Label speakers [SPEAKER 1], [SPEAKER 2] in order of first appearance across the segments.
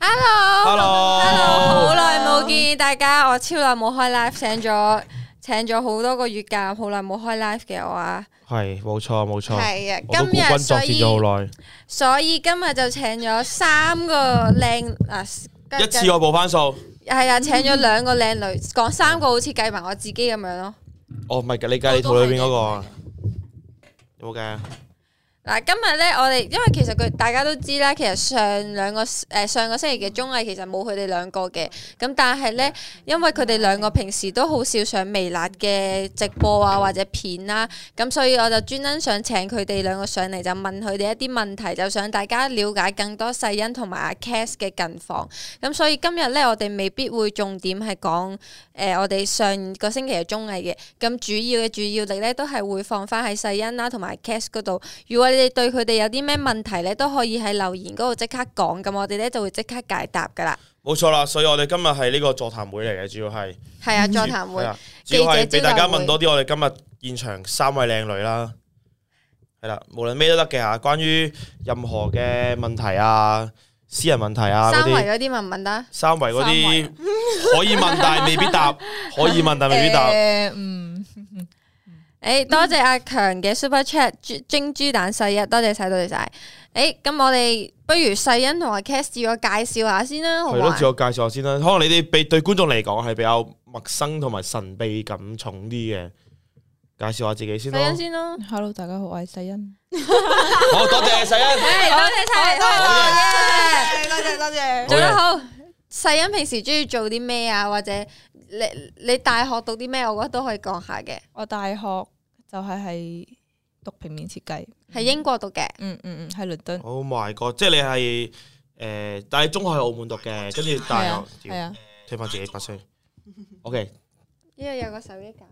[SPEAKER 1] Hello
[SPEAKER 2] Hello，Hello，
[SPEAKER 1] 好耐冇見大家，我超耐冇開 live，請咗請咗好多個月假，好耐冇開 live 嘅我啊，
[SPEAKER 2] 係冇錯冇錯，
[SPEAKER 1] 係啊，
[SPEAKER 2] 我都孤
[SPEAKER 1] 今日
[SPEAKER 2] 軍作
[SPEAKER 1] 所
[SPEAKER 2] 戰
[SPEAKER 1] 以
[SPEAKER 2] 咗好耐，
[SPEAKER 1] 所以今日就請咗三個靚啊，
[SPEAKER 2] 一次哦我報翻數。
[SPEAKER 1] 係啊，請咗兩個靚女，講三個好似計埋我自己咁樣咯。
[SPEAKER 2] 哦，唔係嘅，你計你肚裏邊嗰個啊有冇計啊？
[SPEAKER 1] 嗱，今日咧，我哋因為其實佢大家都知啦，其實上兩個誒、呃上個星期嘅綜藝其實冇佢哋兩個嘅，咁但係咧，因為佢哋兩個平時都好少上微辣嘅直播啊或者片啦，咁所以我就專登想請佢哋兩個上嚟，就問佢哋一啲問題，就想大家了解更多世欣同埋阿 Cass 嘅近況。咁所以今日咧，我哋未必會重點係講誒我哋上個星期嘅綜藝嘅，咁主要嘅主要力咧都係會放翻喺世欣啦同埋 Cass 嗰度。如果你哋對佢哋有啲咩問題咧，都可以喺留言嗰度即刻講，咁我哋咧就會即刻解答噶啦。
[SPEAKER 2] 冇錯啦，所以我哋今日係呢個座談會嚟嘅，主要係
[SPEAKER 1] 係啊，座談會
[SPEAKER 2] 係啊主要係
[SPEAKER 1] 記者
[SPEAKER 2] 俾
[SPEAKER 1] 招
[SPEAKER 2] 大
[SPEAKER 1] 待
[SPEAKER 2] 家
[SPEAKER 1] 會
[SPEAKER 2] 問多啲我哋今日現場三位靚女啦。係啦，無論咩都得嘅嚇，關於任何嘅問題啊、私人問題啊嗰
[SPEAKER 1] 三圍
[SPEAKER 2] 啲，
[SPEAKER 1] 嗰啲問唔問得？
[SPEAKER 2] 三圍嗰啲可以問但係未必 答，可以問但係未必答。
[SPEAKER 3] 诶，嗯，
[SPEAKER 1] 誒，多謝阿強嘅 Super Chat 豬蒸豬蛋細一，多謝晒，多謝晒。誒，咁我哋不如世欣同阿 Cass 自我介紹下先啦，
[SPEAKER 3] 哦
[SPEAKER 1] 好
[SPEAKER 2] 係
[SPEAKER 1] 唔
[SPEAKER 2] 咯，
[SPEAKER 1] 好啊
[SPEAKER 2] 自我介紹下先啦。可能你哋被對觀眾嚟講係比較陌生同埋神秘感重啲嘅，介紹下自己先咯。
[SPEAKER 1] 世欣先咯。
[SPEAKER 3] Hello，大家好，我系世欣。
[SPEAKER 2] 好多 謝世欣，
[SPEAKER 1] 誒，多謝晒，多謝晒。
[SPEAKER 3] 多谢多谢。
[SPEAKER 1] 做得好。世欣平時中意做啲咩啊？或者你你大學讀啲咩？我覺得都可以講下嘅。
[SPEAKER 3] 我大學就係係讀平面設計，
[SPEAKER 1] 喺英國讀嘅，
[SPEAKER 3] 嗯嗯嗯，喺倫敦，
[SPEAKER 2] Oh my god！即係你係诶，但係中學喺澳門讀嘅，跟住大
[SPEAKER 3] 係啊
[SPEAKER 2] 學
[SPEAKER 3] 係
[SPEAKER 2] 屌
[SPEAKER 3] 啊，
[SPEAKER 2] 推翻自己八歲。OK，
[SPEAKER 1] 呢度有個手機架。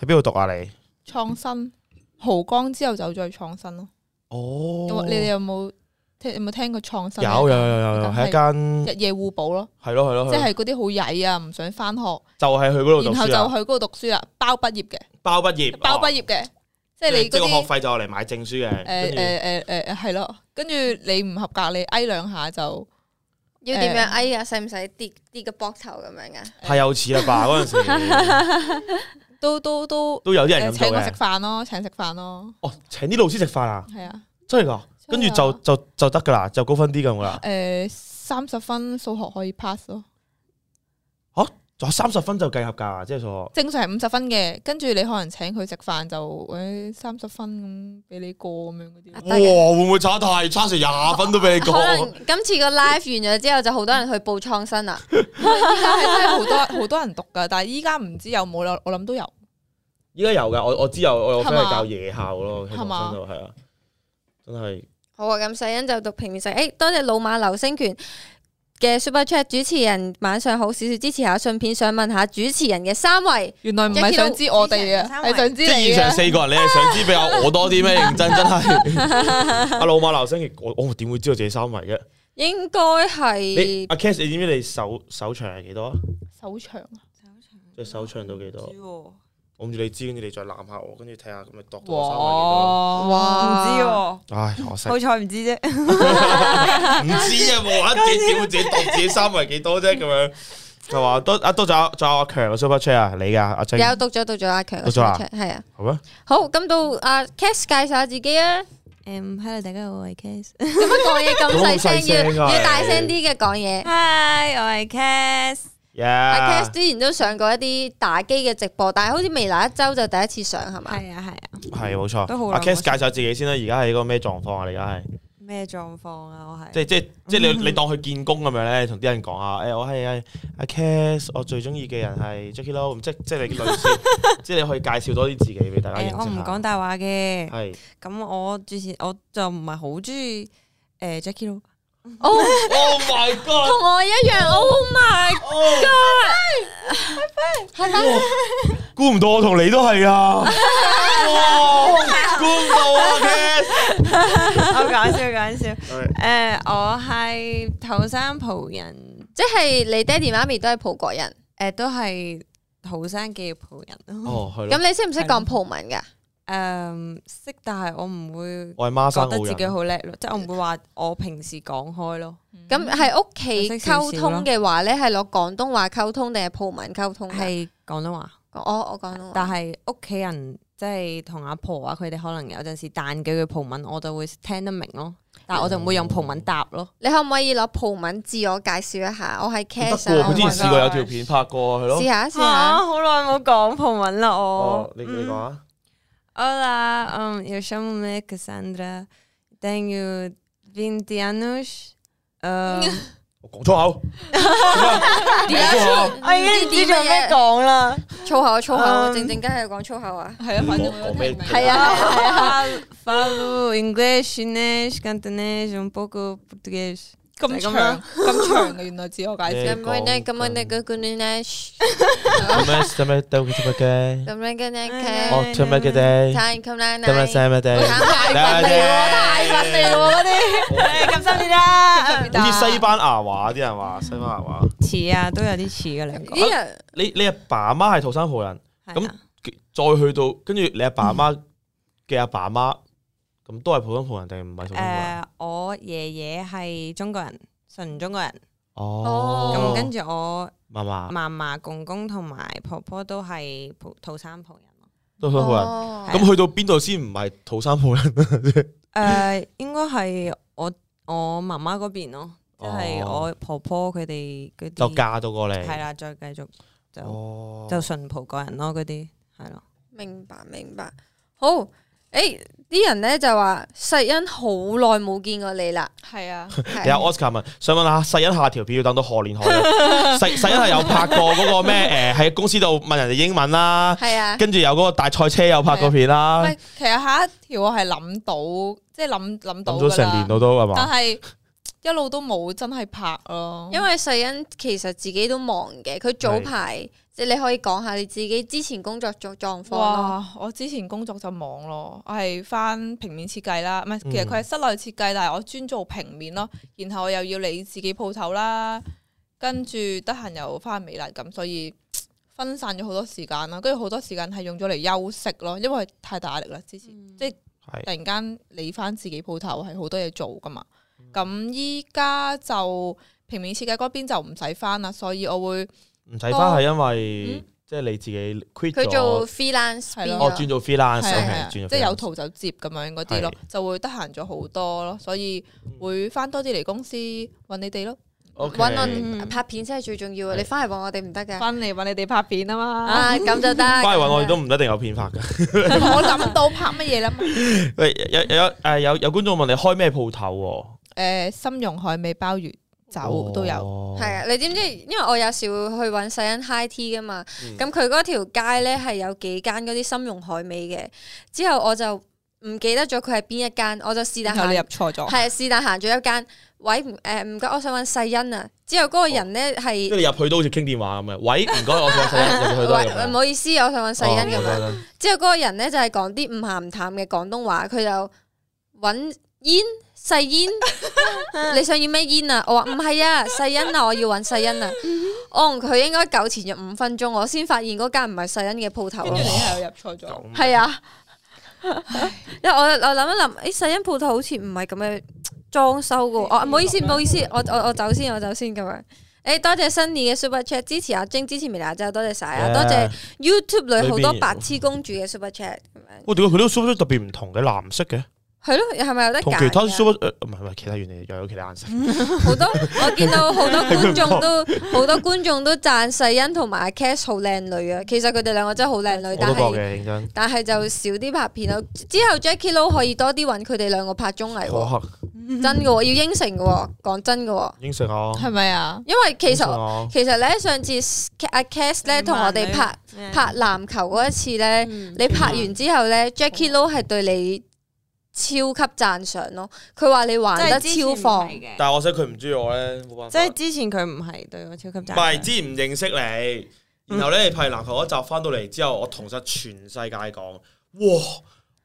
[SPEAKER 2] 喺邊度讀啊你？
[SPEAKER 3] 創新濠江之後就再創新咯。有
[SPEAKER 2] 哦
[SPEAKER 3] 冇，你哋有冇聽有冇聽過創新？
[SPEAKER 2] 有有有有有，係一間
[SPEAKER 3] 日夜互補咯，
[SPEAKER 2] 係咯係咯，
[SPEAKER 3] 即
[SPEAKER 2] 係咯
[SPEAKER 3] 係嗰啲好曳啊，唔想翻學，
[SPEAKER 2] 就係去嗰度
[SPEAKER 3] 然
[SPEAKER 2] 讀
[SPEAKER 3] 後就
[SPEAKER 2] 書啊
[SPEAKER 3] 去
[SPEAKER 2] 啦，
[SPEAKER 3] 嗰度讀書啦，包畢業嘅，
[SPEAKER 2] 包畢業，
[SPEAKER 3] 包
[SPEAKER 2] 業，
[SPEAKER 3] 畢業嘅，即係你
[SPEAKER 2] 即係
[SPEAKER 3] 嗰
[SPEAKER 2] 個學
[SPEAKER 3] 啲
[SPEAKER 2] 費就嚟買證書嘅，
[SPEAKER 3] 诶
[SPEAKER 2] 跟住
[SPEAKER 3] 诶诶诶系咯，跟住你唔合格，你挨兩下就
[SPEAKER 1] 要點樣？哎呀，使唔使跌跌個膊頭咁樣啊噶？
[SPEAKER 2] 太有錢啦吧？嗰陣 時
[SPEAKER 3] 都都都
[SPEAKER 2] 都有啲
[SPEAKER 3] 誒
[SPEAKER 2] 人咁
[SPEAKER 3] 呃請
[SPEAKER 2] 做
[SPEAKER 3] 我食
[SPEAKER 2] 嘅。
[SPEAKER 3] 飯咯，請食飯咯，
[SPEAKER 2] 哦，請啲老師食飯啊！
[SPEAKER 3] 係啊，
[SPEAKER 2] 真係㗎，跟住就就就得㗎啦，就高分啲咁㗎啦，
[SPEAKER 3] 誒呃三十分數學可以 pass 咯，
[SPEAKER 2] 仲有三十分就計合格啊，即係數學。
[SPEAKER 3] 正常係五十分嘅，跟住你可能請佢食飯就誒三十分咁俾你過咁樣嗰啲
[SPEAKER 1] 啊
[SPEAKER 3] 咯，
[SPEAKER 1] 得嘅
[SPEAKER 2] 會唔會差太差成廿分都俾 你
[SPEAKER 1] 可
[SPEAKER 2] 過
[SPEAKER 1] 能今次個 live 完咗之後，就好多人去報創新啦。
[SPEAKER 3] 依家係真係好多好多人讀㗎，但係依家唔知有冇啦，我諗都有，
[SPEAKER 2] 依家有嘅，我我知有，我有
[SPEAKER 3] 係
[SPEAKER 2] friend
[SPEAKER 3] 嘛
[SPEAKER 2] 係教夜校咯，喺
[SPEAKER 3] 係
[SPEAKER 2] 唐
[SPEAKER 3] 嘛
[SPEAKER 2] 山度係啊，真係
[SPEAKER 1] 好啊，咁世欣就讀平面世。誒，多謝老馬流星拳嘅 super chat 主持人，晚上好少少支持下，順便想問下主持人嘅三圍。
[SPEAKER 3] 原來唔係想知我哋啊，係想知
[SPEAKER 2] 即係
[SPEAKER 3] 你
[SPEAKER 2] 現場
[SPEAKER 3] 啊，
[SPEAKER 2] 四個人，你係想知比較我多啲咩？認真真係阿老馬劉星傑，我我點會知道自己三圍啫？
[SPEAKER 1] 應該
[SPEAKER 2] 你
[SPEAKER 1] 係
[SPEAKER 2] 阿 Cass，你知唔知你手手長係幾多啊？
[SPEAKER 3] 手長啊
[SPEAKER 2] 即係手長到幾多？
[SPEAKER 4] 唔
[SPEAKER 2] 我諗住你知，跟住你再攬下我，跟住睇下咁咪度到我三圍
[SPEAKER 3] 哇
[SPEAKER 4] 知喎，
[SPEAKER 2] 幾多？唉，可惜。
[SPEAKER 4] 好彩唔知啫。
[SPEAKER 2] 唔知啊，冇啦，自己點會自己度自己三圍幾多啫？咁樣係嘛？多啊，多仲有仲有阿強嘅 super chat 啊，你噶阿晶
[SPEAKER 1] 有讀咗讀咗阿強嘅
[SPEAKER 2] 讀咗
[SPEAKER 1] super
[SPEAKER 2] 啊
[SPEAKER 1] chat，係啊。
[SPEAKER 2] 係咩？
[SPEAKER 1] 好，咁到阿 Cass 介紹下自己 啊。
[SPEAKER 4] 誒，hello，大嗯家好，我係 Cass。
[SPEAKER 1] 做乜講嘢咁細
[SPEAKER 2] 咁細
[SPEAKER 1] 聲？
[SPEAKER 2] 聲啊
[SPEAKER 1] 要要大
[SPEAKER 2] 你啊
[SPEAKER 1] 聲啲嘅講嘢。
[SPEAKER 4] Hi，我係 Cass。
[SPEAKER 1] 阿 Cass
[SPEAKER 2] Yeah，
[SPEAKER 1] 之前都上過一啲打機嘅直播，但係好似微辣一周就第一次上係嘛？
[SPEAKER 4] 係啊，係啊。
[SPEAKER 2] 係冇錯。
[SPEAKER 4] 都好
[SPEAKER 2] 阿
[SPEAKER 4] 耐
[SPEAKER 2] Cass
[SPEAKER 4] 冇
[SPEAKER 2] 介紹自己先啦，而家係一個咩狀況啊？你而家係
[SPEAKER 4] 咩狀況啊？我係
[SPEAKER 2] 即係即係即係你
[SPEAKER 4] 嗯
[SPEAKER 2] 你當佢見工咁樣咧，同啲人講啊，誒我係阿 Cass，我最中意嘅人係 Jackie Lou，即即係你類 似，即係你可以介紹多啲自己俾大家認識
[SPEAKER 4] 誒，
[SPEAKER 2] 下。
[SPEAKER 4] 我唔講大話嘅。
[SPEAKER 2] 係
[SPEAKER 4] 咁我之前我就唔係好中意誒 Jackie 咯。
[SPEAKER 1] 哦，
[SPEAKER 2] Oh my
[SPEAKER 1] 同
[SPEAKER 2] God！
[SPEAKER 1] 我一樣，Oh my，
[SPEAKER 2] 哦
[SPEAKER 1] 係咪？
[SPEAKER 2] 估唔到我同你都係啊！哇，估唔到啊，Cass！
[SPEAKER 4] 好搞笑，搞笑。誒，我係後生葡人，
[SPEAKER 1] 即係你爹哋媽咪都係葡國人，
[SPEAKER 4] 誒都係後生嘅葡人咯。
[SPEAKER 2] 哦，係咯
[SPEAKER 1] 咁。你識唔識講葡文㗎？
[SPEAKER 4] 誒識，但係我唔會
[SPEAKER 2] 我係孖生
[SPEAKER 4] 覺
[SPEAKER 2] 澳
[SPEAKER 4] 得自己
[SPEAKER 2] 人，
[SPEAKER 4] 好叻咯，即係我唔會話我平時講開咯。
[SPEAKER 3] 嗯
[SPEAKER 1] 咁喺屋企
[SPEAKER 4] 識少少咯
[SPEAKER 1] 溝通嘅話咧，係攞廣東話溝通定係葡文溝通㗎？
[SPEAKER 4] 係廣東話，
[SPEAKER 1] 我我講到
[SPEAKER 4] 但係屋企人即係同阿婆啊，佢哋可能有陣時彈幾句葡文，我就會聽得明咯。但係我就唔會用葡文答 咯。
[SPEAKER 1] 你可唔可以攞葡文自我介紹一下？我係
[SPEAKER 2] 得
[SPEAKER 1] Cass
[SPEAKER 2] 喎。
[SPEAKER 1] 啊，
[SPEAKER 2] 佢之前
[SPEAKER 4] Oh my
[SPEAKER 2] 試過有
[SPEAKER 4] God
[SPEAKER 2] 條片拍過係
[SPEAKER 1] 我
[SPEAKER 2] 咯
[SPEAKER 1] 試。下試
[SPEAKER 4] 啊
[SPEAKER 1] 下。
[SPEAKER 4] 好耐冇講葡文啦，
[SPEAKER 2] 哦
[SPEAKER 4] 我。，
[SPEAKER 2] 你你講
[SPEAKER 4] 嗯
[SPEAKER 2] 啊，
[SPEAKER 4] Hola, um, eu chamo-me Cassandra, tenho 20 anos. Um,
[SPEAKER 2] 我講粗口，
[SPEAKER 3] 啊
[SPEAKER 1] 而家
[SPEAKER 2] 粗
[SPEAKER 4] 我已哎經唔知做咩講 啦。
[SPEAKER 1] 粗口粗口，
[SPEAKER 4] 嗯
[SPEAKER 1] 正正梗係講粗口啊！
[SPEAKER 3] 係啊，反正
[SPEAKER 2] 講咩
[SPEAKER 1] 係啊，
[SPEAKER 4] Falo inglês, chinês, cantonês, um pouco português。
[SPEAKER 3] 咁
[SPEAKER 4] 就
[SPEAKER 3] 長
[SPEAKER 4] 係咁啦
[SPEAKER 3] 咁長嘅，原來自我介紹。
[SPEAKER 1] 咁樣咧，咁樣咧，咁樣咧，
[SPEAKER 2] 咁咩？做咩？做咩？做咩？
[SPEAKER 1] 咁樣咧，
[SPEAKER 4] 哎呀
[SPEAKER 2] 哦，做咩嘅啫？
[SPEAKER 1] time come line
[SPEAKER 2] 做咩？做咩？
[SPEAKER 1] 太笨啦，太笨嚟喎嗰啲。
[SPEAKER 4] 咁犀利啦！
[SPEAKER 2] 好似西班牙話啲人話西班牙話，
[SPEAKER 4] 似啊，都有啲似嘅兩個。
[SPEAKER 1] 啲人
[SPEAKER 2] 你你阿爸阿媽係土生葡人，
[SPEAKER 4] 係啊
[SPEAKER 2] 再去到跟住你阿爸阿媽嘅阿爸阿媽，咁都係普通葡人定唔係土生葡人？
[SPEAKER 4] 誒，呃我爺爺係中國人，純中國人。
[SPEAKER 2] 哦，
[SPEAKER 4] 咁跟住我
[SPEAKER 2] 嫲嫲
[SPEAKER 4] 嫲嫲、公公同埋婆婆都係葡土生葡人咯。
[SPEAKER 2] 都土生葡人，
[SPEAKER 1] 哦
[SPEAKER 2] 咁去到邊度先唔係土生葡人？
[SPEAKER 4] 誒，呃應該係我我媽媽嗰邊咯，即係
[SPEAKER 2] 哦
[SPEAKER 4] 我婆婆佢哋嗰
[SPEAKER 2] 就
[SPEAKER 4] 啲。
[SPEAKER 2] 嫁到過嚟。
[SPEAKER 4] 係啦，再繼續就
[SPEAKER 2] 哦，
[SPEAKER 4] 就純葡國人咯，嗰啲係咯。
[SPEAKER 1] 明白明白。好，誒啲人咧就話世欣好耐冇見過你 啦。
[SPEAKER 3] 係啊，
[SPEAKER 2] 有
[SPEAKER 1] 係
[SPEAKER 2] Oscar 問，想問下世欣下條片要等到何年何日？世世欣係有拍過嗰個咩？誒喺公司度問人哋英 文啦，
[SPEAKER 1] 係 啊。
[SPEAKER 2] 跟住有嗰個大賽車有拍過片啦，
[SPEAKER 3] 喂，其實下一條我係諗到，即係諗諗
[SPEAKER 2] 等
[SPEAKER 3] 到㗎
[SPEAKER 2] 咗
[SPEAKER 3] 啦
[SPEAKER 2] 成年到都係
[SPEAKER 3] 但
[SPEAKER 2] 嘛？
[SPEAKER 3] 係一路都冇真係拍咯，
[SPEAKER 1] 因為世欣其實自己都忙嘅，佢早排即係你可以講下你自己之前工作狀狀況咯。
[SPEAKER 3] 哇！我之前工作就忙咯，我係翻平面設計啦，唔係
[SPEAKER 2] 嗯
[SPEAKER 3] 其實佢係室內設計，但係我專做平面咯。然後我又要理自己鋪頭啦，跟住得閒又翻美麗咁，所以分散咗好多時間啦。跟住好多時間係用咗嚟休息咯，因為太大壓力啦。之前
[SPEAKER 2] 係
[SPEAKER 3] 突然間理翻自己鋪頭係好多嘢做噶嘛。咁依家就平面設計嗰邊就唔使翻啦，所以我會
[SPEAKER 2] 唔使翻係因為即係你自己 quit
[SPEAKER 1] 佢做
[SPEAKER 2] 咗，
[SPEAKER 1] freelance
[SPEAKER 3] 係咯
[SPEAKER 1] 邊
[SPEAKER 2] 我
[SPEAKER 1] 啊
[SPEAKER 2] 哦轉做 freelance，
[SPEAKER 3] 係啊
[SPEAKER 2] OK，
[SPEAKER 3] 係
[SPEAKER 2] 轉
[SPEAKER 3] 啊
[SPEAKER 2] 咗
[SPEAKER 3] 即係有
[SPEAKER 2] freelance
[SPEAKER 3] 圖就接咁樣嗰啲咯
[SPEAKER 2] 係，
[SPEAKER 3] 就會得閒咗好多咯，所以會翻多啲嚟公司揾你哋咯，
[SPEAKER 2] OK
[SPEAKER 1] 搵我哋拍片先係最重要啊！
[SPEAKER 2] 係
[SPEAKER 1] 你翻嚟搵我哋唔得㗎。
[SPEAKER 3] 翻嚟揾你哋拍片啊嘛。
[SPEAKER 1] 啊，咁就得。
[SPEAKER 2] 翻嚟揾我哋都唔一定有片拍㗎。
[SPEAKER 3] 我諗到拍乜嘢啦嘛？
[SPEAKER 2] 喂，有有有誒有有觀眾問你開咩鋪頭喎？
[SPEAKER 3] 誒，參茸海味鮑魚
[SPEAKER 2] 哦
[SPEAKER 3] 酒都有，
[SPEAKER 2] 有
[SPEAKER 1] 係啊，你知唔知？因為我有時會去揾世欣 high tea 噶嘛，
[SPEAKER 2] 嗯
[SPEAKER 1] 咁佢嗰條街咧係有幾間嗰啲參茸海味嘅，之後我就唔記得咗佢係邊一間，我就是但
[SPEAKER 3] 然後
[SPEAKER 1] 行
[SPEAKER 3] 你入錯咗，
[SPEAKER 1] 係是但行咗一間，喂唔誒唔該，我想揾世欣啊。之後嗰個人咧係
[SPEAKER 2] 即係你入去都好似傾電話咁嘅。喂，唔 該，我想世欣入去都係
[SPEAKER 1] 喂，
[SPEAKER 2] 咁
[SPEAKER 1] 唔
[SPEAKER 2] 樣。
[SPEAKER 1] 好意思，我想揾世欣咁樣。
[SPEAKER 2] 哦
[SPEAKER 1] 之後嗰個人咧就係講啲唔鹹唔淡嘅廣東話，佢就揾煙細煙，你想要咩煙啊？我話唔係啊，細欣啊，我要揾細欣啊。我同佢應該糾纏咗五分鐘，我先發現嗰間唔係細欣嘅鋪頭
[SPEAKER 3] 啊跟住
[SPEAKER 1] 咯。
[SPEAKER 3] 你係入錯咗。
[SPEAKER 2] 咁
[SPEAKER 1] 係啊，因為我我諗一諗，誒細欣鋪頭好似唔係咁嘅裝修噶。我唔好意思，唔好意思，我我我走先，我走先咁樣。誒，多謝 Sunny 嘅 Super Chat 支持阿晶，支持微娜姐，多謝晒啊！多謝 YouTube 裏好多白痴公主嘅 Super Chat 咁樣。
[SPEAKER 2] 我點解佢都 super 特別唔同嘅藍色嘅，
[SPEAKER 1] 係咯，係咪有得
[SPEAKER 2] 同其他
[SPEAKER 1] 揀
[SPEAKER 2] super 呃唔係唔係其他原嚟又有其他顏色。
[SPEAKER 1] 㗎？好多我見 到好多觀眾都
[SPEAKER 2] 啊
[SPEAKER 1] 好多觀眾都讚世欣同埋阿 Cass 好靚女啊！其實佢哋兩個真係好靚女，
[SPEAKER 2] 我
[SPEAKER 1] 但
[SPEAKER 2] 都覺
[SPEAKER 1] 係
[SPEAKER 2] 嘅，認真。
[SPEAKER 1] 但係就少啲拍片咯。之後 Jackie Lou 可以多啲揾佢哋兩個拍綜藝喎，
[SPEAKER 2] 我
[SPEAKER 1] 真嘅喎，要應承嘅喎，講真嘅喎，
[SPEAKER 2] 應承我，
[SPEAKER 3] 係咪啊？
[SPEAKER 1] 因為其
[SPEAKER 2] 應承
[SPEAKER 1] 實
[SPEAKER 2] 我
[SPEAKER 1] 其實咧上次阿 Cass 咧同我哋拍拍籃球嗰一次咧。你拍完之後咧，Jackie Lou 係對你超級讚賞咯。佢話你玩得超放，
[SPEAKER 4] 嘅，
[SPEAKER 2] 但係我識佢唔中意我咧，冇辦
[SPEAKER 4] 即係之前佢唔係對我超級
[SPEAKER 2] 唔
[SPEAKER 4] 讚
[SPEAKER 2] 係
[SPEAKER 4] 賞，
[SPEAKER 2] 之前唔認識
[SPEAKER 1] 嗯
[SPEAKER 2] 你，然後咧你拍完籃球嗰集翻到嚟之後，我同晒全世界講，哇！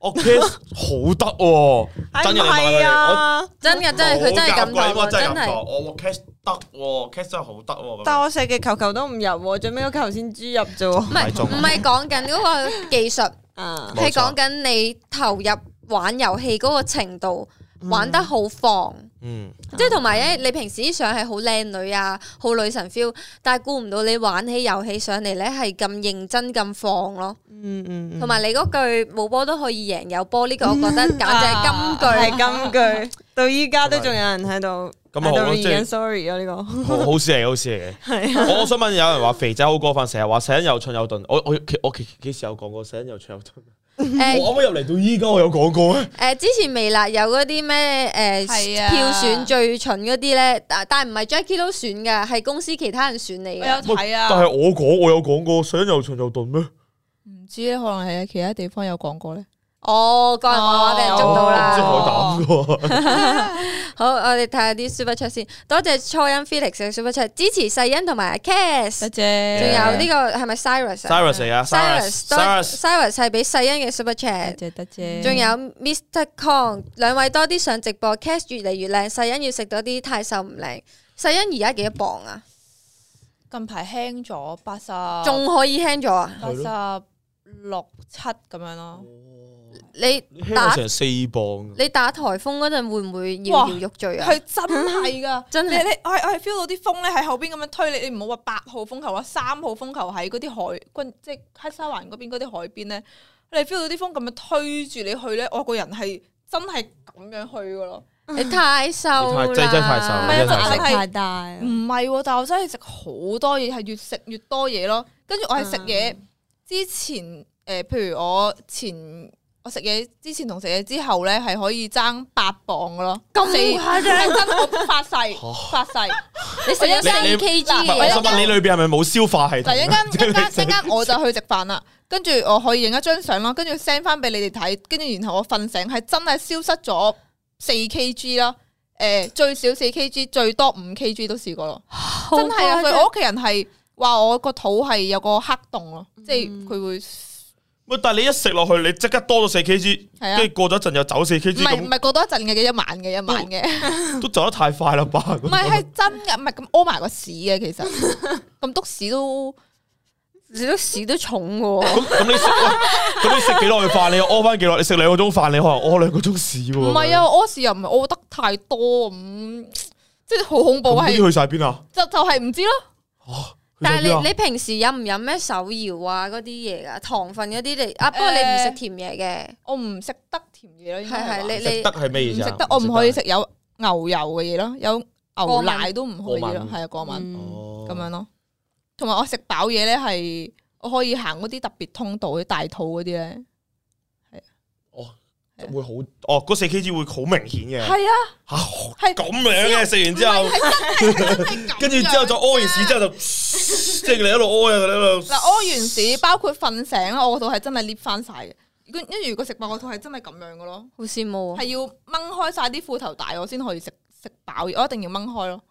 [SPEAKER 2] 我 case 好得喎，
[SPEAKER 1] 哎
[SPEAKER 2] 真嘅
[SPEAKER 4] 係咪啊？
[SPEAKER 1] 真嘅真係佢真係咁
[SPEAKER 2] 講，我
[SPEAKER 1] 講，啊
[SPEAKER 2] 真係
[SPEAKER 1] 真
[SPEAKER 2] 咁講，
[SPEAKER 1] 係
[SPEAKER 2] 我 case 得喎，case 真係好得喎。
[SPEAKER 4] 但我射嘅球球都唔入喎，最尾個球先豬入啫喎。
[SPEAKER 1] 唔
[SPEAKER 2] 大
[SPEAKER 1] 係
[SPEAKER 2] 眾
[SPEAKER 1] 唔係講緊嗰個技術，
[SPEAKER 4] 啊，
[SPEAKER 1] 係
[SPEAKER 2] 冇錯
[SPEAKER 1] 講緊你投入玩遊戲嗰個程度，玩得好放。
[SPEAKER 2] 嗯，
[SPEAKER 1] 即係同埋咧，你平時啲相係好靚女啊，好女神 feel，但係估唔到你玩起遊戲上嚟咧係咁認真咁放咯，
[SPEAKER 4] 嗯嗯，
[SPEAKER 1] 同埋你嗰句冇波都可以贏有波呢個，我
[SPEAKER 3] 嗯
[SPEAKER 1] 覺
[SPEAKER 3] 啊
[SPEAKER 1] 得簡直係金句。
[SPEAKER 4] 系金句，到依家都仲有人喺度
[SPEAKER 2] 咁咪好咯
[SPEAKER 4] 喺度
[SPEAKER 2] 即係
[SPEAKER 4] read sorry 啊呢個
[SPEAKER 1] 嗯
[SPEAKER 2] 好好事嚟，好事嚟嘅。
[SPEAKER 1] 啊
[SPEAKER 2] 我我想問有人話肥仔好過分，成日話死人又蠢又鈍。我我其我其幾時有講過死人又蠢又鈍？
[SPEAKER 1] 誒
[SPEAKER 2] 我啱啱入嚟到依家，我有講過咩？
[SPEAKER 1] 誒之前微辣有嗰啲咩誒
[SPEAKER 3] 係啊
[SPEAKER 1] 票選最蠢嗰啲咧，但但唔係 Jackie 都選㗎，係公司其他人選你
[SPEAKER 3] 我
[SPEAKER 1] 嘅。
[SPEAKER 3] 有睇
[SPEAKER 2] 但係
[SPEAKER 3] 啊，
[SPEAKER 2] 我講，我有講過死人又蠢又鈍咩？
[SPEAKER 3] 唔知咧，可能係其他地方有講過咧。
[SPEAKER 1] 哦，個人話話俾人捉到
[SPEAKER 2] 唔知
[SPEAKER 1] 啦。
[SPEAKER 2] 我膽過。
[SPEAKER 1] 好，我哋睇下啲 super chat 先，多謝初音 Felix 嘅 super chat 支持世欣同埋阿 Cass，
[SPEAKER 3] 得
[SPEAKER 1] 仲
[SPEAKER 3] 啫，
[SPEAKER 1] 有呢個係咪 Cyrus 啊
[SPEAKER 2] Cyrus 嚟啊
[SPEAKER 1] Cyrus 多
[SPEAKER 2] Cyrus，Cyrus，
[SPEAKER 1] Cyrus 係俾世欣嘅 super chat。
[SPEAKER 3] 得啫得啫，
[SPEAKER 1] 仲有 Mr. Kong，兩位多啲上直播，Cash 越嚟越靚，世欣要食到啲太瘦唔靚。世欣而家幾多磅啊？
[SPEAKER 3] 近排輕咗八十，
[SPEAKER 1] 仲可以輕咗啊？
[SPEAKER 3] 八十六七咁樣咯。
[SPEAKER 1] 你
[SPEAKER 2] 你輕我
[SPEAKER 1] 打
[SPEAKER 2] 成四磅。
[SPEAKER 1] 你打颱風嗰陣會唔會搖搖欲墜啊？
[SPEAKER 3] 佢真係噶，
[SPEAKER 1] 真
[SPEAKER 3] 你
[SPEAKER 1] 係
[SPEAKER 3] 你我係我係 feel 到啲風咧喺後邊咁樣推你，你唔好話八號風球啊，三號風球喺嗰啲海軍即係黑沙環嗰邊嗰啲海邊咧，你 feel 到啲風咁樣推住你去咧，我個人係真係咁樣去噶咯。
[SPEAKER 1] 你太瘦啦，
[SPEAKER 2] 你太真真係太瘦啦
[SPEAKER 3] 唔係啊真係
[SPEAKER 4] 壓
[SPEAKER 3] 瘦
[SPEAKER 4] 力
[SPEAKER 3] 但係
[SPEAKER 4] 太大
[SPEAKER 3] 唔，係喎，但我真係食好多嘢，係越食越多嘢咯。跟住我係食嘢之前，誒、譬如我前我食嘢之前同食嘢之後咧，係可以爭八磅噶咯。咁誇張，真係我發誓發誓。
[SPEAKER 1] 你食咗三
[SPEAKER 2] 你你
[SPEAKER 1] K G
[SPEAKER 2] 唔係
[SPEAKER 1] 嘅
[SPEAKER 2] 我
[SPEAKER 1] 嘢
[SPEAKER 2] 想問你裏邊係咪冇消化 系統？
[SPEAKER 3] 嗱，一間一間一間我就去食飯啦，跟住我可以影一張相啦，跟住 send 翻俾你哋睇，跟住然後我瞓醒係真係消失咗四 kg 啦，誒最少四 kg，最多五 kg 都試過咯，
[SPEAKER 1] 好
[SPEAKER 3] 真係啊！
[SPEAKER 1] 誇張
[SPEAKER 3] 所以我屋企人係話我個肚係有個黑洞咯，即係佢會
[SPEAKER 2] 喂，但係你一食落去，你即刻多咗四 kg，
[SPEAKER 3] 係啊
[SPEAKER 2] 跟住過咗一陣又走四 kg，
[SPEAKER 3] 唔係
[SPEAKER 2] 咁
[SPEAKER 3] 唔係過多一陣嘅，一晚嘅一晚嘅，
[SPEAKER 2] 都走得太快啦吧？
[SPEAKER 3] 唔係係真嘅，唔係咁屙埋個屎嘅其 實，咁篤屎都
[SPEAKER 1] 你都屎都重喎。
[SPEAKER 2] 咁咁你食喂咁你食幾耐飯？你又屙翻幾耐？你食兩個鐘飯，你可能屙兩個鐘屎喎。
[SPEAKER 3] 唔係啊！我屙屎又唔係屙得太多咁，即係好恐怖
[SPEAKER 2] 咁，
[SPEAKER 3] 係
[SPEAKER 2] 咁。去晒邊啊？
[SPEAKER 3] 就就係唔知咯，
[SPEAKER 2] 去
[SPEAKER 1] 但
[SPEAKER 2] 晒邊
[SPEAKER 1] 係
[SPEAKER 2] 啊
[SPEAKER 1] 你你平時飲唔飲咩手搖啊嗰啲嘢㗎？糖分嗰啲你啊，不過你唔食甜嘢嘅，
[SPEAKER 3] 我唔食得甜嘢咯，應該
[SPEAKER 1] 係
[SPEAKER 3] 係
[SPEAKER 1] 係
[SPEAKER 3] 話
[SPEAKER 1] 你
[SPEAKER 2] 食
[SPEAKER 1] 你
[SPEAKER 2] 得係咩意
[SPEAKER 3] 唔
[SPEAKER 2] 思啊
[SPEAKER 3] 食得，我唔可以。食有牛油嘅嘢咯，有牛奶都唔可以
[SPEAKER 2] 過
[SPEAKER 3] 咯
[SPEAKER 2] 敏，
[SPEAKER 3] 係啊過敏
[SPEAKER 4] 嗯
[SPEAKER 2] 哦
[SPEAKER 3] 咁樣咯。同埋我食飽嘢咧，係我可以行嗰啲特別通道，啲大肚嗰啲咧，
[SPEAKER 2] 會好哦，嗰四 kg 會好明顯嘅。
[SPEAKER 3] 係啊，
[SPEAKER 2] 吓咁
[SPEAKER 3] 係啊
[SPEAKER 2] 樣嘅，食完之後， 跟住之後就屙完屎之後就， 即係你喺度屙啊，你喺度
[SPEAKER 3] 嗱屙完屎，包括瞓醒啦，我個肚係真係 lift 翻晒嘅。跟跟住如果食飽個肚係真係咁樣嘅咯，
[SPEAKER 1] 好羨慕啊！
[SPEAKER 3] 係要掹開晒啲褲頭帶，我先可以食食飽嘢，我一定要掹開咯。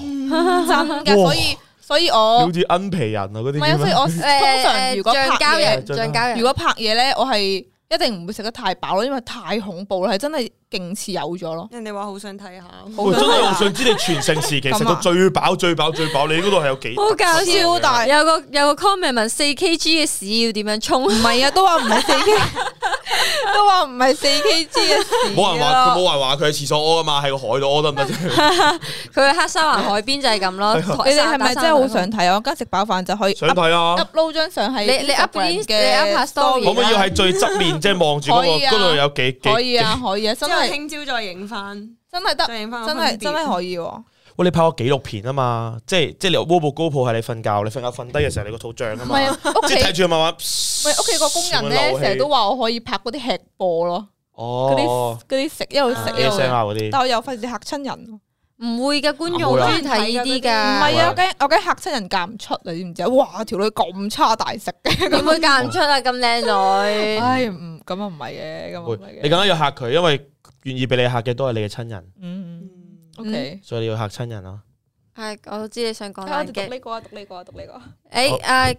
[SPEAKER 3] 嗯真嘅，所以所以
[SPEAKER 2] 你
[SPEAKER 3] 我
[SPEAKER 2] 好似恩皮人啊嗰啲
[SPEAKER 3] 唔係啊，
[SPEAKER 2] 咁
[SPEAKER 3] 所以
[SPEAKER 2] 樣。
[SPEAKER 3] 我通常如果
[SPEAKER 1] 誒誒橡
[SPEAKER 3] 拍
[SPEAKER 1] 膠
[SPEAKER 3] 嘢，
[SPEAKER 1] 人，橡膠人
[SPEAKER 3] 如。果拍嘢咧，我係一定唔會食得太飽咯，因為太恐怖啦，係真係勁似有咗咯。
[SPEAKER 4] 人哋話好想睇下，
[SPEAKER 2] 我哦真係好想知你全盛時期
[SPEAKER 3] 啊
[SPEAKER 2] 食到最飽、最飽、最飽，你嗰度係有幾
[SPEAKER 1] 好搞笑，
[SPEAKER 2] 大？
[SPEAKER 1] 有個有個 comment 問四 Kg 嘅屎要點樣沖？
[SPEAKER 3] 唔係啊，都話唔係四 K，都話唔係四 KG 嘅事
[SPEAKER 2] 冇人話佢，
[SPEAKER 3] 咯。
[SPEAKER 2] 冇人話佢喺廁所屙啊嘛，喺個海度屙得唔得啫？
[SPEAKER 1] 佢去黑沙環海邊就係咁咯。
[SPEAKER 3] 你哋係咪真係好想睇啊？我而家食飽飯就可以
[SPEAKER 2] 想睇啊！
[SPEAKER 3] upload 張相係
[SPEAKER 1] 你你 up 啲
[SPEAKER 3] Instagram 嘅
[SPEAKER 1] 你 up 下 story
[SPEAKER 2] 可唔可以喺最側面即係望住嗰
[SPEAKER 3] 可以
[SPEAKER 2] 個
[SPEAKER 3] 啊
[SPEAKER 2] 嗰度有幾幾？
[SPEAKER 3] 可以啊，可以啊，真
[SPEAKER 4] 真係
[SPEAKER 3] 係
[SPEAKER 4] 聽朝再影翻，
[SPEAKER 3] 真係得，
[SPEAKER 4] 再影翻
[SPEAKER 3] 真係真係可以喎。
[SPEAKER 2] 喂，你拍個紀錄片啊嘛，即係即係你窩部高鋪係你瞓覺，你瞓覺瞓低嘅時候你個肚脹啊
[SPEAKER 3] 唔
[SPEAKER 2] 嘛，
[SPEAKER 3] 係啊屋
[SPEAKER 2] 即
[SPEAKER 3] 企
[SPEAKER 2] 係睇住佢慢慢。
[SPEAKER 3] 唔係屋企個工人咧，成日都話我可以拍嗰啲吃播咯，嗰
[SPEAKER 2] 哦
[SPEAKER 3] 啲嗰啲食一啊路食一路
[SPEAKER 2] ASMR
[SPEAKER 3] 食，
[SPEAKER 2] 嗰啲。
[SPEAKER 3] 但我又費事嚇親人。
[SPEAKER 1] 唔會嘅觀眾
[SPEAKER 2] 唔會啊
[SPEAKER 1] 中意睇呢啲
[SPEAKER 3] 唔
[SPEAKER 1] 㗎，
[SPEAKER 3] 係啊，我驚我驚嚇親人嫁唔出啊，你知唔知啊？哇，條女咁差大食 嘅，
[SPEAKER 1] 點會嫁唔出啊？咁 靚女，
[SPEAKER 3] 唉，唔咁啊唔係嘅，咁啊唔
[SPEAKER 2] 會
[SPEAKER 3] 係
[SPEAKER 2] 你更
[SPEAKER 3] 嘅，
[SPEAKER 2] 加要嚇佢，因為願意俾你嚇嘅都係你嘅親人，
[SPEAKER 3] 嗯，OK。
[SPEAKER 2] 所以你要嚇親人啊。
[SPEAKER 1] 係我都知你想講
[SPEAKER 3] 睇我
[SPEAKER 1] 爛
[SPEAKER 3] 哋讀
[SPEAKER 1] 嘅。
[SPEAKER 3] 呢個啊，讀呢個啊，讀呢個啊。
[SPEAKER 1] 誒啊！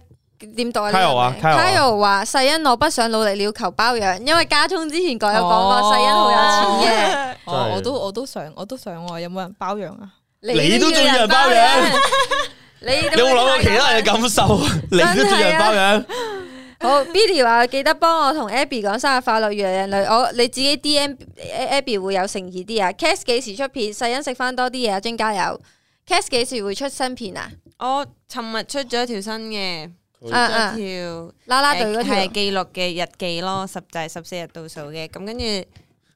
[SPEAKER 1] 點讀啊
[SPEAKER 2] Kyle 啊
[SPEAKER 1] 呢個名
[SPEAKER 2] Kyle 啊
[SPEAKER 1] Kyle 話：世欣我不想努力了求包養，因為家聰之前講有講過
[SPEAKER 3] 哦
[SPEAKER 1] 世欣好有錢嘅，
[SPEAKER 2] 真係
[SPEAKER 3] 哦，我都我都想，我都想喎，有冇人包養啊？
[SPEAKER 2] 你都中意人包養
[SPEAKER 1] 人，你
[SPEAKER 4] 啊
[SPEAKER 2] 你有冇諗過其他人嘅感受？你都仲有人包養？
[SPEAKER 1] 好，Billy 話記得幫我同 Abby 講生日快樂，越嚟人類。我你自己 D M Abby 會有誠意啲啊。Cass 幾時出片？世欣食翻多啲嘢啊，張加油。Cass 幾時會出新片啊？
[SPEAKER 4] 我尋日出咗一條新嘅，
[SPEAKER 2] 佢
[SPEAKER 1] 啊啊
[SPEAKER 4] 一條
[SPEAKER 1] 啦啦隊嗰條
[SPEAKER 4] 係記錄嘅日記咯，十就係十四日倒數嘅。咁跟住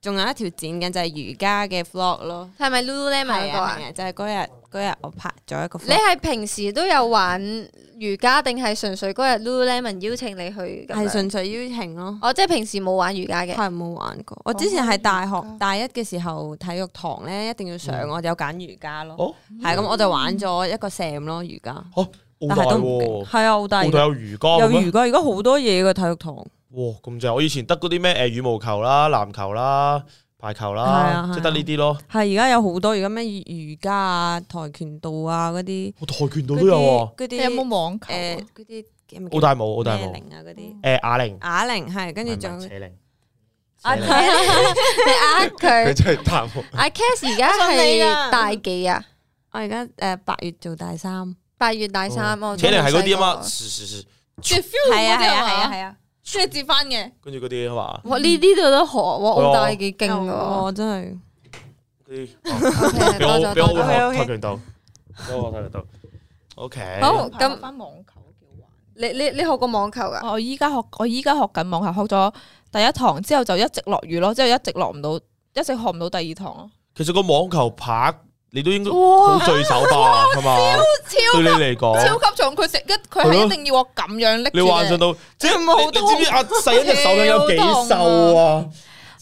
[SPEAKER 4] 仲有一條剪緊就係瑜伽嘅 vlog 咯，
[SPEAKER 1] 係咪 Lululemon 嗰個
[SPEAKER 4] 係
[SPEAKER 1] 啊
[SPEAKER 4] 啊？係啊就係嗰日嗰日我拍咗一個 vlog。
[SPEAKER 1] 你係平時都有玩瑜伽，定係純粹嗰日 Lululemon 邀請你去咁樣？
[SPEAKER 4] 係純粹邀請咯，
[SPEAKER 1] 我即係平時冇玩瑜伽嘅。
[SPEAKER 4] 係冇玩過。我之前係大學
[SPEAKER 3] 講開瑜伽
[SPEAKER 4] 大一嘅時候體育堂咧，一定要上，我有揀瑜伽咯。
[SPEAKER 2] 哦，
[SPEAKER 4] 係咁，我就玩咗一個 sam 咯瑜伽，
[SPEAKER 2] 澳
[SPEAKER 4] 但
[SPEAKER 2] 大
[SPEAKER 4] 係都唔
[SPEAKER 2] 喎
[SPEAKER 4] 勁。，係啊，好大
[SPEAKER 2] 澳大有魚缸
[SPEAKER 4] 有
[SPEAKER 2] 咩
[SPEAKER 4] 瑜伽，而家好多嘢嘅體育堂。
[SPEAKER 2] 哇，咁正！我以前得嗰啲咩誒羽毛球啦、籃球啦、排球
[SPEAKER 4] 係
[SPEAKER 2] 啦
[SPEAKER 4] 啊，
[SPEAKER 2] 即係得呢啲咯。
[SPEAKER 4] 係而家有好多，而家咩瑜伽啊、跆拳道啊嗰啲，
[SPEAKER 2] 我哦跆拳道都有喎，
[SPEAKER 4] 嗰
[SPEAKER 3] 你
[SPEAKER 4] 啲
[SPEAKER 3] 有冇網球啊？
[SPEAKER 4] 誒嗰啲叫咩
[SPEAKER 2] 澳大冇，澳大
[SPEAKER 4] 咩
[SPEAKER 2] 冇。
[SPEAKER 4] 鈴啊嗰啲
[SPEAKER 2] 誒啞鈴，
[SPEAKER 4] 啞鈴係，跟住仲
[SPEAKER 2] 唔係
[SPEAKER 4] 有
[SPEAKER 2] 扯鈴，
[SPEAKER 4] 啊
[SPEAKER 2] 扯鈴
[SPEAKER 1] 你呃
[SPEAKER 2] 佢
[SPEAKER 1] 佢。
[SPEAKER 2] 真係答我。
[SPEAKER 1] 阿 Cass 而家
[SPEAKER 4] 我信你啊
[SPEAKER 1] 係大幾啊？
[SPEAKER 4] 我而家誒八月做大三，
[SPEAKER 1] 八月大三，我
[SPEAKER 2] 扯
[SPEAKER 1] 真
[SPEAKER 2] 鈴係嗰啲啊
[SPEAKER 1] 冇細
[SPEAKER 2] 嘛，
[SPEAKER 1] 個
[SPEAKER 2] 嘶嘶嘶
[SPEAKER 3] 住哦 feel 嗰啲嘛
[SPEAKER 4] 係啊，
[SPEAKER 3] 即係接翻嘅。
[SPEAKER 2] 跟住嗰啲啊嘛，
[SPEAKER 1] 哇！呢呢度都學喎，
[SPEAKER 2] 係啊
[SPEAKER 1] 澳大幾勁㗎
[SPEAKER 3] 哦
[SPEAKER 1] 喎。
[SPEAKER 4] 我真係
[SPEAKER 2] 嗰啲哦
[SPEAKER 1] OK，
[SPEAKER 2] 俾
[SPEAKER 1] 多
[SPEAKER 2] 我
[SPEAKER 1] 咗
[SPEAKER 2] 俾
[SPEAKER 1] 多咗。
[SPEAKER 2] 我學
[SPEAKER 4] OK，OK
[SPEAKER 2] 跆拳道，俾我學跆拳道。O K，
[SPEAKER 1] 好咁
[SPEAKER 3] 翻網球都幾好玩。
[SPEAKER 1] 你你你學過網球㗎？
[SPEAKER 3] 我依家學，我依家學緊網球，學咗第一堂之後就一直落雨咯，之後一直落唔到，一直學唔到第二堂咯。
[SPEAKER 2] 其實個網球拍你都應該
[SPEAKER 1] 哇
[SPEAKER 2] 好聚手吧，係嘛？
[SPEAKER 3] 超
[SPEAKER 2] 對你嚟
[SPEAKER 3] 超
[SPEAKER 2] 講，
[SPEAKER 3] 級重，佢成一佢
[SPEAKER 2] 係咯
[SPEAKER 3] 係一定要我咁樣拎
[SPEAKER 2] 你
[SPEAKER 3] 住
[SPEAKER 2] 幻想
[SPEAKER 3] 嘅。
[SPEAKER 2] 到，即係
[SPEAKER 4] 佢冇
[SPEAKER 2] 你你知唔知阿細欣隻手臂有幾
[SPEAKER 3] 超
[SPEAKER 2] 瘦
[SPEAKER 3] 痛
[SPEAKER 2] 啊？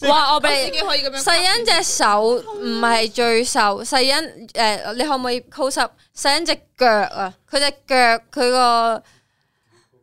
[SPEAKER 1] 哇！我
[SPEAKER 3] 我
[SPEAKER 1] 俾
[SPEAKER 3] 自己可以咁樣。
[SPEAKER 1] 細欣隻手唔係最瘦，細欣誒，你可唔可以 close up 細欣隻腳啊？佢隻腳佢個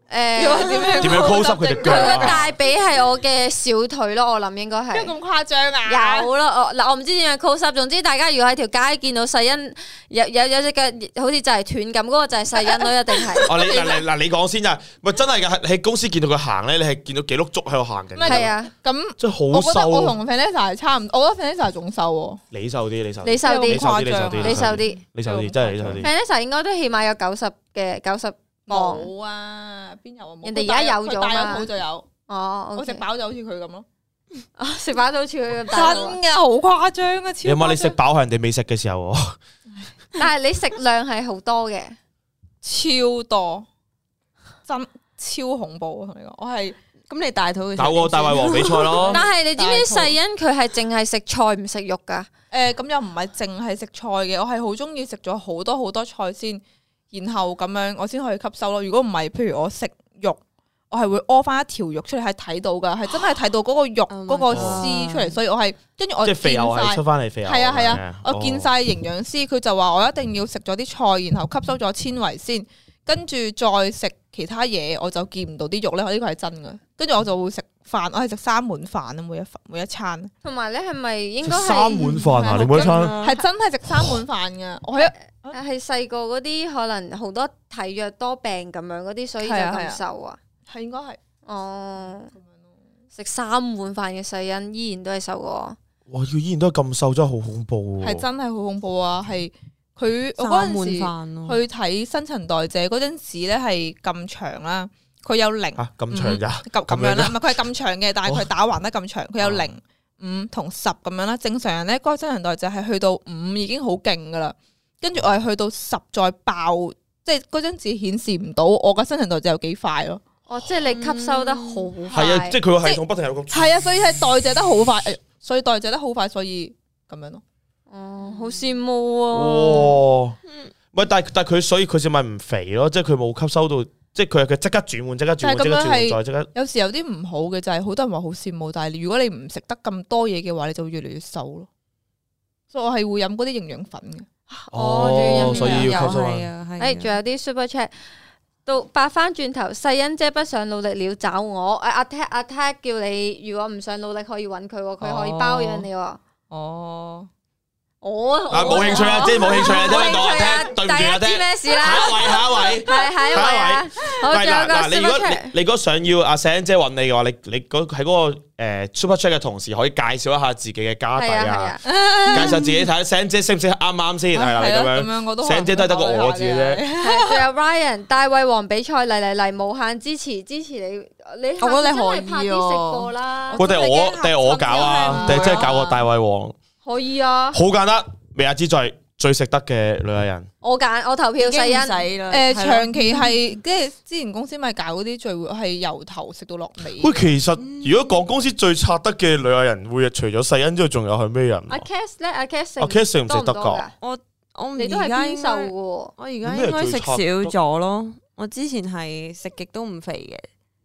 [SPEAKER 1] 誒
[SPEAKER 3] 要我點樣
[SPEAKER 2] 點樣 close up 佢隻
[SPEAKER 1] 佢
[SPEAKER 2] 腳
[SPEAKER 1] 個
[SPEAKER 2] 啊？
[SPEAKER 1] 大髀係我嘅小腿咯，我諗應該係
[SPEAKER 3] 邊。有咁誇張啊？
[SPEAKER 1] 有咯，我嗱我唔知點樣 close up，總之大家如果喺條街見到細欣有有有隻腳好似就係斷咁，嗰、個就係細欣咯，一定係。
[SPEAKER 2] 哦，你嗱你嗱你講先啊，咪真係噶，喺公司見到佢行咧，你係見到幾碌竹喺度行緊
[SPEAKER 3] 唔係
[SPEAKER 2] 㗎，
[SPEAKER 1] 係啊，
[SPEAKER 3] 咁
[SPEAKER 2] 真係好
[SPEAKER 3] 我覺得我
[SPEAKER 2] 瘦。啊
[SPEAKER 3] 同 Vanessa 係差唔多，我覺得 Vanessa 仲瘦喎。
[SPEAKER 2] 你瘦啲，你瘦啲，
[SPEAKER 1] 你瘦
[SPEAKER 3] 真係
[SPEAKER 1] 啲，
[SPEAKER 3] 好誇
[SPEAKER 2] 你瘦啲
[SPEAKER 3] 張啊
[SPEAKER 2] 你
[SPEAKER 1] 你
[SPEAKER 2] 瘦
[SPEAKER 1] 瘦
[SPEAKER 2] 啲
[SPEAKER 1] 啲
[SPEAKER 2] 你瘦啲，真係你瘦啲。
[SPEAKER 1] ，Vanessa 應該都起碼有九十嘅九十磅。
[SPEAKER 3] 冇啊，邊有啊？冇
[SPEAKER 1] 人哋而家有咗嘛
[SPEAKER 3] 佢大肚就有，
[SPEAKER 1] 哦，
[SPEAKER 3] 我 食飽就好似佢咁咯。
[SPEAKER 1] 飽，食飽到好似佢咁大肚啊。
[SPEAKER 3] 真嘅好誇張啊！
[SPEAKER 2] 你
[SPEAKER 3] 超
[SPEAKER 2] 諗下，你
[SPEAKER 3] 誇
[SPEAKER 2] 食
[SPEAKER 3] 張，
[SPEAKER 2] 飽係人哋未食嘅時候喎，
[SPEAKER 1] 但係你食量係好多嘅，
[SPEAKER 3] 超多，真超恐怖啊！同你講，我係
[SPEAKER 4] 咁你大肚嘅時
[SPEAKER 2] 搞
[SPEAKER 4] 候啊
[SPEAKER 2] 個大胃王比賽咯。
[SPEAKER 1] 但係你知唔知
[SPEAKER 3] 大
[SPEAKER 1] 細
[SPEAKER 3] 肚
[SPEAKER 1] 欣佢係淨係食菜唔食肉㗎？
[SPEAKER 3] 誒咁又唔係淨係食菜嘅，我係好中意食咗好多好多菜先，然後咁樣我先可以吸收咯。如果唔係，譬如我食肉，我係會屙翻一條肉出嚟，係睇到 噶，係真係睇到嗰個肉
[SPEAKER 4] Oh my
[SPEAKER 3] 嗰個
[SPEAKER 2] God
[SPEAKER 3] 絲出嚟，所以我係跟住我
[SPEAKER 2] 即係肥牛
[SPEAKER 3] 見
[SPEAKER 2] 係
[SPEAKER 3] 晒
[SPEAKER 2] 出翻嚟肥牛。
[SPEAKER 3] 係啊係
[SPEAKER 2] 咁樣
[SPEAKER 3] 啊
[SPEAKER 2] 嘅，
[SPEAKER 3] 我見。
[SPEAKER 2] 哦
[SPEAKER 3] 晒營養師，佢就話我一定要食咗啲菜，然後吸收咗纖維先，跟住再食其他嘢，我就見唔到啲肉咧。呢個係真嘅。跟住我就會食飯，我係食三碗飯啊，每一每一餐
[SPEAKER 1] 同埋咧係咪應
[SPEAKER 2] 食
[SPEAKER 1] 該
[SPEAKER 2] 三碗
[SPEAKER 1] 係
[SPEAKER 2] 飯啊！你每一餐
[SPEAKER 3] 係真係食三碗飯㗎。我係
[SPEAKER 1] 係細個嗰啲可能好多體弱多病咁樣嗰啲，所以就
[SPEAKER 3] 係啊係
[SPEAKER 1] 咁
[SPEAKER 3] 啊
[SPEAKER 1] 瘦啊？
[SPEAKER 3] 係應該係
[SPEAKER 1] 哦，食三碗飯嘅細欣依然都係瘦過我。
[SPEAKER 2] 哇，佢依然都係咁瘦，真係好恐怖喎。
[SPEAKER 3] 係真係好恐怖啊！係佢我嗰
[SPEAKER 4] 三碗
[SPEAKER 3] 陣時
[SPEAKER 4] 飯咯，
[SPEAKER 3] 去睇新陳代謝嗰陣時咧係咁長啦，佢有零
[SPEAKER 2] 嚇咁長咋？
[SPEAKER 3] 咁咁
[SPEAKER 2] 啊咁樣哦
[SPEAKER 3] 樣啦，唔係佢係咁長嘅，但係佢打橫得咁長，佢有零五同十咁樣啦。正常人咧，嗰個新陳代謝係去到五已經好勁噶啦，跟住我係去到十再爆，即係嗰張紙顯示唔到我嘅新陳代謝有幾快 咯。
[SPEAKER 1] 哦，即係你吸收得好快。
[SPEAKER 2] 係啊，即係佢個系統不停有個。
[SPEAKER 3] 係啊，所以係代謝得好快，哎所以代謝得好快，所以咁樣咯。
[SPEAKER 1] 哦，好羨慕啊！
[SPEAKER 2] 哇！哦唔係，但係但係佢所以佢就咪唔肥咯，即係佢冇吸收到，即係佢係佢即刻轉換，即刻轉換，
[SPEAKER 3] 但
[SPEAKER 2] 即
[SPEAKER 3] 係咁
[SPEAKER 2] 刻
[SPEAKER 3] 樣
[SPEAKER 2] 轉換再即刻。
[SPEAKER 3] 有時有啲唔好嘅就係好多人話好羨慕，但係如果你唔食得咁多嘢嘅話，你就會越嚟越瘦咯。所以我係會飲嗰啲營養粉嘅。
[SPEAKER 1] 哦仲要
[SPEAKER 2] 哦，
[SPEAKER 1] 飲
[SPEAKER 2] 所以要吸收
[SPEAKER 4] 又
[SPEAKER 2] 啊。
[SPEAKER 4] 係啊，係啊。
[SPEAKER 1] 哎誒，仲有啲 super chat。到白翻轉頭，細欣姐不想努力了找我。誒阿 Tat 阿 Tat
[SPEAKER 2] 哦
[SPEAKER 1] 叫你，如果唔想努力可以揾佢喎，佢可以包養你喎。
[SPEAKER 3] 哦，
[SPEAKER 1] 我
[SPEAKER 2] 啊冇興趣啊，即係冇興趣啊，即係講下聽，對唔
[SPEAKER 1] 大
[SPEAKER 2] 住
[SPEAKER 1] 家
[SPEAKER 2] 啊，
[SPEAKER 1] 知
[SPEAKER 2] 聽。
[SPEAKER 1] 咩事啦？
[SPEAKER 2] 下一位，下一位。
[SPEAKER 1] 係下一位啊！好，
[SPEAKER 2] 喂
[SPEAKER 1] 仲有
[SPEAKER 2] 嗱
[SPEAKER 1] 個
[SPEAKER 2] 嗱，你如
[SPEAKER 1] super
[SPEAKER 2] 果
[SPEAKER 1] chat，
[SPEAKER 2] 你你如果想要阿 Sam 姐揾你嘅話，你你嗰喺嗰個诶 super chat 嘅同時，可以介紹一下自己嘅家底
[SPEAKER 1] 係
[SPEAKER 2] 啊
[SPEAKER 1] 啊，
[SPEAKER 2] 介紹自己睇下 Sam 姐識唔識啱啱先，係啦，
[SPEAKER 3] 啊係
[SPEAKER 2] 你
[SPEAKER 3] 咯
[SPEAKER 2] 咁樣。
[SPEAKER 3] 樣我都
[SPEAKER 2] Sam 姐都係得個我字嘅 啫，
[SPEAKER 1] 係啊仲有 Ryan 大胃王比賽嚟嚟嚟，無限支持支持你，你
[SPEAKER 4] 我覺得
[SPEAKER 1] 下次真
[SPEAKER 4] 你
[SPEAKER 1] 係
[SPEAKER 4] 可以
[SPEAKER 1] 拍啲
[SPEAKER 4] 喎
[SPEAKER 1] 食過啦，
[SPEAKER 2] 喂，定係我定係我搞啊，定係真係搞個大胃王，
[SPEAKER 1] 可以啊，
[SPEAKER 2] 好簡單，未亞之最最食得嘅女藝人。
[SPEAKER 1] 我揀我投票世欣。
[SPEAKER 4] 啦
[SPEAKER 3] 诶，长期係即係之前公司咪搞嗰啲聚會，係由頭食到落尾。
[SPEAKER 2] 喂，其實如果講公司最拆得嘅女藝人，會除咗世欣之外，仲有係咩人啊？
[SPEAKER 1] 阿 Cass 咧，阿 Cass 食
[SPEAKER 2] 阿 K 食唔
[SPEAKER 1] 多
[SPEAKER 2] 食
[SPEAKER 1] 唔
[SPEAKER 2] 得
[SPEAKER 1] 多
[SPEAKER 2] 㗎
[SPEAKER 1] 㗎？
[SPEAKER 4] 我
[SPEAKER 1] 你都
[SPEAKER 4] 而
[SPEAKER 1] 係
[SPEAKER 4] 家
[SPEAKER 1] 偏
[SPEAKER 4] 應
[SPEAKER 1] 瘦
[SPEAKER 4] 該
[SPEAKER 1] 嘅喎，
[SPEAKER 4] 我而家
[SPEAKER 2] 咩
[SPEAKER 4] 應該
[SPEAKER 2] 最
[SPEAKER 4] 食
[SPEAKER 2] 差
[SPEAKER 4] 少咗咯。我之前係食極都唔肥嘅，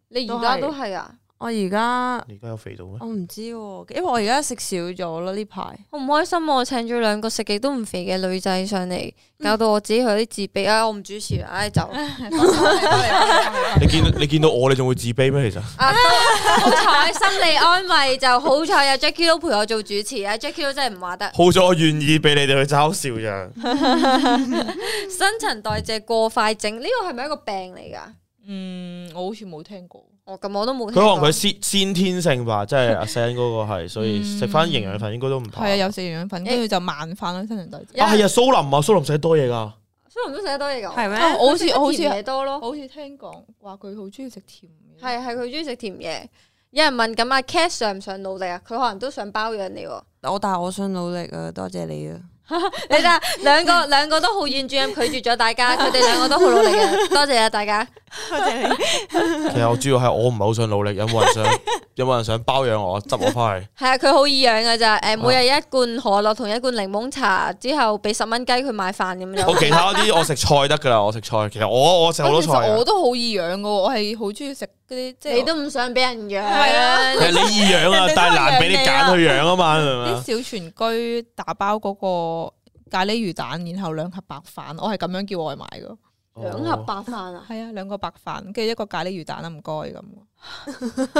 [SPEAKER 1] 你而
[SPEAKER 4] 都
[SPEAKER 1] 家
[SPEAKER 4] 係
[SPEAKER 1] 都係啊，
[SPEAKER 4] 我而家
[SPEAKER 2] 你而家有肥到咩？
[SPEAKER 4] 我唔知喎，因為我而家食少咗啦呢排。
[SPEAKER 1] 好唔開心喎我請咗兩個食極都唔肥嘅女仔上嚟，搞到我自己有啲自卑啊！我唔主持啦，唉就啊
[SPEAKER 3] 啊
[SPEAKER 2] 你見你見到我，你仲會自卑咩？其實
[SPEAKER 1] 都好彩心理安慰就好彩有 Jackie 都陪我做主持啊！Jackie 都真係唔話得，
[SPEAKER 2] 好咗，我願意俾你哋去嘲笑咋。
[SPEAKER 1] 新陳代謝過快症呢個係咪一個病嚟㗎？
[SPEAKER 3] 嗯，我好似冇聽過。
[SPEAKER 1] 我咁我都冇
[SPEAKER 2] 佢
[SPEAKER 1] 聽
[SPEAKER 2] 可
[SPEAKER 1] 過。
[SPEAKER 2] 能佢先先天性吧，即係阿 Sam 嗰個係，所以食翻營養粉應該都唔
[SPEAKER 3] 係
[SPEAKER 2] 怕。
[SPEAKER 3] 啊，
[SPEAKER 2] 啊，
[SPEAKER 3] 有食營養粉，跟住就慢飯啦，新陳代謝。
[SPEAKER 1] 有
[SPEAKER 2] 係啊，蘇林啊，蘇林食得多嘢㗎。
[SPEAKER 1] 蘇林都食得多嘢㗎，
[SPEAKER 4] 係咩
[SPEAKER 1] 啊我好似我好似
[SPEAKER 3] 佢食得
[SPEAKER 1] 嘢
[SPEAKER 3] 甜
[SPEAKER 1] 多咯
[SPEAKER 3] 我。好似聽講話佢好中意食甜嘢。
[SPEAKER 1] 係係佢中意食甜嘢。有人問咁阿 Cat 上唔上努力啊？佢可能都想包養 你喎。
[SPEAKER 4] 我但係我想努力啊，多謝你啊。
[SPEAKER 1] 你睇下兩個兩個都好婉轉咁拒絕咗大 家，佢哋兩個都好努力嘅，多謝啊大家。
[SPEAKER 4] 多謝你。
[SPEAKER 2] 其實我主要係我唔係好想努力，有冇人想 有冇人想包養我，執我翻去？
[SPEAKER 1] 係啊，佢好易養㗎咋，誒每日一罐可樂同一罐檸檬茶，之後俾十蚊雞佢買飯咁
[SPEAKER 2] 我
[SPEAKER 1] 樣。
[SPEAKER 2] 其他嗰啲我食菜得㗎啦，我食菜。其實我我食好多
[SPEAKER 3] 咁其
[SPEAKER 2] 菜啊㗎
[SPEAKER 3] 實我。都好易養噶，我係好中意食嗰啲即係
[SPEAKER 1] 你都唔想俾人養，
[SPEAKER 3] 係啊
[SPEAKER 2] 其實你易養啊，但係難俾你揀去養啊嘛，明唔明
[SPEAKER 3] 啲
[SPEAKER 2] 啊？
[SPEAKER 3] 小全居打包嗰個咖喱魚蛋，然後兩盒白飯，我係咁樣叫外賣噶。
[SPEAKER 2] 哦
[SPEAKER 1] 兩盒白飯啊！
[SPEAKER 3] 係啊，兩個白飯，跟住一個咖喱魚蛋啊啦，唔該咁。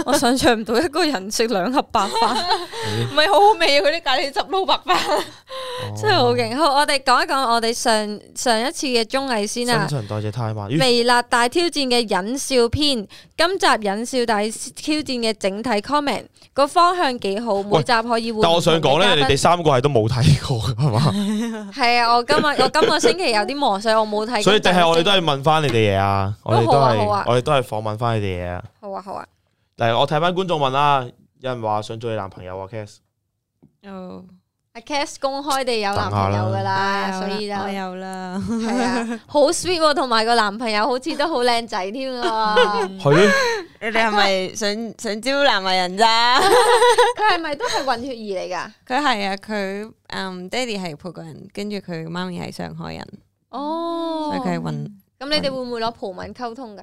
[SPEAKER 1] 我想象唔到一個人食兩盒白飯。
[SPEAKER 3] 唔係好好味啊！佢啲咖喱汁撈白飯，
[SPEAKER 2] 哦
[SPEAKER 1] 真係好啊勁！好，我哋講一講我哋上上一次嘅綜藝先啊。
[SPEAKER 2] 新陳代謝太慢。咦
[SPEAKER 1] 微辣大挑戰嘅引笑篇，今集引笑大挑戰嘅整體 comment 個方向幾好，每集可以換唔同嘅嘉賓。
[SPEAKER 2] 但我想講咧，你哋三個係都冇睇過㗎係嘛？
[SPEAKER 1] 係啊，我今日 我今個星期有啲忙，所以我冇睇。
[SPEAKER 2] 所以定係我哋都係問翻你哋嘢啊，我哋都
[SPEAKER 1] 好啊好
[SPEAKER 2] 係
[SPEAKER 1] 啊
[SPEAKER 2] 我哋都係訪問翻你哋嘢啊。
[SPEAKER 1] 好啊好啊，
[SPEAKER 2] 嗱，我睇翻觀眾問啦，有人話想做你男朋友啊，Cass，
[SPEAKER 4] 哦，
[SPEAKER 1] 阿 Cass 公開地有男朋友噶啦，所以就
[SPEAKER 4] 我有啦。
[SPEAKER 1] 係啊，好 sweet 喎，同埋個男朋友好似都好靚仔添喎。
[SPEAKER 2] 係
[SPEAKER 4] 你哋係咪想想招男藝人咋？
[SPEAKER 1] 佢係咪都係混血兒嚟㗎？
[SPEAKER 4] 佢係啊，佢嗯爹哋係葡國人，跟住佢媽咪係上海人，
[SPEAKER 1] 哦
[SPEAKER 4] 所以，佢係混。
[SPEAKER 1] 咁你哋會唔會攞葡文溝通㗎？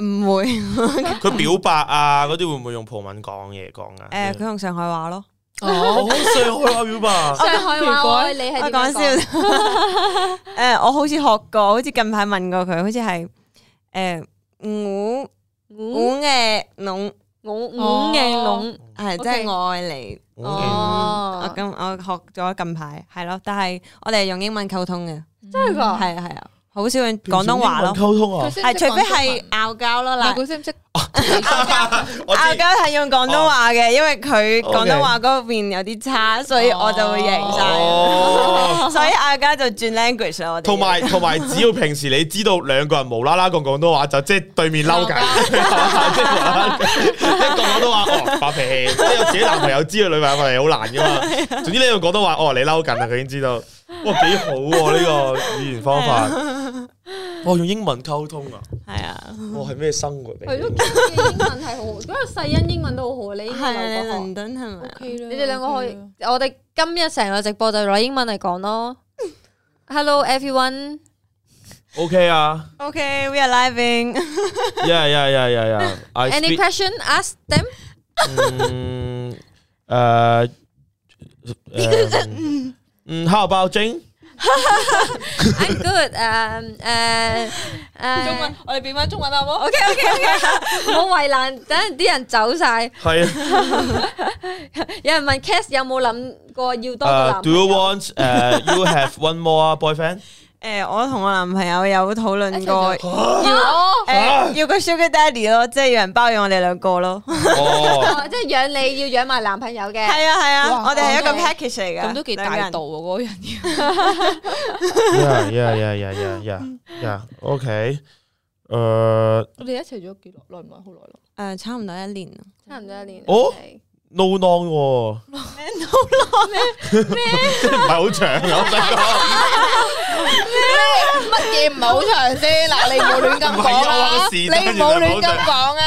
[SPEAKER 4] 唔會，
[SPEAKER 2] 佢表白啊嗰啲會唔會用葡文講嘢講啊？
[SPEAKER 4] 誒佢用上海話咯，
[SPEAKER 2] 哦， 上海話表白，
[SPEAKER 1] 上海話我愛你係
[SPEAKER 4] 我
[SPEAKER 1] 點樣
[SPEAKER 4] 啊講
[SPEAKER 1] 講
[SPEAKER 4] 笑。？ 誒我好似學過，好似近排問過佢，好似係誒五
[SPEAKER 1] 五
[SPEAKER 4] 五嘅農
[SPEAKER 1] 五五嘅龍。
[SPEAKER 4] 係
[SPEAKER 1] OK
[SPEAKER 4] 即係我愛你。
[SPEAKER 2] 好勁啊
[SPEAKER 4] 我
[SPEAKER 1] 哦，
[SPEAKER 4] 咁我學咗近排係咯，但係我哋係用英文溝通嘅，
[SPEAKER 1] 真係㗎？
[SPEAKER 4] 係啊係啊，好少用廣東話咯，
[SPEAKER 2] 溝通啊
[SPEAKER 3] 佢！識唔識
[SPEAKER 4] 係除非
[SPEAKER 3] 講
[SPEAKER 4] 係
[SPEAKER 3] 中文
[SPEAKER 4] 拗交咯
[SPEAKER 3] 唔係
[SPEAKER 4] 嗱。
[SPEAKER 3] 佢識唔識？
[SPEAKER 2] 我
[SPEAKER 4] 拗
[SPEAKER 2] 知
[SPEAKER 4] 交係用廣東話
[SPEAKER 1] 哦
[SPEAKER 4] 嘅，因為佢
[SPEAKER 2] 哦
[SPEAKER 4] 廣東話嗰邊有啲差，所以我就會贏晒。
[SPEAKER 2] 哦，
[SPEAKER 4] 所以拗交就轉 language 啦，我 哋
[SPEAKER 2] 同埋同埋，只要平時你知道兩個人無啦啦講廣東話，就即係對面嬲緊， 即係無啦啦一個廣東話哦發脾 氣，即係有自己男朋友知道女朋友發脾氣好難噶
[SPEAKER 1] 啊
[SPEAKER 2] 嘛。總之呢個廣東話哦你嬲緊啦，佢已經知道，哇幾好喎呢個語言方 法。我用英文溝通啊，
[SPEAKER 4] 係啊，
[SPEAKER 2] 我係咩生活嚟
[SPEAKER 1] 係咯，
[SPEAKER 2] 嘅？
[SPEAKER 1] 嘅英文係好，因為世欣英文都好好，你英
[SPEAKER 4] 係
[SPEAKER 1] 文
[SPEAKER 4] 啊，你
[SPEAKER 1] 留
[SPEAKER 4] 倫敦係咪啊？
[SPEAKER 3] OK 啦
[SPEAKER 1] 你哋兩個可以
[SPEAKER 3] OK 啦，
[SPEAKER 1] 我哋今日成個直播就攞英文嚟講咯。Hello everyone，
[SPEAKER 2] OK 啊
[SPEAKER 4] OK，we are living。
[SPEAKER 2] ，yeah yeah yeah yeah yeah，I
[SPEAKER 1] any
[SPEAKER 2] speak，
[SPEAKER 1] question ask them？
[SPEAKER 2] 嗯，誒，誒嗯，How about Jane？
[SPEAKER 1] I'm good，誒 Um, uh, 誒誒，
[SPEAKER 3] 中文，我哋變翻中文啦，好冇？
[SPEAKER 1] OK OK OK，冇為難，等陣啲人走晒。
[SPEAKER 2] 係啊。
[SPEAKER 1] 有人問 Cass 有冇諗過要多個
[SPEAKER 2] 誒
[SPEAKER 1] 男
[SPEAKER 2] ，Do
[SPEAKER 1] 朋
[SPEAKER 2] you
[SPEAKER 1] 友？
[SPEAKER 2] want 誒？You have one more boyfriend？
[SPEAKER 4] 诶，我同我男朋友有討論過
[SPEAKER 1] 一齊
[SPEAKER 4] 要诶要個 sugar daddy 咯，即係有人包養我哋兩個咯。
[SPEAKER 2] 哦，
[SPEAKER 1] 哦，即係養你要養埋男朋友嘅。
[SPEAKER 4] 係啊係啊，
[SPEAKER 3] 哇
[SPEAKER 4] 我哋係一個
[SPEAKER 1] 我都
[SPEAKER 4] package 嚟噶，
[SPEAKER 3] 咁都幾
[SPEAKER 4] 兩個
[SPEAKER 3] 大
[SPEAKER 4] 人
[SPEAKER 3] 度啊喎，嗰個人要。
[SPEAKER 2] 呀呀呀呀呀呀呀，OK，誒，no
[SPEAKER 3] 我哋一齊咗幾耐？耐唔耐？好耐咯。
[SPEAKER 4] 诶、差唔多一年咯。
[SPEAKER 1] 差唔多一年。
[SPEAKER 2] 哦long 喎，即係唔係好長啊？我想講
[SPEAKER 3] 乜嘢唔係好長先？嗱，你唔好亂咁講啊！
[SPEAKER 2] 唔係有
[SPEAKER 3] 你
[SPEAKER 2] 啊是但
[SPEAKER 3] 唔好亂咁講啊！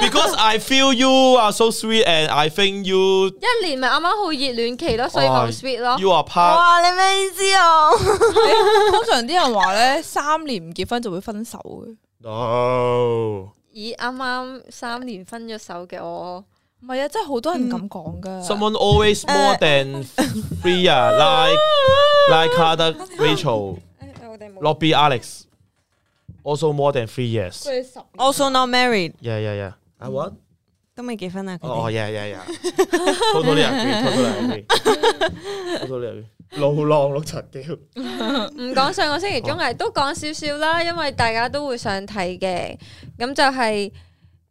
[SPEAKER 2] ，because I feel you are so sweet and I think you
[SPEAKER 1] 一年咪啱啱好熱戀期咯，所以咪好 sweet 咯。
[SPEAKER 2] you are part。
[SPEAKER 4] 哇，你咩意思啊？
[SPEAKER 3] 通常啲人話咧，三年唔結婚就會分手嘅。
[SPEAKER 2] No，
[SPEAKER 1] 咦，啱啱三年分咗手嘅我，
[SPEAKER 3] 唔係啊，真係好多人咁講噶。
[SPEAKER 2] Someone always more than free 啊，like like Carter Rachel
[SPEAKER 1] 哎我哋冇。
[SPEAKER 2] Lobby Alex also more than three years。
[SPEAKER 3] 佢哋十年
[SPEAKER 4] Also not married，
[SPEAKER 2] Yeah yeah yeah。I what？
[SPEAKER 4] 都未結婚啊！佢
[SPEAKER 2] 哦
[SPEAKER 4] 哋
[SPEAKER 2] ，yeah yeah yeah，totally agree，totally agree，totally agree。老浪碌柒屌，
[SPEAKER 1] 唔講上個星期綜藝都講少少啦，因為大家都會想睇嘅。咁就係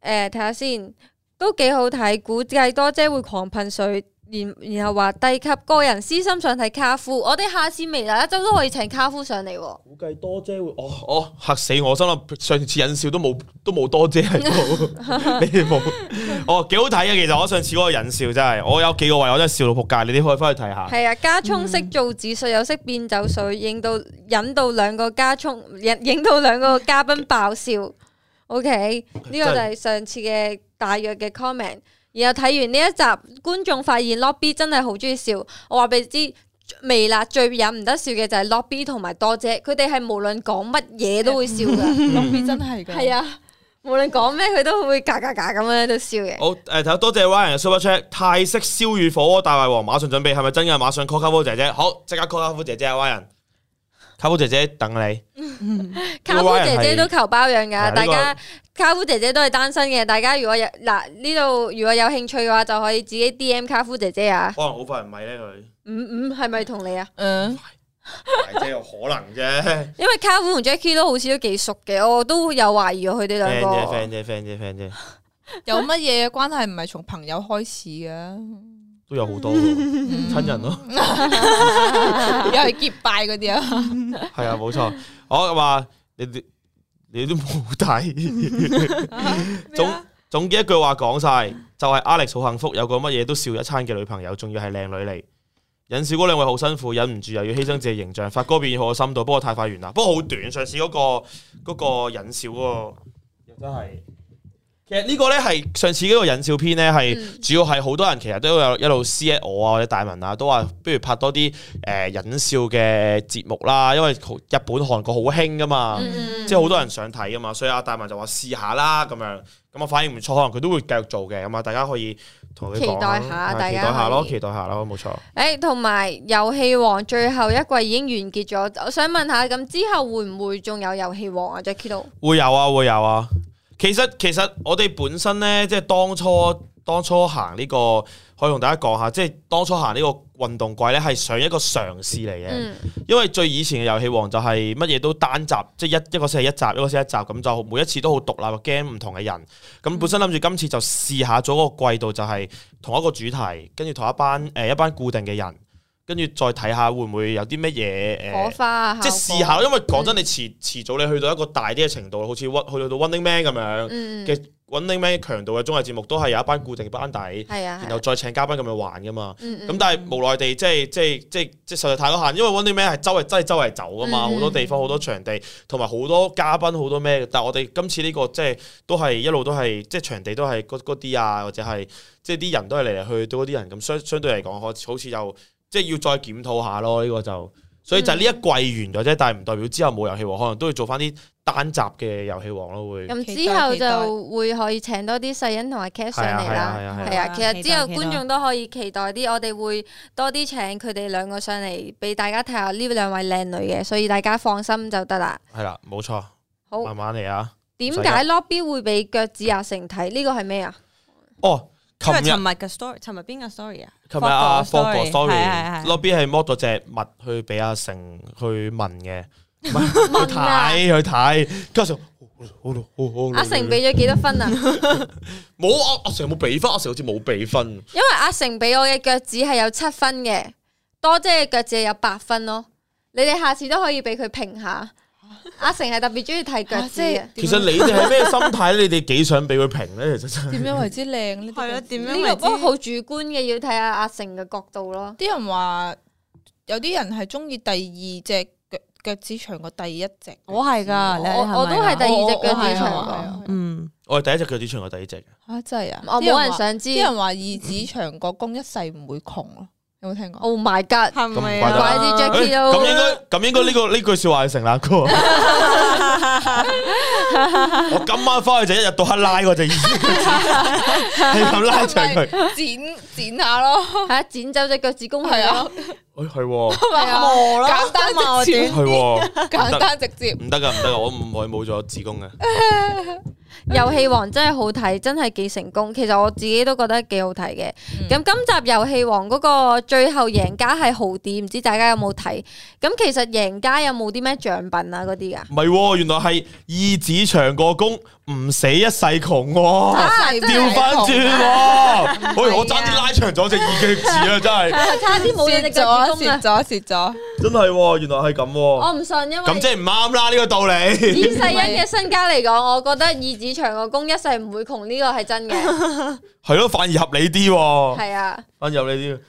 [SPEAKER 1] 誒睇下先，都幾好睇。估計多姐會狂噴水。然然後話低級個人私心想睇卡夫，我哋下次微辣一周都可以請卡夫上嚟喎。
[SPEAKER 2] 估計多姐會，哦哦嚇死我，心諗上次引笑都冇都冇多姐喺度，你哋冇，哦幾好睇啊！其實我上次嗰個引笑真係，我有幾個位我真係笑到仆街，你哋可以翻去睇下。
[SPEAKER 1] 係啊，加葱識做指術，又識變酒水，影到引到兩個加葱， 引影到兩個嘉賓爆笑。OK，呢個就係上次嘅大約嘅 comment。然後睇完呢一集，觀眾發現 Lobby 真係好中意笑。我話俾你知，微辣最忍唔得笑嘅就係 Lobby 同埋多姐，佢哋係無論講乜嘢都會笑噶。
[SPEAKER 3] ，Lobby 真係㗎。
[SPEAKER 1] 係啊，無論講咩佢都會嘎嘎嘎咁樣都笑嘅。
[SPEAKER 2] 好誒，睇多謝 Ryan 嘅 Super Chat，泰式燒魚火鍋大胃王，馬上準備係咪真嘅？馬上 call 卡夫姐姐，好即刻 call 卡夫姐姐啊，Ryan，卡夫姐姐等你。
[SPEAKER 1] 卡夫姐姐都求包養㗎，
[SPEAKER 2] 嗱
[SPEAKER 1] 大
[SPEAKER 2] 呢
[SPEAKER 1] 家卡夫姐姐都係單身嘅，大家如果有嗱呢度如果有興趣嘅話，就可以自己 D M 卡夫姐姐啊。
[SPEAKER 2] 可能好快唔係咧佢，
[SPEAKER 1] 五五係咪同你啊？
[SPEAKER 3] 嗯，
[SPEAKER 2] 大姐有可能 啫。
[SPEAKER 1] 因為卡夫同 Jackie 都好似都幾熟嘅，我都有懷疑佢哋
[SPEAKER 2] friend
[SPEAKER 1] 兩
[SPEAKER 2] 啫
[SPEAKER 1] 個。
[SPEAKER 2] ，friend 啫，friend 啫，friend 啫，
[SPEAKER 3] 有乜嘢關係唔係從朋友開始 嘅？
[SPEAKER 2] 都有好多喎 親人咯，
[SPEAKER 3] 又係結拜嗰啲啊？
[SPEAKER 2] 係啊，冇錯。我話你哋你都冇睇，
[SPEAKER 1] 啊
[SPEAKER 2] 總
[SPEAKER 3] 啊
[SPEAKER 2] 總結一句話講晒，就係 Alex 好幸福，有個乜嘢都笑一餐嘅女朋友，仲要係靚女嚟。引小嗰兩位好辛苦，忍唔住又要犧牲自己形象。發哥變好有深度，不過太快完啦。不過好短，上次嗰、個嗰、個引小嗰、個又真係。其實呢個呢係上次嗰個引笑篇呢，係
[SPEAKER 1] 嗯
[SPEAKER 2] 主要係好多人其實都有一路 C 我啊或者大文啊，都話不如拍多啲誒、呃、引笑嘅節目啦，因為好日本韓國好興噶嘛。
[SPEAKER 1] 嗯
[SPEAKER 2] 即係好多人想睇噶嘛，所以阿大文就話試下啦咁樣，咁啊反應唔錯，可能佢都會繼續做嘅，咁啊大家可以同佢講
[SPEAKER 1] 期待下
[SPEAKER 2] 係
[SPEAKER 1] 大
[SPEAKER 2] 期
[SPEAKER 1] 家
[SPEAKER 2] 待下咯，
[SPEAKER 1] 可以
[SPEAKER 2] 期待下咯，冇錯。
[SPEAKER 1] 誒，同埋遊戲王最後一季已經完結咗，我想問下，咁之後會唔會仲有遊戲王啊？Jackie 都
[SPEAKER 2] 會有啊，會有啊。其實其實我哋本身呢，即係當初當初行呢、個，可以同大家講下，即係當初行呢個運動季呢，係上一個嘗試嚟嘅。
[SPEAKER 1] 嗯
[SPEAKER 2] 因為最以前嘅遊戲王就係乜嘢都單集，即係一一個星期一集，一個星期一集咁就每一次都好獨立嘅 game，唔同嘅人。咁
[SPEAKER 1] 嗯
[SPEAKER 2] 本身諗住今次就試下咗個季度，就係同一個主題，跟住同一班誒、呃一班固定嘅人，跟住再睇下會唔會有啲乜嘢
[SPEAKER 1] 火嗯
[SPEAKER 2] 誒，
[SPEAKER 1] 花啊，
[SPEAKER 2] 即係
[SPEAKER 1] 效
[SPEAKER 2] 試
[SPEAKER 1] 果
[SPEAKER 2] 下。因為講真，你遲遲早你去到一個大啲嘅程度，好似屈去到 Running Man 咁樣
[SPEAKER 1] 嗯，
[SPEAKER 2] 嘅 Running Man 強度嘅綜藝節目，都係有一班固定嘅班底，
[SPEAKER 1] 係啊，
[SPEAKER 2] 然
[SPEAKER 1] 係
[SPEAKER 2] 後
[SPEAKER 1] 啊
[SPEAKER 2] 再請嘉賓咁樣玩噶嘛。
[SPEAKER 1] 嗯
[SPEAKER 2] 咁
[SPEAKER 1] 嗯
[SPEAKER 2] 但係無奈地，即係即係即係即係實在太多限，因為 One Day Man 係周圍真係周圍走噶啊嘛，好
[SPEAKER 1] 嗯
[SPEAKER 2] 多地方、好多場地，同埋好多嘉賓、好多咩。但係我哋今次呢個即係都係一路都係即係場地都係嗰嗰啲啊，或者係即係啲人都係嚟嚟去去都嗰啲人咁，相相對嚟講，好好似又即係要再檢討下咯。呢個就所以就係呢一
[SPEAKER 1] 嗯
[SPEAKER 2] 季完咗啫，但係唔代表之後冇遊戲王，可能都要做翻啲單集嘅遊戲王咯，會
[SPEAKER 1] 咁
[SPEAKER 3] 期
[SPEAKER 1] 之
[SPEAKER 3] 待
[SPEAKER 1] 後
[SPEAKER 3] 期待
[SPEAKER 1] 就會可以請多啲細欣同埋 Cat 上
[SPEAKER 2] 係啊
[SPEAKER 1] 嚟
[SPEAKER 2] 係啊係
[SPEAKER 1] 啦。
[SPEAKER 2] 啊
[SPEAKER 1] 係
[SPEAKER 2] 係啊，
[SPEAKER 1] 啊，其實
[SPEAKER 4] 期
[SPEAKER 1] 之
[SPEAKER 4] 待
[SPEAKER 1] 後
[SPEAKER 4] 期
[SPEAKER 1] 觀
[SPEAKER 4] 待
[SPEAKER 1] 眾都可以期待啲，我哋會多啲請佢哋兩個上嚟，俾大家睇下呢兩位靚女嘅，所以大家放心就得啦。
[SPEAKER 2] 係啦，冇錯，
[SPEAKER 1] 好，
[SPEAKER 2] 慢慢嚟啊。
[SPEAKER 1] 點
[SPEAKER 2] 唔使
[SPEAKER 1] 解 lobby 會俾腳趾阿成睇？呢個係咩啊？
[SPEAKER 2] 哦，琴
[SPEAKER 4] 因為
[SPEAKER 2] 日
[SPEAKER 4] 尋日嘅 story，尋日邊個 story 啊？
[SPEAKER 2] 琴日阿 f o
[SPEAKER 4] Fogg
[SPEAKER 2] g
[SPEAKER 4] story，係係係
[SPEAKER 2] Story，lobby 係摸咗隻物去俾阿成去問嘅，唔係去
[SPEAKER 1] 啊
[SPEAKER 2] 睇去睇，跟住阿成好咯好咯好咯
[SPEAKER 1] 阿成俾咗幾多分啊？
[SPEAKER 2] 冇阿阿成有冇俾分，阿成好似冇俾分。
[SPEAKER 1] 因為阿成俾我嘅腳趾係有七分嘅，多姐嘅腳趾係有八分咯。你哋下次都可以俾佢 評下。阿成係特別中意睇腳趾嘅。
[SPEAKER 2] 其實你哋係咩心態咧？你哋幾想俾佢評咧？其實真係
[SPEAKER 3] 點樣為之靚呢？
[SPEAKER 4] 係啊點樣
[SPEAKER 1] 呢個不過好主觀嘅，要睇下阿成嘅角度咯。
[SPEAKER 3] 啲人話有啲人係中意第二隻腳腳趾長過第一隻，
[SPEAKER 4] 我係噶，你係
[SPEAKER 1] 我
[SPEAKER 4] 咪啊
[SPEAKER 1] 我都係第二隻腳趾
[SPEAKER 3] 我我係
[SPEAKER 1] 長
[SPEAKER 3] 我係
[SPEAKER 1] 過
[SPEAKER 3] 啊
[SPEAKER 4] 嗯，
[SPEAKER 2] 我係第一隻腳趾長過第二隻嘅，
[SPEAKER 3] 啊真係啊！
[SPEAKER 1] 我
[SPEAKER 3] 啲
[SPEAKER 1] 冇人
[SPEAKER 3] 話
[SPEAKER 1] 想知
[SPEAKER 3] 啲。人話二指長過公一世唔會窮咯，有冇聽過？
[SPEAKER 1] Oh my god！
[SPEAKER 4] 係
[SPEAKER 2] 咪
[SPEAKER 4] 咪
[SPEAKER 2] 啊
[SPEAKER 4] 啊？
[SPEAKER 2] 咁怪
[SPEAKER 1] 之 Jack-
[SPEAKER 2] 誒咁應該咁應該呢個呢句説話係成立嘅喎。我今晚翻去就一日到黑拉嗰隻耳，係咁拉長佢。
[SPEAKER 3] 剪剪下咯，
[SPEAKER 1] 係啊，剪走只腳趾公
[SPEAKER 3] 係
[SPEAKER 1] 係
[SPEAKER 3] 啊
[SPEAKER 1] 啊，，
[SPEAKER 2] 誒係喎，
[SPEAKER 3] 係 啊，
[SPEAKER 4] 磨啦，
[SPEAKER 3] 簡單
[SPEAKER 4] 嘛，我
[SPEAKER 3] 直接
[SPEAKER 4] 點
[SPEAKER 2] 係喎，
[SPEAKER 3] 簡單直接。
[SPEAKER 2] 唔得噶，唔得噶，我唔可以冇咗子宮嘅。
[SPEAKER 1] 遊戲王真係好睇，真係幾成功。其實我自己都覺得幾好睇嘅。咁、今集遊戲王嗰個最後贏家係豪啲，唔知大家有冇睇？咁其實贏家有冇啲咩獎品啊嗰啲噶？
[SPEAKER 2] 唔係喎，原來係二指長過弓，唔死一世窮 喎。
[SPEAKER 3] 真係
[SPEAKER 2] 調翻轉喎，喂！我爭啲拉長咗隻耳腳趾啊，真係
[SPEAKER 1] 差啲冇咗隻
[SPEAKER 3] 蝕
[SPEAKER 1] 腳趾
[SPEAKER 3] 咗，
[SPEAKER 1] 公啊
[SPEAKER 3] 蝕！咗，蝕咗。
[SPEAKER 2] 真係喎，原來係咁喎。
[SPEAKER 1] 我唔信，因
[SPEAKER 2] 哦咁即
[SPEAKER 1] 為
[SPEAKER 2] 係唔啱啦，呢個道理。
[SPEAKER 1] 以世欣嘅身家嚟講，我覺得二指長個公一世唔會窮，呢個係真嘅。
[SPEAKER 2] 係咯，反而合理啲喎，
[SPEAKER 1] 係啊，
[SPEAKER 2] 反而合理啲。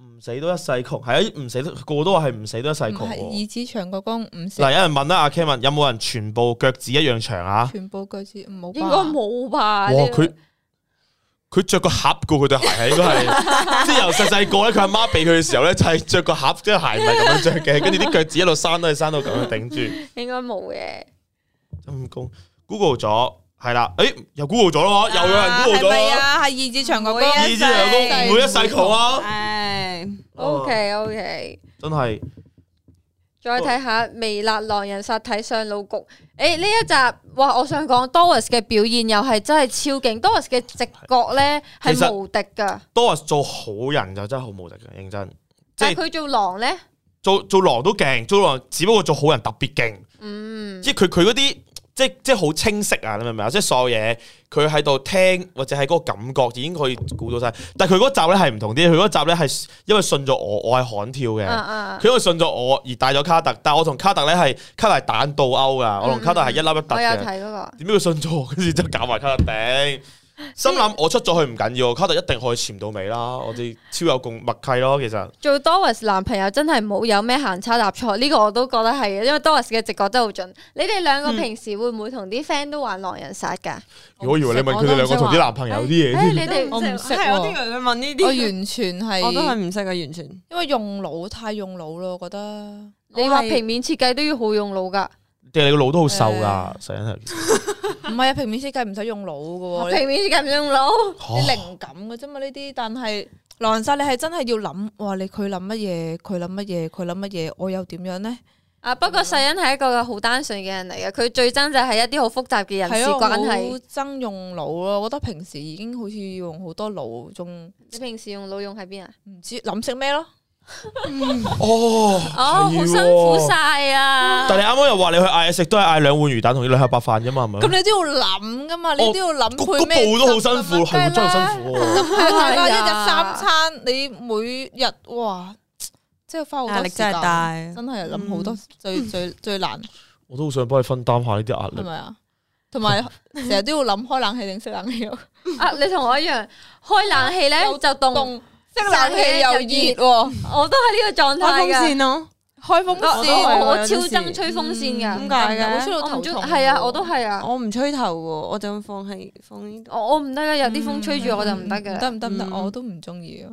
[SPEAKER 2] 唔死都一世窮，係啊，唔死都個個都話係唔死都一世窮
[SPEAKER 3] 唔係
[SPEAKER 2] 喎。
[SPEAKER 3] 二指長過公五四
[SPEAKER 2] 嗱，，有人問啦，阿 Kevin 有冇人全部腳趾一樣長啊？
[SPEAKER 3] 全部句子唔好吧。
[SPEAKER 1] 應該冇
[SPEAKER 3] 啊
[SPEAKER 1] 吧？
[SPEAKER 2] 哇！
[SPEAKER 1] 呢個
[SPEAKER 2] 佢佢着個盒噶，佢對鞋係應該 係，即係由細細個咧，佢阿媽俾佢嘅時候咧，就係着個盒，即係鞋唔係咁樣着嘅，跟住啲腳趾一路生都係生到咁樣頂住。
[SPEAKER 1] 應該冇嘅。
[SPEAKER 2] 陰公 Google 咗係啦，誒又 Google 咗咯，又有人 Google
[SPEAKER 3] 係咪
[SPEAKER 2] 咗咯，
[SPEAKER 3] 啊？係二指長過公，
[SPEAKER 2] 二
[SPEAKER 4] 會
[SPEAKER 2] 字兩公
[SPEAKER 4] 世
[SPEAKER 2] 唔會一世窮啊！
[SPEAKER 4] 唉，
[SPEAKER 2] 哦
[SPEAKER 1] O K O K。
[SPEAKER 2] 真係
[SPEAKER 1] 再睇下微辣狼人殺睇上腦局，誒呢一集哇！我想講 Doris 嘅表現又係真係超勁，Doris 嘅直覺咧
[SPEAKER 2] 其實
[SPEAKER 1] 係無敵噶，
[SPEAKER 2] Doris 做好人就真係好無敵嘅，認真。即
[SPEAKER 1] 但
[SPEAKER 2] 係
[SPEAKER 1] 係佢做狼咧，
[SPEAKER 2] 做做狼都勁，做狼只不過做好人特別勁。
[SPEAKER 1] 嗯，
[SPEAKER 2] 即係佢佢嗰啲即係即係好清晰啊！你明唔明啊？即係所有嘢佢喺度聽或者係嗰個感覺已經可以估到晒。但係佢嗰集咧係唔同啲，佢嗰集咧係因為信咗我，我係悍跳嘅。
[SPEAKER 1] 啊啊
[SPEAKER 2] 佢，因為信咗我而帶咗卡特，但係我同卡特咧係卡特係蛋倒勾噶，我同卡特係一粒一突
[SPEAKER 1] 嗯我有
[SPEAKER 2] 嘅。
[SPEAKER 1] 睇嗰個，
[SPEAKER 2] 點解佢信咗我，跟住就搞埋卡特頂？心諗我出咗去唔緊要，卡特一定可以潛到尾啦。我哋超有共默契咯，其實
[SPEAKER 1] 做 Doris 男朋友真係冇有咩行差踏錯，呢個我都覺得係嘅，因為 Doris 嘅直覺真係好準。你哋兩
[SPEAKER 3] 嗯
[SPEAKER 1] 個平時會唔會同啲 friend 都玩狼人殺㗎？
[SPEAKER 2] 我以為你問佢哋兩個同啲男朋友啲嘢
[SPEAKER 1] 啊誒
[SPEAKER 2] 添
[SPEAKER 1] 你哋
[SPEAKER 4] 我
[SPEAKER 3] 我唔識喎
[SPEAKER 4] 係我啲人問呢
[SPEAKER 2] 啊
[SPEAKER 3] 我
[SPEAKER 4] 啲，
[SPEAKER 3] 哦完全係，
[SPEAKER 4] 我都係唔識嘅，啊完全。
[SPEAKER 3] 因為用腦太用腦咯，我覺得。
[SPEAKER 1] 你話
[SPEAKER 4] 我係
[SPEAKER 1] 平面設計都要好用腦㗎，
[SPEAKER 2] 即係你個腦都好瘦㗎，實人係。
[SPEAKER 3] 唔係啊，平面設計唔使用腦噶喎，
[SPEAKER 1] 啊平面設計唔用腦，
[SPEAKER 2] 哦
[SPEAKER 3] 你你靈感嘅啫嘛呢啲，但係狼人殺你係真係要諗，哇！你佢諗乜嘢，佢諗乜嘢，佢諗乜嘢，我又點樣呢？
[SPEAKER 1] 啊！不過世欣係一個好單純嘅人嚟嘅，佢最憎就係一啲好複雜嘅人
[SPEAKER 3] 係
[SPEAKER 1] 事
[SPEAKER 3] 啊，我
[SPEAKER 1] 關
[SPEAKER 3] 好
[SPEAKER 1] 係。
[SPEAKER 3] 憎用腦咯，我覺得平時已經好似用好多腦，仲
[SPEAKER 1] 你平時用腦用喺邊啊？
[SPEAKER 3] 唔知諗食咩咯。
[SPEAKER 2] 哦，
[SPEAKER 1] 哦，好
[SPEAKER 2] 係喎
[SPEAKER 1] 辛苦晒啊！
[SPEAKER 2] 但你啱啱又話你去嗌食都係嗌兩碗魚蛋同啲兩盒白飯啫嘛，係咪？
[SPEAKER 3] 咁你都要諗噶嘛，你都要諗
[SPEAKER 2] 啊哦個
[SPEAKER 3] 配
[SPEAKER 2] 個
[SPEAKER 3] 咩
[SPEAKER 2] 步都好辛苦，
[SPEAKER 3] 汁啊
[SPEAKER 2] 係喎真係好辛。苦喎。
[SPEAKER 3] 係啊大家一日
[SPEAKER 1] 係
[SPEAKER 3] 三
[SPEAKER 1] 啊
[SPEAKER 3] 餐，你每日哇，即係花好
[SPEAKER 4] 壓
[SPEAKER 3] 多
[SPEAKER 4] 力
[SPEAKER 3] 時間
[SPEAKER 4] 真係，大，
[SPEAKER 3] 真係諗好多最最最難
[SPEAKER 2] 我都好想幫你分擔下呢啲壓
[SPEAKER 3] 係
[SPEAKER 2] 力。
[SPEAKER 3] 咪啊？同埋成日都要諗開冷氣定熄冷氣咯，
[SPEAKER 1] 啊，你同我一樣，開冷氣咧
[SPEAKER 3] 又
[SPEAKER 1] 就凍，
[SPEAKER 3] 凍熄冷氣又熱喎，嗯
[SPEAKER 1] 我都係呢個狀
[SPEAKER 4] 開
[SPEAKER 1] 態
[SPEAKER 4] 風
[SPEAKER 1] 㗎。
[SPEAKER 4] 扇咯，
[SPEAKER 3] 開風
[SPEAKER 1] 我
[SPEAKER 4] 都係
[SPEAKER 1] 我
[SPEAKER 4] 喎
[SPEAKER 3] 扇
[SPEAKER 1] 我
[SPEAKER 4] 有
[SPEAKER 1] 超
[SPEAKER 4] 陣時
[SPEAKER 1] 憎吹風扇㗎，
[SPEAKER 4] 嗯點解嘅
[SPEAKER 3] 我吹到
[SPEAKER 1] 我
[SPEAKER 3] 頭
[SPEAKER 1] 唔中
[SPEAKER 3] 痛。
[SPEAKER 1] 係啊，我都係啊，
[SPEAKER 4] 我唔吹頭喎，我就咁放喺放呢度。
[SPEAKER 1] 我我唔得㗎，有啲風吹住我就唔得
[SPEAKER 3] 唔
[SPEAKER 1] 㗎
[SPEAKER 3] 得
[SPEAKER 1] 啦。
[SPEAKER 3] 唔得唔得，
[SPEAKER 4] 嗯
[SPEAKER 3] 我都唔中意啊。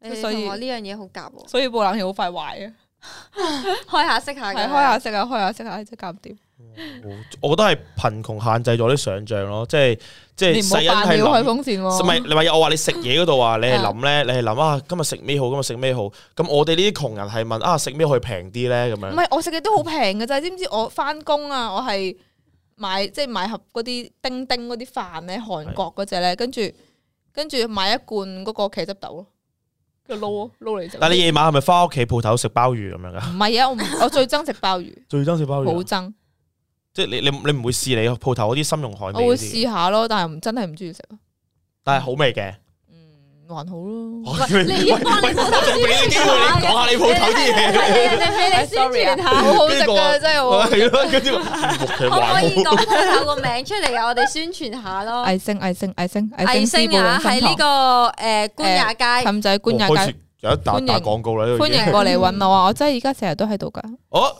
[SPEAKER 1] 你哋
[SPEAKER 3] 所以
[SPEAKER 1] 同我呢樣嘢好夾喎。
[SPEAKER 3] 所以部冷氣好快壞啊！
[SPEAKER 1] 開下識下
[SPEAKER 3] 係
[SPEAKER 1] 嘅，
[SPEAKER 3] 開下食下，開下食下，真係搞唔掂。
[SPEAKER 2] 我覺得係貧窮限制咗啲想像咯，即係即係
[SPEAKER 3] 你唔
[SPEAKER 2] 細
[SPEAKER 3] 好
[SPEAKER 2] 欣
[SPEAKER 3] 扮
[SPEAKER 2] 係
[SPEAKER 3] 要開
[SPEAKER 2] 諗，
[SPEAKER 3] 風扇
[SPEAKER 2] 唔
[SPEAKER 3] 喎。
[SPEAKER 2] 係你話我話你食嘢嗰度啊，你係諗咧，你係諗啊，今日食咩好，今日食咩好。咁我哋呢啲窮人係問啊，食咩可以平啲咧咁
[SPEAKER 3] 唔
[SPEAKER 2] 樣。
[SPEAKER 3] 係，我食嘅都好平嘅咋，知唔知？我翻工啊，我係買即係買盒嗰啲叮叮嗰啲飯咧，韓國嗰只咧，跟住跟住買一罐嗰個茄汁豆咯，跟住撈咯撈嚟食。啊
[SPEAKER 2] 但你夜晚係咪翻屋企鋪頭食鮑魚咁樣噶？
[SPEAKER 3] 唔係 啊，我唔我最憎食鮑魚，
[SPEAKER 2] 最憎食鮑
[SPEAKER 3] 好
[SPEAKER 2] 魚啊，
[SPEAKER 3] 憎，
[SPEAKER 2] 即係你你你唔會試你鋪頭嗰啲深融海味
[SPEAKER 3] 我會
[SPEAKER 2] 嗰啲，
[SPEAKER 3] 試下咯，但係唔真係唔中意食咯。
[SPEAKER 2] 但係好味嘅。
[SPEAKER 3] 嗯，還好咯。
[SPEAKER 2] 哇喂
[SPEAKER 1] 你已經幫你
[SPEAKER 2] 喂
[SPEAKER 1] 鋪頭
[SPEAKER 2] 我仲俾你機
[SPEAKER 1] 人哋俾你 宣
[SPEAKER 2] 會你講下你鋪頭啲嘢。
[SPEAKER 4] 哎，sorry 啊
[SPEAKER 1] 傳下。
[SPEAKER 3] 好好食
[SPEAKER 2] 呢個啊
[SPEAKER 3] 㗎，真係 好好食。
[SPEAKER 2] 係咯，跟住其實
[SPEAKER 1] 可唔可以
[SPEAKER 2] 還好
[SPEAKER 1] 講鋪頭個名出嚟啊？我哋宣傳下 咯。
[SPEAKER 3] 藝星藝星藝星
[SPEAKER 1] 藝
[SPEAKER 3] 星
[SPEAKER 1] 星啊，喺呢個誒官也街，
[SPEAKER 3] 氹仔官也
[SPEAKER 2] 開
[SPEAKER 3] 街
[SPEAKER 2] 始，有一打
[SPEAKER 3] 歡迎
[SPEAKER 2] 打廣告啦。呢度已
[SPEAKER 3] 歡
[SPEAKER 2] 經
[SPEAKER 3] 迎過嚟揾我啊！我真係而家成日都喺度㗎，
[SPEAKER 1] 啊
[SPEAKER 2] 哦，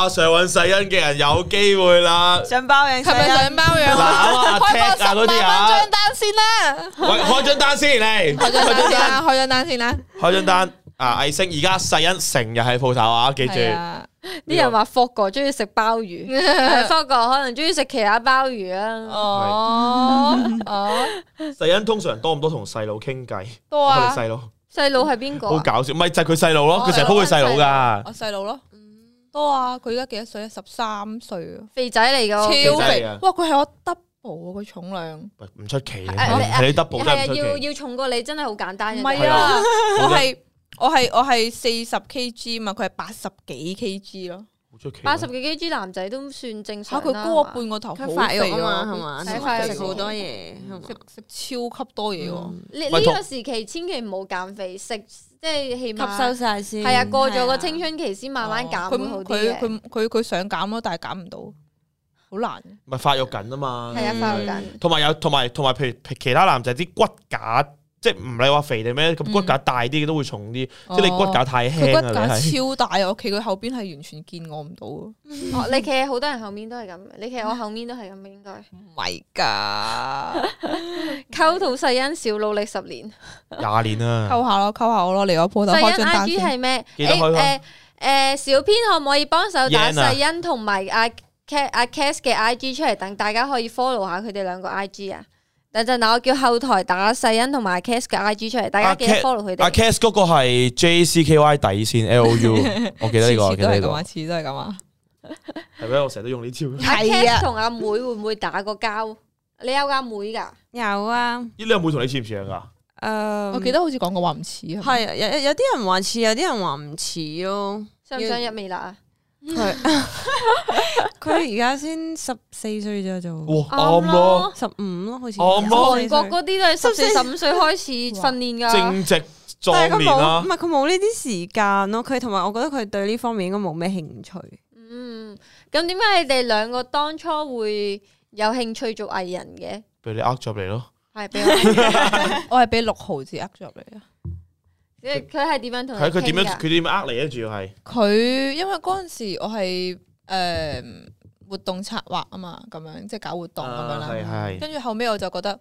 [SPEAKER 2] 哇！上揾世恩嘅人有機會啦。
[SPEAKER 4] 想包養
[SPEAKER 3] 係咪想包養
[SPEAKER 2] 嗱，
[SPEAKER 3] 啊？
[SPEAKER 2] 阿 t
[SPEAKER 3] 開
[SPEAKER 2] a 啊
[SPEAKER 3] 放
[SPEAKER 2] 嗰啲
[SPEAKER 3] 十萬蚊
[SPEAKER 2] 啊
[SPEAKER 3] 張，單先啦，
[SPEAKER 2] 喂，開張單先嚟，
[SPEAKER 3] 開張單先啦，開張單先啦。
[SPEAKER 2] 開張單。啊，藝星而家世恩成日喺鋪頭啊，記住。
[SPEAKER 3] 係啊
[SPEAKER 1] 啲人話霍哥中意食鮑 魚，霍哥可能中意食其他鮑魚啊。
[SPEAKER 3] 哦哦，
[SPEAKER 2] 世恩通常多唔多同細佬傾偈？
[SPEAKER 3] 多
[SPEAKER 2] 我哋
[SPEAKER 3] 啊！
[SPEAKER 2] 細佬
[SPEAKER 1] 細佬係邊個
[SPEAKER 2] 好
[SPEAKER 1] 啊？
[SPEAKER 2] 搞笑，咪就係佢細佬咯，
[SPEAKER 3] 我
[SPEAKER 2] 佢成日 po 佢細佬噶。
[SPEAKER 3] 我細佬咯，多啊！佢而家幾多歲啊？十三歲啊，
[SPEAKER 1] 肥仔嚟噶，
[SPEAKER 3] 超
[SPEAKER 2] 肥仔
[SPEAKER 3] 肥！
[SPEAKER 2] 啊
[SPEAKER 3] 哇！佢係我 double 啊個重量，唔
[SPEAKER 2] 喂唔出奇嘅，
[SPEAKER 1] 誒你
[SPEAKER 2] 係你 double
[SPEAKER 1] 係
[SPEAKER 2] 真係
[SPEAKER 1] 啊，
[SPEAKER 2] 唔出
[SPEAKER 1] 要
[SPEAKER 2] 奇。
[SPEAKER 1] 要重過你真係好簡單嘅。
[SPEAKER 3] 係
[SPEAKER 2] 啊
[SPEAKER 3] 啊！我
[SPEAKER 2] 好嘅
[SPEAKER 3] 係我係我係四十 kg 嘛，佢係八十幾 kg 咯。
[SPEAKER 2] 好出奇。
[SPEAKER 1] 八十幾 kg 男仔都算正
[SPEAKER 3] 嚇
[SPEAKER 1] 常啦
[SPEAKER 3] 佢高我
[SPEAKER 1] 係嘛
[SPEAKER 3] 半個頭，好
[SPEAKER 4] 佢發育
[SPEAKER 3] 肥
[SPEAKER 4] 啊
[SPEAKER 3] 喎
[SPEAKER 4] 嘛，
[SPEAKER 1] 係
[SPEAKER 4] 係
[SPEAKER 1] 嘛快
[SPEAKER 4] 嘛，
[SPEAKER 1] 肉
[SPEAKER 4] 食好多嗯
[SPEAKER 1] 喎
[SPEAKER 4] 嘢，係嘛
[SPEAKER 3] 食食超級多嘢喎。
[SPEAKER 1] 呢呢
[SPEAKER 2] 喂
[SPEAKER 1] 個
[SPEAKER 2] 同
[SPEAKER 1] 時期千祈唔好減肥，食即係起
[SPEAKER 4] 吸
[SPEAKER 1] 碼
[SPEAKER 4] 收晒先。
[SPEAKER 1] 係啊，過咗個青春期先慢
[SPEAKER 2] 哦
[SPEAKER 1] 慢減
[SPEAKER 3] 哦佢
[SPEAKER 1] 會好啲
[SPEAKER 3] 佢
[SPEAKER 1] 嘅。
[SPEAKER 3] 佢佢佢想減咯，但係減唔到，好難。
[SPEAKER 2] 咪發育緊啊嘛。
[SPEAKER 1] 係啊，發育緊。
[SPEAKER 2] 同埋有同埋同埋，譬如其他男仔啲骨架，即係唔係話肥定咩，咁
[SPEAKER 3] 嗯
[SPEAKER 2] 骨架大啲嘅都會重啲，
[SPEAKER 3] 哦
[SPEAKER 2] 即係你骨架太
[SPEAKER 3] 佢
[SPEAKER 2] 輕
[SPEAKER 3] 骨
[SPEAKER 2] 啊，
[SPEAKER 3] 架
[SPEAKER 2] 你係
[SPEAKER 3] 超大啊！我企佢後邊係完全見我唔到啊！
[SPEAKER 1] 哦，你企喺好多人後面都係咁，你企喺我後面都係咁，應該。
[SPEAKER 3] 唔係 㗎，
[SPEAKER 1] 溝到世恩少努力十年，
[SPEAKER 2] 廿年 啦。
[SPEAKER 3] 溝下咯，溝下我咯，嚟我鋪
[SPEAKER 1] 世
[SPEAKER 3] 頭
[SPEAKER 1] 恩
[SPEAKER 3] 開張單
[SPEAKER 1] I G
[SPEAKER 3] 先。
[SPEAKER 1] 係咩？
[SPEAKER 2] 記得開返
[SPEAKER 1] 誒誒，小編可唔可以幫手打
[SPEAKER 2] Yan 啊
[SPEAKER 1] 世恩同埋阿 Cat 阿 Cas 嘅 I G 出嚟，等大家可以 follow 下佢哋兩個 I G 啊？等陣，嗱，我叫後台打世恩同埋 Cas 嘅 I G 出嚟，大家記得
[SPEAKER 2] 阿 Cat-
[SPEAKER 1] follow 佢
[SPEAKER 2] 阿
[SPEAKER 1] 哋。
[SPEAKER 2] Cass 嗰個係 J C K Y 底線 L O U，我記得呢個，我
[SPEAKER 3] 次
[SPEAKER 2] 記
[SPEAKER 3] 次都
[SPEAKER 2] 得
[SPEAKER 3] 係
[SPEAKER 2] 呢
[SPEAKER 3] 咁啊，
[SPEAKER 2] 個。
[SPEAKER 3] 次次都係咁啊。
[SPEAKER 2] 係咩？我成日都用呢招。咦，
[SPEAKER 1] 阿
[SPEAKER 3] 係啊
[SPEAKER 1] Cas 同阿妹會唔會打過交？你有阿妹㗎？
[SPEAKER 4] 有啊，
[SPEAKER 2] 你阿妹同你似唔似樣噶？
[SPEAKER 4] 誒，
[SPEAKER 3] 我記得好似講過話唔似嗯係咪
[SPEAKER 4] 係啊有有有啲人話似，有啲人話唔似咯。
[SPEAKER 1] 想唔想入微辣啊？
[SPEAKER 4] 佢佢而家先十四歲咋就
[SPEAKER 2] 哇，啱咯，，
[SPEAKER 4] 十五咯，好似
[SPEAKER 2] 啱咯
[SPEAKER 1] 韓國嗰啲都係十四
[SPEAKER 4] 14
[SPEAKER 1] 十五歲開始訓練
[SPEAKER 3] 啊
[SPEAKER 1] 㗎。
[SPEAKER 2] 正值
[SPEAKER 4] 但係
[SPEAKER 2] 壯
[SPEAKER 4] 佢
[SPEAKER 2] 年
[SPEAKER 4] 冇，
[SPEAKER 2] 啦
[SPEAKER 4] 唔。係佢冇呢啲時間咯。佢同埋我覺得佢對呢方面應該冇咩興趣。
[SPEAKER 1] 嗯，咁點解你哋兩個當初會有興趣做藝人嘅？
[SPEAKER 2] 俾你呃咗入嚟咯，
[SPEAKER 1] 係俾我，
[SPEAKER 3] 我係俾六毫子呃咗入嚟啊！
[SPEAKER 1] 因為佢係點樣
[SPEAKER 3] 啊
[SPEAKER 1] 同你
[SPEAKER 2] 睇啊佢點
[SPEAKER 1] 傾
[SPEAKER 2] 樣
[SPEAKER 1] 㗎
[SPEAKER 2] 佢點樣呃你咧？主要係
[SPEAKER 3] 佢因為嗰陣時我係誒活動策劃啊嘛，咁樣即係搞活動咁樣
[SPEAKER 2] 啊係
[SPEAKER 3] 啦。
[SPEAKER 2] 係係
[SPEAKER 3] 跟住後尾我就覺得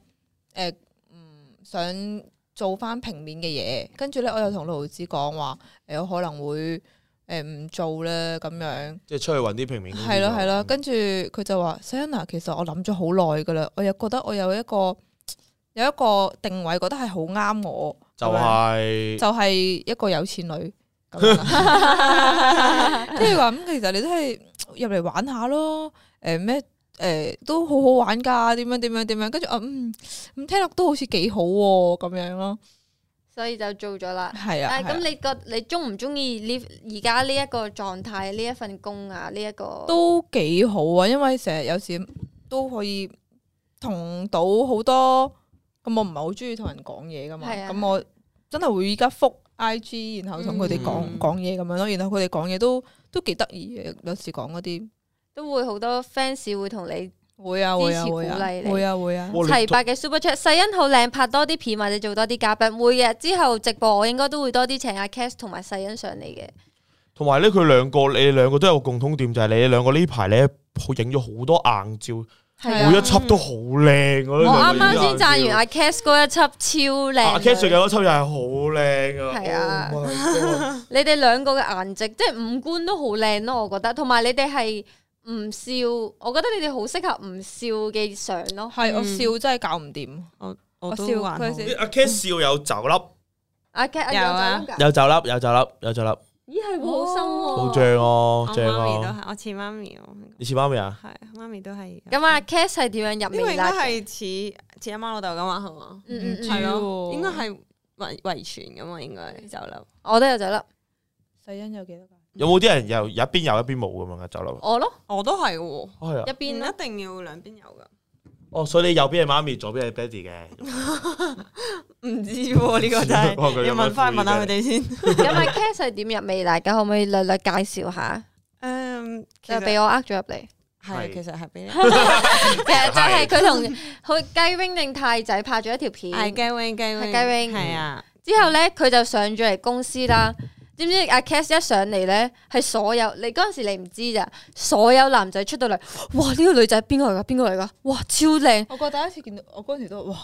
[SPEAKER 3] 誒，嗯，想做翻平面嘅嘢。跟住咧，我又同六毫子講話誒，我可能會誒唔做咧咁樣。
[SPEAKER 2] 即係出去揾啲平民工作。
[SPEAKER 3] 係咯係
[SPEAKER 1] 嗯
[SPEAKER 3] 咯，跟住佢就話 s a n a 其實我諗咗好耐噶啦，我又覺得我有一個有一個定位，覺得係好啱我，
[SPEAKER 2] 就
[SPEAKER 3] 咁
[SPEAKER 1] 嗯
[SPEAKER 3] 樣
[SPEAKER 2] 係
[SPEAKER 3] 就係一個有錢女咁樣 啦。即係話咁，其實你都係入嚟玩下咯，誒咩誒都好好玩噶，點樣點樣點樣，跟住啊嗯咁聽落都好似幾好喎咁樣咯，
[SPEAKER 1] 所以就做咗啦。
[SPEAKER 3] 係啊，
[SPEAKER 1] 但係咁
[SPEAKER 3] 係啊
[SPEAKER 1] 你覺你中唔中意呢？而家呢一個狀態，呢一份工啊，呢一個
[SPEAKER 3] 都幾好啊，因為成日有時都可以同到好多，咁我唔係好中意同人講嘢噶嘛，
[SPEAKER 1] 係啊嗯
[SPEAKER 3] 咁我真係會依家覆 I G，然後同佢哋講
[SPEAKER 4] 嗯
[SPEAKER 3] 講嘢咁樣咯，然後佢哋講嘢都都幾得意嘅，有時講嗰啲
[SPEAKER 1] 都會好多 fans 會同你
[SPEAKER 3] 會啊會啊
[SPEAKER 1] 支持
[SPEAKER 3] 會啊
[SPEAKER 1] 鼓勵你
[SPEAKER 3] 會啊會啊，
[SPEAKER 2] 哇你
[SPEAKER 1] 齊白嘅 super chat。世欣好靚，拍多啲片或者做多啲嘉賓，會嘅。之後直播我應該都會多啲請阿 Cass 同埋世欣上嚟嘅。
[SPEAKER 2] 同埋咧，佢兩個你哋兩個都有個共通點，就係、你哋兩個呢排咧影咗好多硬照，
[SPEAKER 1] 係啊
[SPEAKER 2] 每一輯都好靚，啊我
[SPEAKER 1] 我啱啱先讚完阿 Cass 嗰一輯超靚
[SPEAKER 2] 啊阿
[SPEAKER 1] 啊，
[SPEAKER 2] Cat 最近嗰輯又係好靚啊，
[SPEAKER 1] 係啊
[SPEAKER 2] Oh my God
[SPEAKER 1] 你哋兩個嘅顏值即係五官都好靚咯，我覺得，同埋你哋係唔笑，我覺得你哋好適合唔笑嘅相咯。
[SPEAKER 3] 係我
[SPEAKER 4] 嗯
[SPEAKER 3] 笑真係搞唔掂，
[SPEAKER 4] 我我
[SPEAKER 3] 我笑
[SPEAKER 4] 都還好
[SPEAKER 3] 佢先
[SPEAKER 2] 咦阿 Cat 笑有酒粒，
[SPEAKER 1] 阿 Cat
[SPEAKER 4] 有啊
[SPEAKER 2] 有酒粒，有酒粒，有酒粒，
[SPEAKER 1] 咦係喎好深喎，
[SPEAKER 2] 好正哦
[SPEAKER 4] 我，
[SPEAKER 2] 正
[SPEAKER 4] 媽咪都
[SPEAKER 2] 哦。
[SPEAKER 4] 係，我似媽咪喎，
[SPEAKER 2] 你似媽咪啊？
[SPEAKER 4] 係媽咪都係。
[SPEAKER 1] 咁啊，Cass 係點樣
[SPEAKER 4] 呢
[SPEAKER 1] 入
[SPEAKER 4] 個
[SPEAKER 1] 微
[SPEAKER 4] 應
[SPEAKER 1] 辣
[SPEAKER 4] 該
[SPEAKER 1] 嘅？
[SPEAKER 4] 係似似阿媽老豆噶嘛，係嘛？
[SPEAKER 1] 嗯嗯
[SPEAKER 3] 唔
[SPEAKER 1] 嗯，
[SPEAKER 3] 知
[SPEAKER 4] 係
[SPEAKER 3] 喎
[SPEAKER 4] 咯，應該係遺遺傳噶嘛，應該酒樓。
[SPEAKER 1] 我都有就粒，
[SPEAKER 3] 細欣有幾多個？
[SPEAKER 2] 有冇啲人又一邊有一邊冇咁樣嘅酒粒？
[SPEAKER 1] 我咯
[SPEAKER 4] 我都係喎，
[SPEAKER 2] 哦係啊
[SPEAKER 1] 一，
[SPEAKER 4] 唔
[SPEAKER 1] 邊咯，
[SPEAKER 4] 一定要兩邊有噶。
[SPEAKER 2] 哦，所以你右邊係媽咪，左邊係爹哋嘅。
[SPEAKER 4] 唔知喎，呢個真
[SPEAKER 2] 我覺得
[SPEAKER 4] 係
[SPEAKER 2] 有
[SPEAKER 4] 要
[SPEAKER 2] 乜
[SPEAKER 4] 問翻問下佢哋 先。
[SPEAKER 1] 咁啊 Cass 係點入微辣嘅？可唔可以略略介紹下？
[SPEAKER 4] 誒，嗯其
[SPEAKER 1] 就
[SPEAKER 4] 實
[SPEAKER 1] 俾我呃咗入嚟，
[SPEAKER 4] 係
[SPEAKER 2] 係
[SPEAKER 4] 其實係俾
[SPEAKER 1] 其實就係佢同好雞 wing 定太仔拍咗一條片，
[SPEAKER 4] 係雞 wing 雞 wing
[SPEAKER 1] 係雞 wing
[SPEAKER 4] 係啊，
[SPEAKER 1] 之後咧，佢就上咗嚟公司啦。知唔知阿 Cass 一上嚟咧，係所有你嗰陣時你唔知咋，所有男仔出到嚟，哇呢、個女仔邊個嚟㗎？邊個嚟㗎？哇超靚！
[SPEAKER 3] 我覺得第一次見到我嗰陣時都哇，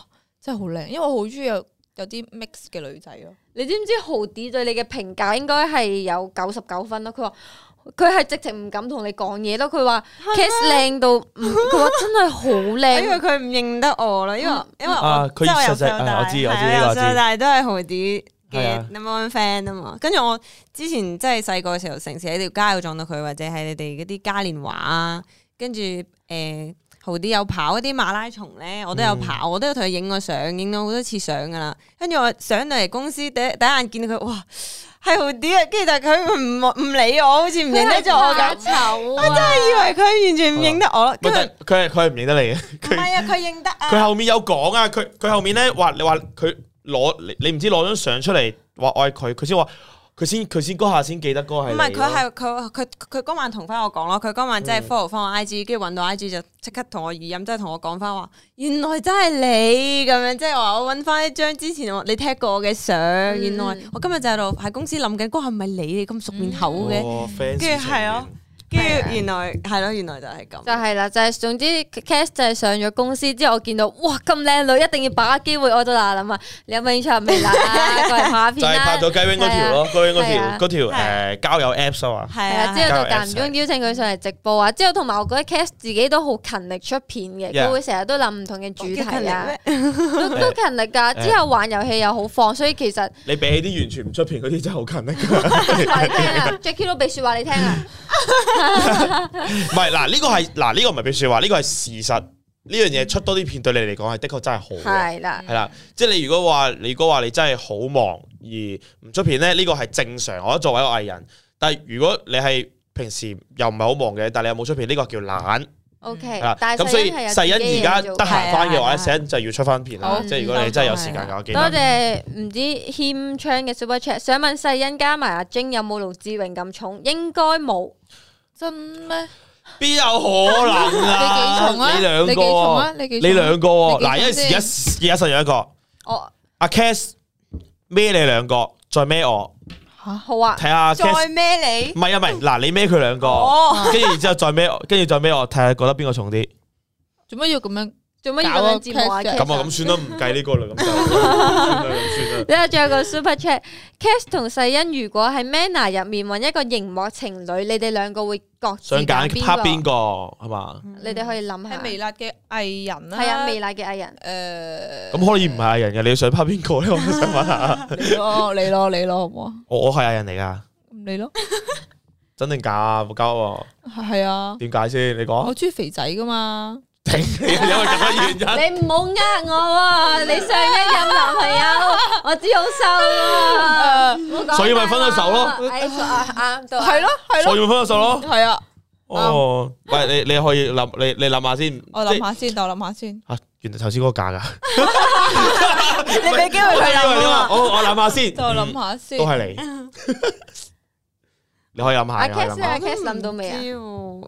[SPEAKER 3] 真係好靚，因為我好中意有有啲 mix 嘅女仔咯。
[SPEAKER 1] 你知唔知豪啲對你嘅評價應該係有九十九分咯？佢話佢係直情唔敢同你講嘢咯。佢話 Cass 靚到，唔佢話真係好
[SPEAKER 4] 因為
[SPEAKER 1] 靚。
[SPEAKER 4] 佢唔認得我啦，因為因為
[SPEAKER 2] 啊
[SPEAKER 4] 我
[SPEAKER 2] 佢
[SPEAKER 4] 即係我由
[SPEAKER 2] 實際
[SPEAKER 4] 細到
[SPEAKER 2] 啊
[SPEAKER 4] 大
[SPEAKER 2] 我知我知
[SPEAKER 4] 係
[SPEAKER 2] 呢個
[SPEAKER 4] 由
[SPEAKER 2] 我
[SPEAKER 4] 細
[SPEAKER 2] 知
[SPEAKER 4] 到大都係豪啲
[SPEAKER 2] 係啊
[SPEAKER 4] 嘅 number one fan 啊嘛。跟住我之前即係細個嘅時候，成時喺條街度撞到佢，或者係你哋嗰啲嘉年華啊，跟住誒豪啲有跑嗰啲馬拉松咧，我都
[SPEAKER 2] 嗯
[SPEAKER 4] 有跑，我都有同佢影過相，影咗好多次相噶啦。跟住我上到嚟公司第一第一眼見到佢，哇！係豪啲啊！跟住但係佢唔唔理我，好似唔認得咗 我咁，
[SPEAKER 1] 醜啊
[SPEAKER 4] 我真係以為佢完全唔認得我咯。
[SPEAKER 2] 唔
[SPEAKER 4] 跟住
[SPEAKER 2] 係，但係佢係佢係唔認得你嘅，
[SPEAKER 4] 唔
[SPEAKER 2] 佢
[SPEAKER 4] 係啊，佢認得啊。
[SPEAKER 2] 佢後面有講啊，佢佢後面咧話你話佢攞你你唔知攞張相出嚟話我係佢，佢先話佢先佢先嗰下先記得嗰個係
[SPEAKER 4] 唔
[SPEAKER 2] 你
[SPEAKER 4] 係
[SPEAKER 2] 咯。哦
[SPEAKER 4] 佢係佢佢佢嗰晚同翻我講咯，佢嗰晚
[SPEAKER 1] 嗯
[SPEAKER 4] 真係 follow 翻我 IG，跟住揾到 IG 就即刻同我語音，即係同我講翻話，原來真係你咁樣，即係話我揾翻一張之前我你踢過我嘅相，
[SPEAKER 1] 嗯
[SPEAKER 4] 原來我今日就喺度喺公司諗緊，嗰係咪你你咁熟面口
[SPEAKER 1] 嗯
[SPEAKER 4] 嘅？
[SPEAKER 2] 哦 fans
[SPEAKER 4] 跟住係咯
[SPEAKER 2] 情緣
[SPEAKER 4] 跟住原來係咯，原來就係咁。
[SPEAKER 1] 啊就係啦，就係、總之 Cass 就係上咗公司之後，我見到哇咁靚女，一定要把握機會，我都嗱諗啊，你有冇興趣入微辣啊？過嚟拍下
[SPEAKER 2] 就
[SPEAKER 1] 片
[SPEAKER 2] 係拍
[SPEAKER 1] 啦。
[SPEAKER 2] 咗雞 wing 嗰條咯，雞 wing
[SPEAKER 1] 係
[SPEAKER 2] 嗰
[SPEAKER 1] 啊
[SPEAKER 2] 條嗰條
[SPEAKER 4] 係啊
[SPEAKER 2] 誒交友 apps 啊嘛。
[SPEAKER 4] 係
[SPEAKER 1] 係啊，
[SPEAKER 4] 啊，
[SPEAKER 1] 之後就
[SPEAKER 2] 交友
[SPEAKER 1] 間唔中邀請佢上嚟直播啊。之後同埋我覺得 Cass 自己都好勤力出片嘅，
[SPEAKER 2] Yeah
[SPEAKER 1] 佢會成日都諗唔同嘅主題啊，
[SPEAKER 4] 我叫佢嚟
[SPEAKER 1] 都
[SPEAKER 4] 咩
[SPEAKER 1] 都勤力㗎。
[SPEAKER 2] 誒
[SPEAKER 1] 之後玩遊戲又好放，所以其 實
[SPEAKER 2] 你比起啲完全唔出片嗰啲真係好勤力㗎。
[SPEAKER 1] 你聽啊，Jackie 都俾説話你聽啊。
[SPEAKER 2] 唔係嗱，呢個係嗱呢個唔係俾説話，呢個係事實。呢樣嘢出多啲片對你嚟講係的確真 係好啊嘅，
[SPEAKER 1] 係啦，
[SPEAKER 2] 係啦。即係你如果話你如果話你真係好忙而唔出片咧，呢個係正常。我覺得作為一個藝人，但係如果你係平時又唔係好忙嘅，但係你又冇出片，呢個叫懶係
[SPEAKER 1] OK
[SPEAKER 2] 啦。。
[SPEAKER 1] 但係
[SPEAKER 2] 啊咁所以
[SPEAKER 1] 細欣
[SPEAKER 2] 細
[SPEAKER 1] 係有自己
[SPEAKER 2] 欣而
[SPEAKER 1] 嘢
[SPEAKER 2] 家
[SPEAKER 1] 做
[SPEAKER 2] 得
[SPEAKER 1] 嘅
[SPEAKER 2] 閒翻嘅
[SPEAKER 4] 係
[SPEAKER 2] 話
[SPEAKER 4] 啊
[SPEAKER 2] 咧，細欣就要出翻片啦
[SPEAKER 3] 好。
[SPEAKER 2] 即係如果你真係有時間嘅話，記
[SPEAKER 1] 多
[SPEAKER 2] 得
[SPEAKER 1] 謝唔知謙昌嘅 super chat，想問世欣加埋阿晶有冇盧志榮咁重？應該冇。
[SPEAKER 3] 真咩？
[SPEAKER 2] 邊有可能
[SPEAKER 3] 你幾重啊？
[SPEAKER 2] 啊？兩
[SPEAKER 3] 你幾
[SPEAKER 2] 個
[SPEAKER 3] 重啊？
[SPEAKER 2] 啊，
[SPEAKER 3] 你幾
[SPEAKER 2] 你
[SPEAKER 3] 重啊
[SPEAKER 2] 兩個喎
[SPEAKER 3] 你幾
[SPEAKER 2] 嗱，一
[SPEAKER 3] 重
[SPEAKER 2] 時
[SPEAKER 3] 先
[SPEAKER 2] 一時而家實有一個。
[SPEAKER 1] 我
[SPEAKER 2] 阿 Cass 孭你兩個，再孭我，
[SPEAKER 1] 好啊
[SPEAKER 2] 睇，下 Cass
[SPEAKER 4] 再咩你
[SPEAKER 2] 唔？係啊，唔係嗱，你孭佢兩個，
[SPEAKER 4] 哦，
[SPEAKER 2] 跟住然之後再孭我，跟住再孭我，睇下覺得邊個重啲。
[SPEAKER 3] 做乜要咁樣？
[SPEAKER 1] 做乜要咁樣節目啊？
[SPEAKER 3] 搞啊
[SPEAKER 1] Cass
[SPEAKER 2] 咁啊，咁算啦，唔計呢個啦，咁就算啦，咁算啦。
[SPEAKER 1] 之後仲有個 super chat，Cass 同世欣如果喺 Manner 入面揾一個熒幕情侶，你哋兩個會各自
[SPEAKER 2] 想
[SPEAKER 1] 揀
[SPEAKER 2] 揀拍邊
[SPEAKER 1] 邊個？嗯
[SPEAKER 2] 個係嘛？
[SPEAKER 1] 你哋可以諗
[SPEAKER 3] 係
[SPEAKER 1] 下。
[SPEAKER 3] 微辣嘅藝人啦，
[SPEAKER 1] 係啊，微辣嘅藝人，
[SPEAKER 3] 誒，
[SPEAKER 2] 咁可以唔係藝人嘅，你想拍邊個咧？我都想問下。
[SPEAKER 3] 你咯，你咯，你咯，好唔好啊？
[SPEAKER 2] 我我係藝人嚟㗎，
[SPEAKER 3] 你咯，
[SPEAKER 2] 真定假啊？冇交喎，
[SPEAKER 3] 係啊，
[SPEAKER 2] 點解先？你講
[SPEAKER 3] 我，中意肥仔噶嘛，
[SPEAKER 2] 停，你有咁嘅原因？
[SPEAKER 1] 你唔好呃我喎！你上一任男朋友，我知好瘦喎，
[SPEAKER 2] 所以咪分咗手咯
[SPEAKER 1] 哎啱到，
[SPEAKER 3] 係咯，係
[SPEAKER 2] 所
[SPEAKER 3] 咯，
[SPEAKER 2] 以咪分咗手咯。
[SPEAKER 3] 係啊，
[SPEAKER 2] 哦，喂，你你可以諗，你你諗下先。
[SPEAKER 3] 我
[SPEAKER 2] 即
[SPEAKER 3] 諗
[SPEAKER 2] 係
[SPEAKER 3] 下先，等我諗下先，
[SPEAKER 2] 啊，原來頭先嗰個假㗎。
[SPEAKER 4] 你俾機會
[SPEAKER 2] 我
[SPEAKER 4] 佢
[SPEAKER 2] 以為
[SPEAKER 4] 諗
[SPEAKER 2] 你
[SPEAKER 4] 啊
[SPEAKER 2] 話哦
[SPEAKER 4] 嘛。
[SPEAKER 2] 我我諗下先，
[SPEAKER 3] 等我諗下先
[SPEAKER 2] 都，係你，你可以諗下，
[SPEAKER 1] 阿
[SPEAKER 2] 你可以諗
[SPEAKER 1] Cass 阿
[SPEAKER 2] 下。
[SPEAKER 1] Cass 諗到未啊
[SPEAKER 4] 唔知喎？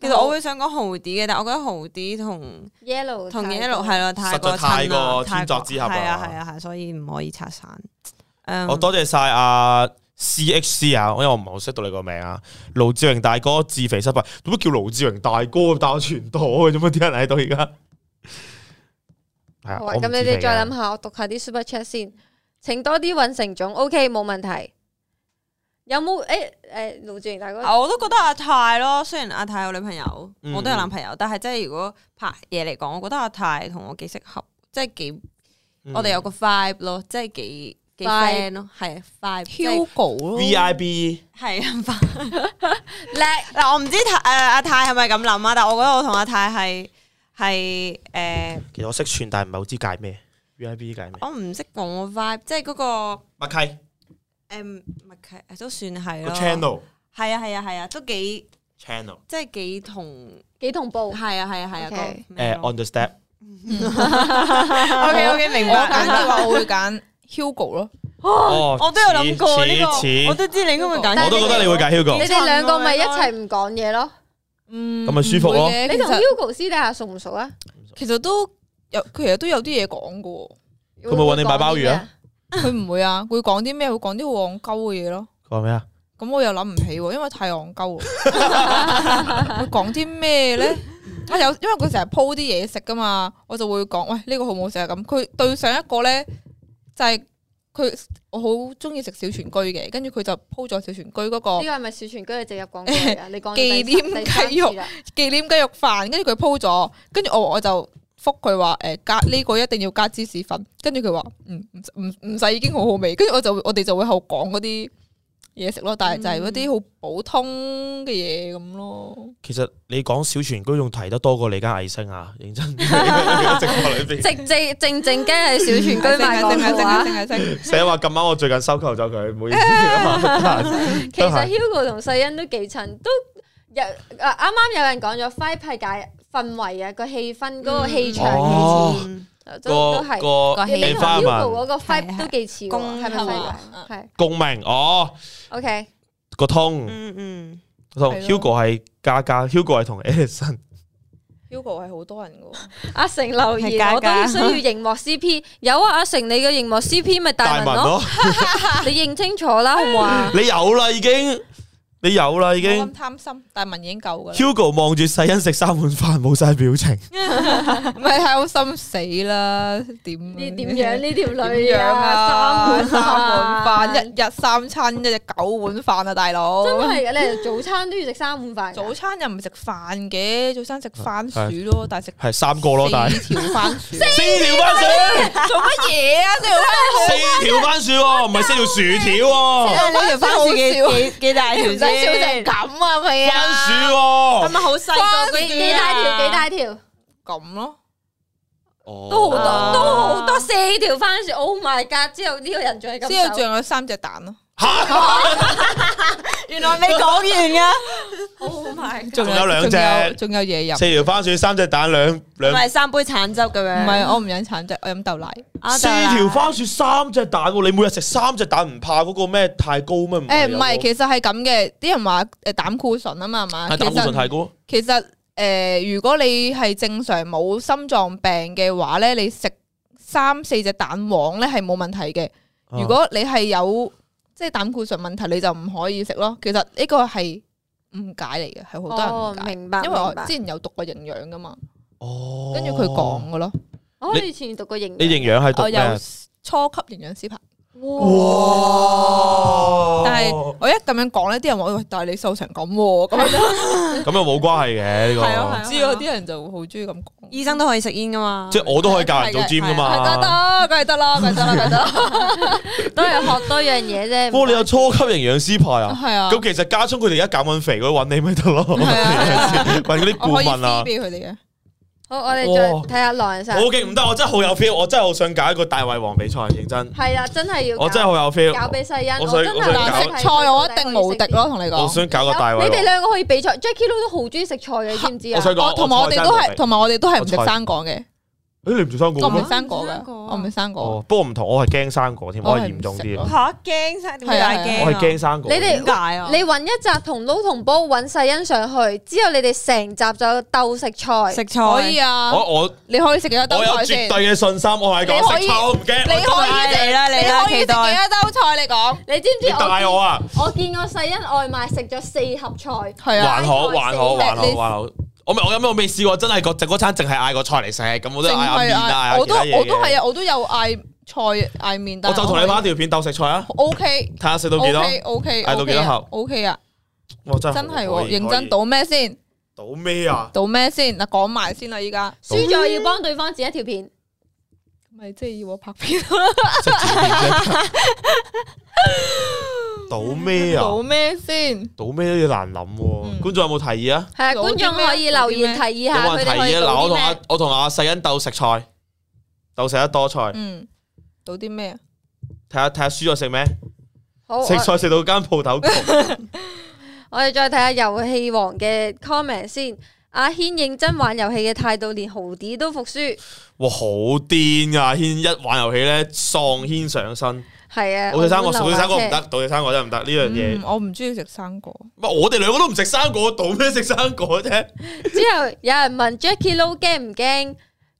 [SPEAKER 4] 其實我會想講豪啲嘅，但我覺得豪啲同。
[SPEAKER 1] ？Yellow
[SPEAKER 4] 同嘢一
[SPEAKER 1] 太
[SPEAKER 4] 路
[SPEAKER 1] 多
[SPEAKER 4] 係咯，太過
[SPEAKER 2] 實在太過
[SPEAKER 4] 親啦
[SPEAKER 2] 天作之合啊
[SPEAKER 4] 係啊係啊係，所以唔可以拆散。誒，
[SPEAKER 2] 哦我多謝晒阿 C H C 啊，因為我唔係好識到你個名啊。盧志榮大哥自肥失敗，做乜叫盧志榮大哥但我全妥嘅？做乜啲人喺度而家？ 係啊，
[SPEAKER 1] 好啊，
[SPEAKER 2] 我唔
[SPEAKER 1] 咁你
[SPEAKER 2] 知
[SPEAKER 1] 哋
[SPEAKER 2] 你
[SPEAKER 1] 再
[SPEAKER 2] 啊
[SPEAKER 1] 諗下，我讀下啲 super chat 先。請多啲揾成總，OK 冇問題。有冇誒誒盧志榮大哥？
[SPEAKER 4] 啊我都覺得阿泰咯，雖然阿泰有女朋友，
[SPEAKER 2] 嗯
[SPEAKER 4] 我都有男朋友，但係真係如果拍嘢嚟講，我覺得阿泰同我幾適合，即係幾
[SPEAKER 2] 嗯
[SPEAKER 4] 我哋有個 vibe 咯，即係幾幾
[SPEAKER 1] Vibe
[SPEAKER 4] friend 咯，係啊 vibe 即係
[SPEAKER 3] Hugo 咯
[SPEAKER 2] V I B
[SPEAKER 4] 係啊 vibe。
[SPEAKER 1] 叻，
[SPEAKER 4] 嗱，我唔知誒阿泰係咪咁諗啊，但我覺得我同阿泰係係誒，
[SPEAKER 2] 其實我識串，但係唔係好知解咩 V I B 解咩？
[SPEAKER 4] 我唔識講個 vibe，即係嗰個
[SPEAKER 2] 麥契
[SPEAKER 4] 誒默契都算係
[SPEAKER 2] 個
[SPEAKER 4] 咯。
[SPEAKER 2] channel
[SPEAKER 4] 係啊係啊係啊，都幾
[SPEAKER 2] channel
[SPEAKER 4] 即係幾同
[SPEAKER 1] 幾同步。
[SPEAKER 4] 係啊係啊係啊
[SPEAKER 1] OK
[SPEAKER 4] 個咩
[SPEAKER 2] 誒
[SPEAKER 4] 咯
[SPEAKER 2] on the step
[SPEAKER 4] OK OK 明
[SPEAKER 3] 我揀
[SPEAKER 4] 白。
[SPEAKER 3] 嘅話，我會揀 Hugo 咯。
[SPEAKER 2] 哦
[SPEAKER 4] 我都有諗過呢
[SPEAKER 2] 似似
[SPEAKER 4] 個，我都知你應該會揀。
[SPEAKER 1] 但
[SPEAKER 2] 我都覺得你會解
[SPEAKER 1] 你
[SPEAKER 2] Hugo，
[SPEAKER 1] 哋兩個咪一齊唔講嘢咯？
[SPEAKER 3] 嗯
[SPEAKER 2] 咁咪舒服咯
[SPEAKER 3] 唔會嘅
[SPEAKER 1] 你
[SPEAKER 3] 其
[SPEAKER 1] 同
[SPEAKER 3] 實
[SPEAKER 1] Hugo 私底下熟唔熟啊？
[SPEAKER 3] 其實都有，其實都有啲嘢講嘅
[SPEAKER 1] 佢
[SPEAKER 2] 會唔會搵你買鮑魚啊？
[SPEAKER 3] 喎。佢唔會啊，會講啲咩？會講啲好戇鳩嘅嘢咯。
[SPEAKER 2] 佢話咩啊？
[SPEAKER 3] 咁我又諗唔起喎，因為太戇鳩喎。會講啲咩咧？啊有，因為佢成日 po 啲嘢食噶嘛，我就會講喂呢個好唔好食啊咁。佢對上一個咧就係佢，我好中意食小全居嘅，跟住佢就 po 咗小全居嗰個
[SPEAKER 1] 呢個係咪小全居嘅植入廣告嚟㗎？你講咗
[SPEAKER 3] 忌廉
[SPEAKER 1] 第三
[SPEAKER 3] 雞
[SPEAKER 1] 第三
[SPEAKER 3] 肉
[SPEAKER 1] 次啦
[SPEAKER 3] 忌廉雞肉飯，跟住佢 po 咗，跟住我我就覆佢話誒加呢個一定要加芝士粉，跟住佢話嗯唔唔唔使已經好好味，跟住我就會我哋就會後講嗰啲嘢食咯，但係就係嗰啲好普通嘅嘢咁咯。
[SPEAKER 2] 其實你講小全居仲提得多過你間藝星啊，認真 直播裏邊。
[SPEAKER 1] 直 正正正經係小全居賣 廣告啊！
[SPEAKER 3] 係係
[SPEAKER 2] 寫話咁啱我最近收購咗佢，唔好意思。
[SPEAKER 1] 其實 Hugo 同世欣都幾襯，都有啊啱啱有人講咗 f i g h 界氛圍啊，個氣氛嗰個氣場幾
[SPEAKER 2] 哦
[SPEAKER 1] 似，都
[SPEAKER 2] 個
[SPEAKER 1] 都係。
[SPEAKER 2] 個
[SPEAKER 4] 個氣
[SPEAKER 1] 你
[SPEAKER 4] 氣
[SPEAKER 1] 同 Hugo 嗰
[SPEAKER 2] environment
[SPEAKER 1] 個 f i g
[SPEAKER 4] 係
[SPEAKER 1] h 都幾似喎，
[SPEAKER 4] 公
[SPEAKER 1] 係咪
[SPEAKER 4] 係嘛
[SPEAKER 1] f 係
[SPEAKER 2] 共鳴哦，
[SPEAKER 1] OK，
[SPEAKER 2] 個通
[SPEAKER 4] 嗯嗯，
[SPEAKER 2] 同
[SPEAKER 3] 係
[SPEAKER 2] Hugo 係嘉嘉，Hugo 係同 Edison。
[SPEAKER 3] Hugo 係好多人噶，
[SPEAKER 1] 阿成留
[SPEAKER 4] 係
[SPEAKER 1] 言
[SPEAKER 4] 假
[SPEAKER 1] 我都
[SPEAKER 4] 㗎
[SPEAKER 1] 需要熒幕 CP，有啊，阿成你嘅熒幕 CP 咪大
[SPEAKER 2] 大
[SPEAKER 1] 文
[SPEAKER 2] 文
[SPEAKER 1] 咯，
[SPEAKER 2] 咯，
[SPEAKER 1] 你認清楚啦，好唔好 啊？
[SPEAKER 2] 你有啦已經，你有啦已
[SPEAKER 3] 已
[SPEAKER 2] 經
[SPEAKER 3] 咁。貪心，但係文已經夠噶啦，
[SPEAKER 2] Hugo 望住世欣食三碗飯，冇晒表情。
[SPEAKER 3] 唔係太好心死啦，點
[SPEAKER 1] 呢點樣呢條女
[SPEAKER 3] 點樣
[SPEAKER 1] 啊？
[SPEAKER 3] 啊？
[SPEAKER 1] 三
[SPEAKER 3] 三
[SPEAKER 1] 碗
[SPEAKER 3] 碗
[SPEAKER 1] 飯
[SPEAKER 3] 飯，一日三餐，一日九碗飯啊，大佬！
[SPEAKER 1] 真係嘅，你早餐都要食三碗飯㗎。
[SPEAKER 3] 早餐又唔食飯嘅，早餐食番薯咯，但係食
[SPEAKER 2] 係三個咯，但係
[SPEAKER 3] 四條番薯，
[SPEAKER 2] 四條番薯，
[SPEAKER 3] 做乜嘢啊？四條
[SPEAKER 2] 四條番薯喎，唔係四條薯條喎，
[SPEAKER 4] 你條番薯幾幾幾大條先？
[SPEAKER 3] 番薯成咁啊，咪啊，
[SPEAKER 2] 番薯
[SPEAKER 4] 係
[SPEAKER 2] 喎，
[SPEAKER 4] 咪好細個嗰
[SPEAKER 1] 幾
[SPEAKER 4] 啲
[SPEAKER 1] 幾大條？幾大條？
[SPEAKER 3] 咁咯，
[SPEAKER 2] 都
[SPEAKER 1] 好多
[SPEAKER 4] 啊
[SPEAKER 1] 都好多四條番薯，Oh my god！之後呢個人仲係咁
[SPEAKER 3] 之後
[SPEAKER 1] 瘦，
[SPEAKER 3] 仲有三隻蛋咯，
[SPEAKER 4] 原來未講完
[SPEAKER 3] 啊
[SPEAKER 4] 噶，
[SPEAKER 1] Oh
[SPEAKER 3] 仲
[SPEAKER 2] 仲有兩隻
[SPEAKER 3] 仲有嘢飲。
[SPEAKER 2] 四條番薯，三隻蛋，兩
[SPEAKER 4] 唔
[SPEAKER 2] 兩
[SPEAKER 4] 係三杯橙汁咁
[SPEAKER 3] 唔
[SPEAKER 4] 樣。
[SPEAKER 3] 係，我唔飲橙汁，我飲豆奶。
[SPEAKER 4] 啊
[SPEAKER 2] 四條，番薯，三隻蛋喎，你每日食三隻蛋唔怕嗰個咩太高咩？
[SPEAKER 3] 誒唔係，
[SPEAKER 2] 其
[SPEAKER 3] 其實係咁嘅，啲人話誒膽固醇啊嘛，係嘛？
[SPEAKER 2] 係膽固醇
[SPEAKER 3] 其實
[SPEAKER 2] 太高，啊
[SPEAKER 3] 其實诶、呃如果你係正常冇心臟病嘅話咧，你食三四隻蛋黃咧係冇問題嘅。
[SPEAKER 2] 哦
[SPEAKER 3] 如
[SPEAKER 2] 啊
[SPEAKER 3] 果你係有即係膽固醇問題，你就唔可以食咯。其實呢個係誤解嚟嘅，係好多人
[SPEAKER 1] 哦
[SPEAKER 3] 誤，解。
[SPEAKER 1] 明白，
[SPEAKER 3] 因為我
[SPEAKER 1] 明白
[SPEAKER 3] 之前有讀過營養噶嘛，
[SPEAKER 2] 哦，
[SPEAKER 3] 跟住佢講哦嘅咯，
[SPEAKER 1] 我
[SPEAKER 2] 你
[SPEAKER 1] 以前讀過營
[SPEAKER 2] 你
[SPEAKER 1] 養，
[SPEAKER 2] 營養係讀
[SPEAKER 3] 我有
[SPEAKER 2] 咩？
[SPEAKER 3] 初級營養師牌，
[SPEAKER 2] 哇！
[SPEAKER 3] 但係我一咁樣講咧，啲人話喂，但係你瘦成咁喎，咁樣
[SPEAKER 2] 咁又冇關係嘅呢
[SPEAKER 3] 係
[SPEAKER 2] 個，
[SPEAKER 3] 啊，
[SPEAKER 4] 係啊
[SPEAKER 3] 知我啲人就會好中意咁講。
[SPEAKER 4] 醫生都可以食煙噶嘛？
[SPEAKER 2] 即係我都可以教人做 gym 噶
[SPEAKER 3] 係得
[SPEAKER 2] 嘛。
[SPEAKER 3] 得，梗係得啦，梗係得啦，梗係得啦。
[SPEAKER 1] 都係學多樣嘢啫。
[SPEAKER 2] 不過你有初級營養師牌啊？
[SPEAKER 3] 係啊，
[SPEAKER 2] 咁其實家聰佢哋而家減緊肥，佢揾你咪得咯，揾
[SPEAKER 3] 係啊係啊。
[SPEAKER 2] 嗰啲
[SPEAKER 3] 我可
[SPEAKER 2] 顧
[SPEAKER 3] 以
[SPEAKER 2] 問啊
[SPEAKER 3] free。俾佢哋嘅。
[SPEAKER 1] 好，我哋
[SPEAKER 2] 哇
[SPEAKER 1] 再睇下啊狼人殺
[SPEAKER 2] 我，啊好勁唔得，我真係好有 feel，我真係好想搞一個大胃王比賽，認真，
[SPEAKER 1] 係啦，真係要搞
[SPEAKER 2] 我真係好有
[SPEAKER 1] 搞
[SPEAKER 2] feel，
[SPEAKER 1] 俾世欣，
[SPEAKER 2] 我想
[SPEAKER 1] 真係
[SPEAKER 2] 我
[SPEAKER 1] 好
[SPEAKER 2] 想
[SPEAKER 1] 想
[SPEAKER 2] 搞
[SPEAKER 1] 睇
[SPEAKER 3] 但係
[SPEAKER 1] 佢
[SPEAKER 3] 食菜我一定無敵咯，同你
[SPEAKER 2] 我
[SPEAKER 3] 講。
[SPEAKER 2] 想搞個大
[SPEAKER 1] 你
[SPEAKER 2] 胃
[SPEAKER 1] 哋
[SPEAKER 2] 王。
[SPEAKER 1] 兩個可以比賽，Jackie Lou 都好中意食菜嘅，知唔知
[SPEAKER 2] 我
[SPEAKER 1] 啊？
[SPEAKER 2] 想講，
[SPEAKER 3] 哦同埋我哋都係，同埋我哋都係唔食生果嘅。
[SPEAKER 2] 誒你唔食生
[SPEAKER 3] 我
[SPEAKER 2] 果
[SPEAKER 3] 唔
[SPEAKER 2] 咩
[SPEAKER 3] 食生果噶，我唔食生果。
[SPEAKER 2] 哦，不過唔同，我係驚生果添，
[SPEAKER 3] 我
[SPEAKER 2] 我
[SPEAKER 3] 係
[SPEAKER 2] 係嚴重
[SPEAKER 3] 唔食
[SPEAKER 2] 啲
[SPEAKER 3] 咯，
[SPEAKER 4] 吓驚晒，點解驚啊？
[SPEAKER 2] 我係驚生果。
[SPEAKER 1] 你哋
[SPEAKER 4] 點解啊？
[SPEAKER 1] 你揾一集同撈同煲揾世欣上去，之後你哋成集就鬥食菜。
[SPEAKER 4] 食菜
[SPEAKER 3] 可以啊，
[SPEAKER 2] 我我
[SPEAKER 3] 你可以食幾多
[SPEAKER 2] 我
[SPEAKER 3] 兜
[SPEAKER 2] 有
[SPEAKER 3] 菜
[SPEAKER 2] 絕
[SPEAKER 3] 先？
[SPEAKER 2] 對嘅信心，我係
[SPEAKER 3] 你
[SPEAKER 2] 講
[SPEAKER 3] 可以
[SPEAKER 2] 食臭唔驚。
[SPEAKER 3] 你可以食
[SPEAKER 4] 嚟啦嚟
[SPEAKER 3] 你
[SPEAKER 4] 啦
[SPEAKER 3] 可以食幾
[SPEAKER 4] 期待
[SPEAKER 3] 多兜菜？你講
[SPEAKER 1] 你知唔知
[SPEAKER 2] 你
[SPEAKER 1] 我
[SPEAKER 2] 帶
[SPEAKER 1] 見
[SPEAKER 2] 我啊！
[SPEAKER 1] 我見過世欣外賣食咗四盒菜，
[SPEAKER 3] 係啊，
[SPEAKER 2] 還好，還好，還好，
[SPEAKER 3] 你
[SPEAKER 2] 還好。我咪我有咩？我未試過，真係個整嗰餐淨係嗌個菜嚟食，咁我都
[SPEAKER 3] 淨
[SPEAKER 2] 嗌下
[SPEAKER 3] 係
[SPEAKER 2] 面啊，
[SPEAKER 3] 嗌，我都
[SPEAKER 2] 嗌其他嘢
[SPEAKER 3] 我都
[SPEAKER 2] 嘅
[SPEAKER 3] 係啊，我都有嗌菜嗌面，但
[SPEAKER 2] 我就同你拍一條片鬥食菜啊，
[SPEAKER 3] O K。
[SPEAKER 2] 睇下食到
[SPEAKER 3] O
[SPEAKER 2] 幾多。
[SPEAKER 3] K O K，
[SPEAKER 2] 嗌到幾多盒
[SPEAKER 3] ？O K 啊，
[SPEAKER 2] 哇，真
[SPEAKER 3] 真係
[SPEAKER 2] 可
[SPEAKER 3] 喎，
[SPEAKER 2] 以可
[SPEAKER 3] 認
[SPEAKER 2] 以
[SPEAKER 3] 真賭咩先？
[SPEAKER 2] 賭咩啊？
[SPEAKER 3] 賭咩先？嗱，講埋先啦，依家
[SPEAKER 1] 輸咗要幫對方剪一條片。
[SPEAKER 3] 咪即係要我拍片啊
[SPEAKER 2] 食條片啫賭咩啊？
[SPEAKER 3] 賭咩先？
[SPEAKER 2] 賭咩都要難諗
[SPEAKER 3] 嗯
[SPEAKER 2] 喎。觀眾有冇提議啊？
[SPEAKER 1] 係啊，
[SPEAKER 3] 做啲
[SPEAKER 1] 觀眾
[SPEAKER 3] 咩
[SPEAKER 1] 可以留言提
[SPEAKER 3] 做
[SPEAKER 1] 議
[SPEAKER 2] 有
[SPEAKER 1] 下
[SPEAKER 2] 冇
[SPEAKER 1] 佢
[SPEAKER 2] 人提
[SPEAKER 1] 哋可以
[SPEAKER 2] 議啊？嗱，我
[SPEAKER 1] 做啲
[SPEAKER 2] 同阿
[SPEAKER 1] 咩？
[SPEAKER 2] 我同阿世欣鬥食菜，鬥食得多菜，
[SPEAKER 3] 嗯，賭啲咩啊？
[SPEAKER 2] 睇下睇下輸咗食咩？
[SPEAKER 1] 好，
[SPEAKER 2] 食
[SPEAKER 1] 我
[SPEAKER 2] 菜食到間 鋪頭窮，
[SPEAKER 1] 我哋再睇下遊戲王嘅 comment 先。阿軒認真玩遊戲嘅態度，連豪啲都服輸。
[SPEAKER 2] 哇好癲啊！軒一玩遊戲咧，喪軒上身。
[SPEAKER 1] 係啊，
[SPEAKER 2] 倒食生果，
[SPEAKER 1] 我
[SPEAKER 2] 倒
[SPEAKER 1] 會
[SPEAKER 2] 食
[SPEAKER 1] 留
[SPEAKER 2] 生果
[SPEAKER 1] 下
[SPEAKER 2] 唔
[SPEAKER 1] 車
[SPEAKER 2] 得，倒食生果真係唔得呢樣嘢
[SPEAKER 3] 嗯。我唔中意食生果。
[SPEAKER 2] 乜我哋兩個都唔食生果，倒咩食生果啫？
[SPEAKER 1] 之後有人問 Jackie Lou 驚唔驚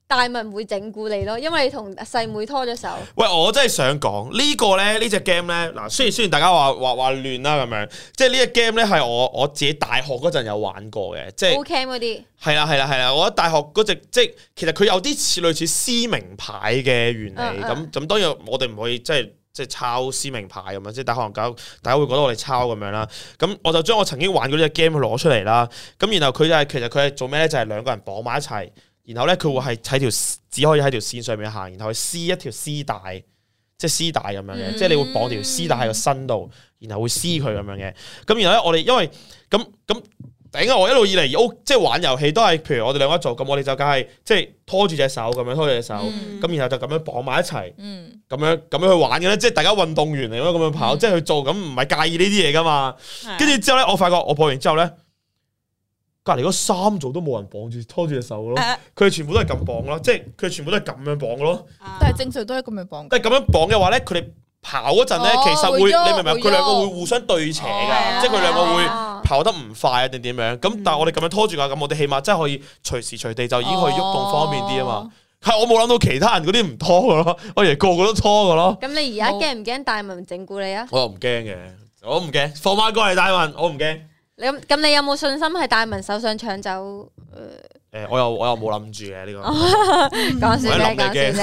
[SPEAKER 1] 大文會整蠱你咯，因為你同細妹拖咗手。
[SPEAKER 2] 喂，我真係想講呢個咧，呢只 game 咧，嗱，雖然雖然大家話話話亂啦咁樣，即係呢只 game 咧係我我自己大學嗰陣有玩過嘅，即係
[SPEAKER 1] O Cam 嗰啲
[SPEAKER 2] 係啦，係啦，係啦！我覺得大學嗰隻即係其實佢有啲似類似撕名牌嘅原理
[SPEAKER 1] 嗯
[SPEAKER 2] 咁
[SPEAKER 1] 嗯
[SPEAKER 2] 咁，當然我哋唔可以即係即係抄撕名牌咁樣，即係但可能搞大家會覺得我哋抄咁樣啦。咁我就將我曾經玩過呢隻 game 攞出嚟啦。咁然後佢就係其實佢係做咩咧？就係、兩個人綁埋一齊，然後咧佢會係喺條只可以喺條線上面行，然後去撕一條絲帶，即係絲帶咁樣嘅，
[SPEAKER 3] 嗯
[SPEAKER 2] 即係你會綁條絲帶喺個身度，然後會撕佢咁樣嘅。咁然後咧，我哋因為咁咁。頂啊！我一路以嚟屋即係玩遊戲都係，譬如我哋兩個一組，咁我哋就梗係即係拖住隻手咁樣拖住隻手，咁、
[SPEAKER 3] 嗯
[SPEAKER 2] 然後就咁樣綁埋一齊，
[SPEAKER 3] 嗯，
[SPEAKER 2] 咁樣咁樣去玩嘅咧，即係大家運動員嚟咯，咁樣跑，
[SPEAKER 3] 嗯
[SPEAKER 2] 即係去做，咁唔係介意呢啲嘢噶嘛。
[SPEAKER 4] 係啊
[SPEAKER 2] 跟住之後咧，我發覺我播完之後咧，隔離嗰三組都冇人綁住拖住隻手咯，
[SPEAKER 4] 誒
[SPEAKER 2] 佢哋全部都係咁綁咯，即係佢哋全部都係咁樣綁咯。
[SPEAKER 3] 但係正常都係咁樣綁。
[SPEAKER 2] 但係咁樣綁嘅話咧，佢哋跑嗰陣咧，
[SPEAKER 3] 哦
[SPEAKER 2] 其實會
[SPEAKER 3] 會喐
[SPEAKER 2] 你明唔明啊？
[SPEAKER 3] 會
[SPEAKER 2] 佢兩個
[SPEAKER 3] 喐
[SPEAKER 2] 會互相對斜
[SPEAKER 3] 哦係
[SPEAKER 2] 㗎，
[SPEAKER 3] 啊
[SPEAKER 2] 即係佢兩個會。
[SPEAKER 1] 哦
[SPEAKER 2] 跑得唔快啊定點樣？
[SPEAKER 1] 嗯
[SPEAKER 2] 咁但係我哋咁樣拖住架，咁我哋起碼真係可以隨時隨地就已經去喐動方便啲啊
[SPEAKER 1] 哦
[SPEAKER 2] 嘛。係我冇諗到其他人嗰啲唔拖嘅咯， 我以為個個都拖嘅咯。
[SPEAKER 1] 咁你而家
[SPEAKER 3] 冇
[SPEAKER 1] 驚唔驚大文整蠱你啊？
[SPEAKER 2] 我又唔驚嘅，我唔驚，放馬過嚟大運，我唔驚。
[SPEAKER 1] 你咁咁你有冇信心喺大文手上搶走？
[SPEAKER 2] 誒，我又我又冇諗住嘅呢個，
[SPEAKER 1] 講哦笑
[SPEAKER 2] 我一諗
[SPEAKER 1] 啫，
[SPEAKER 2] 你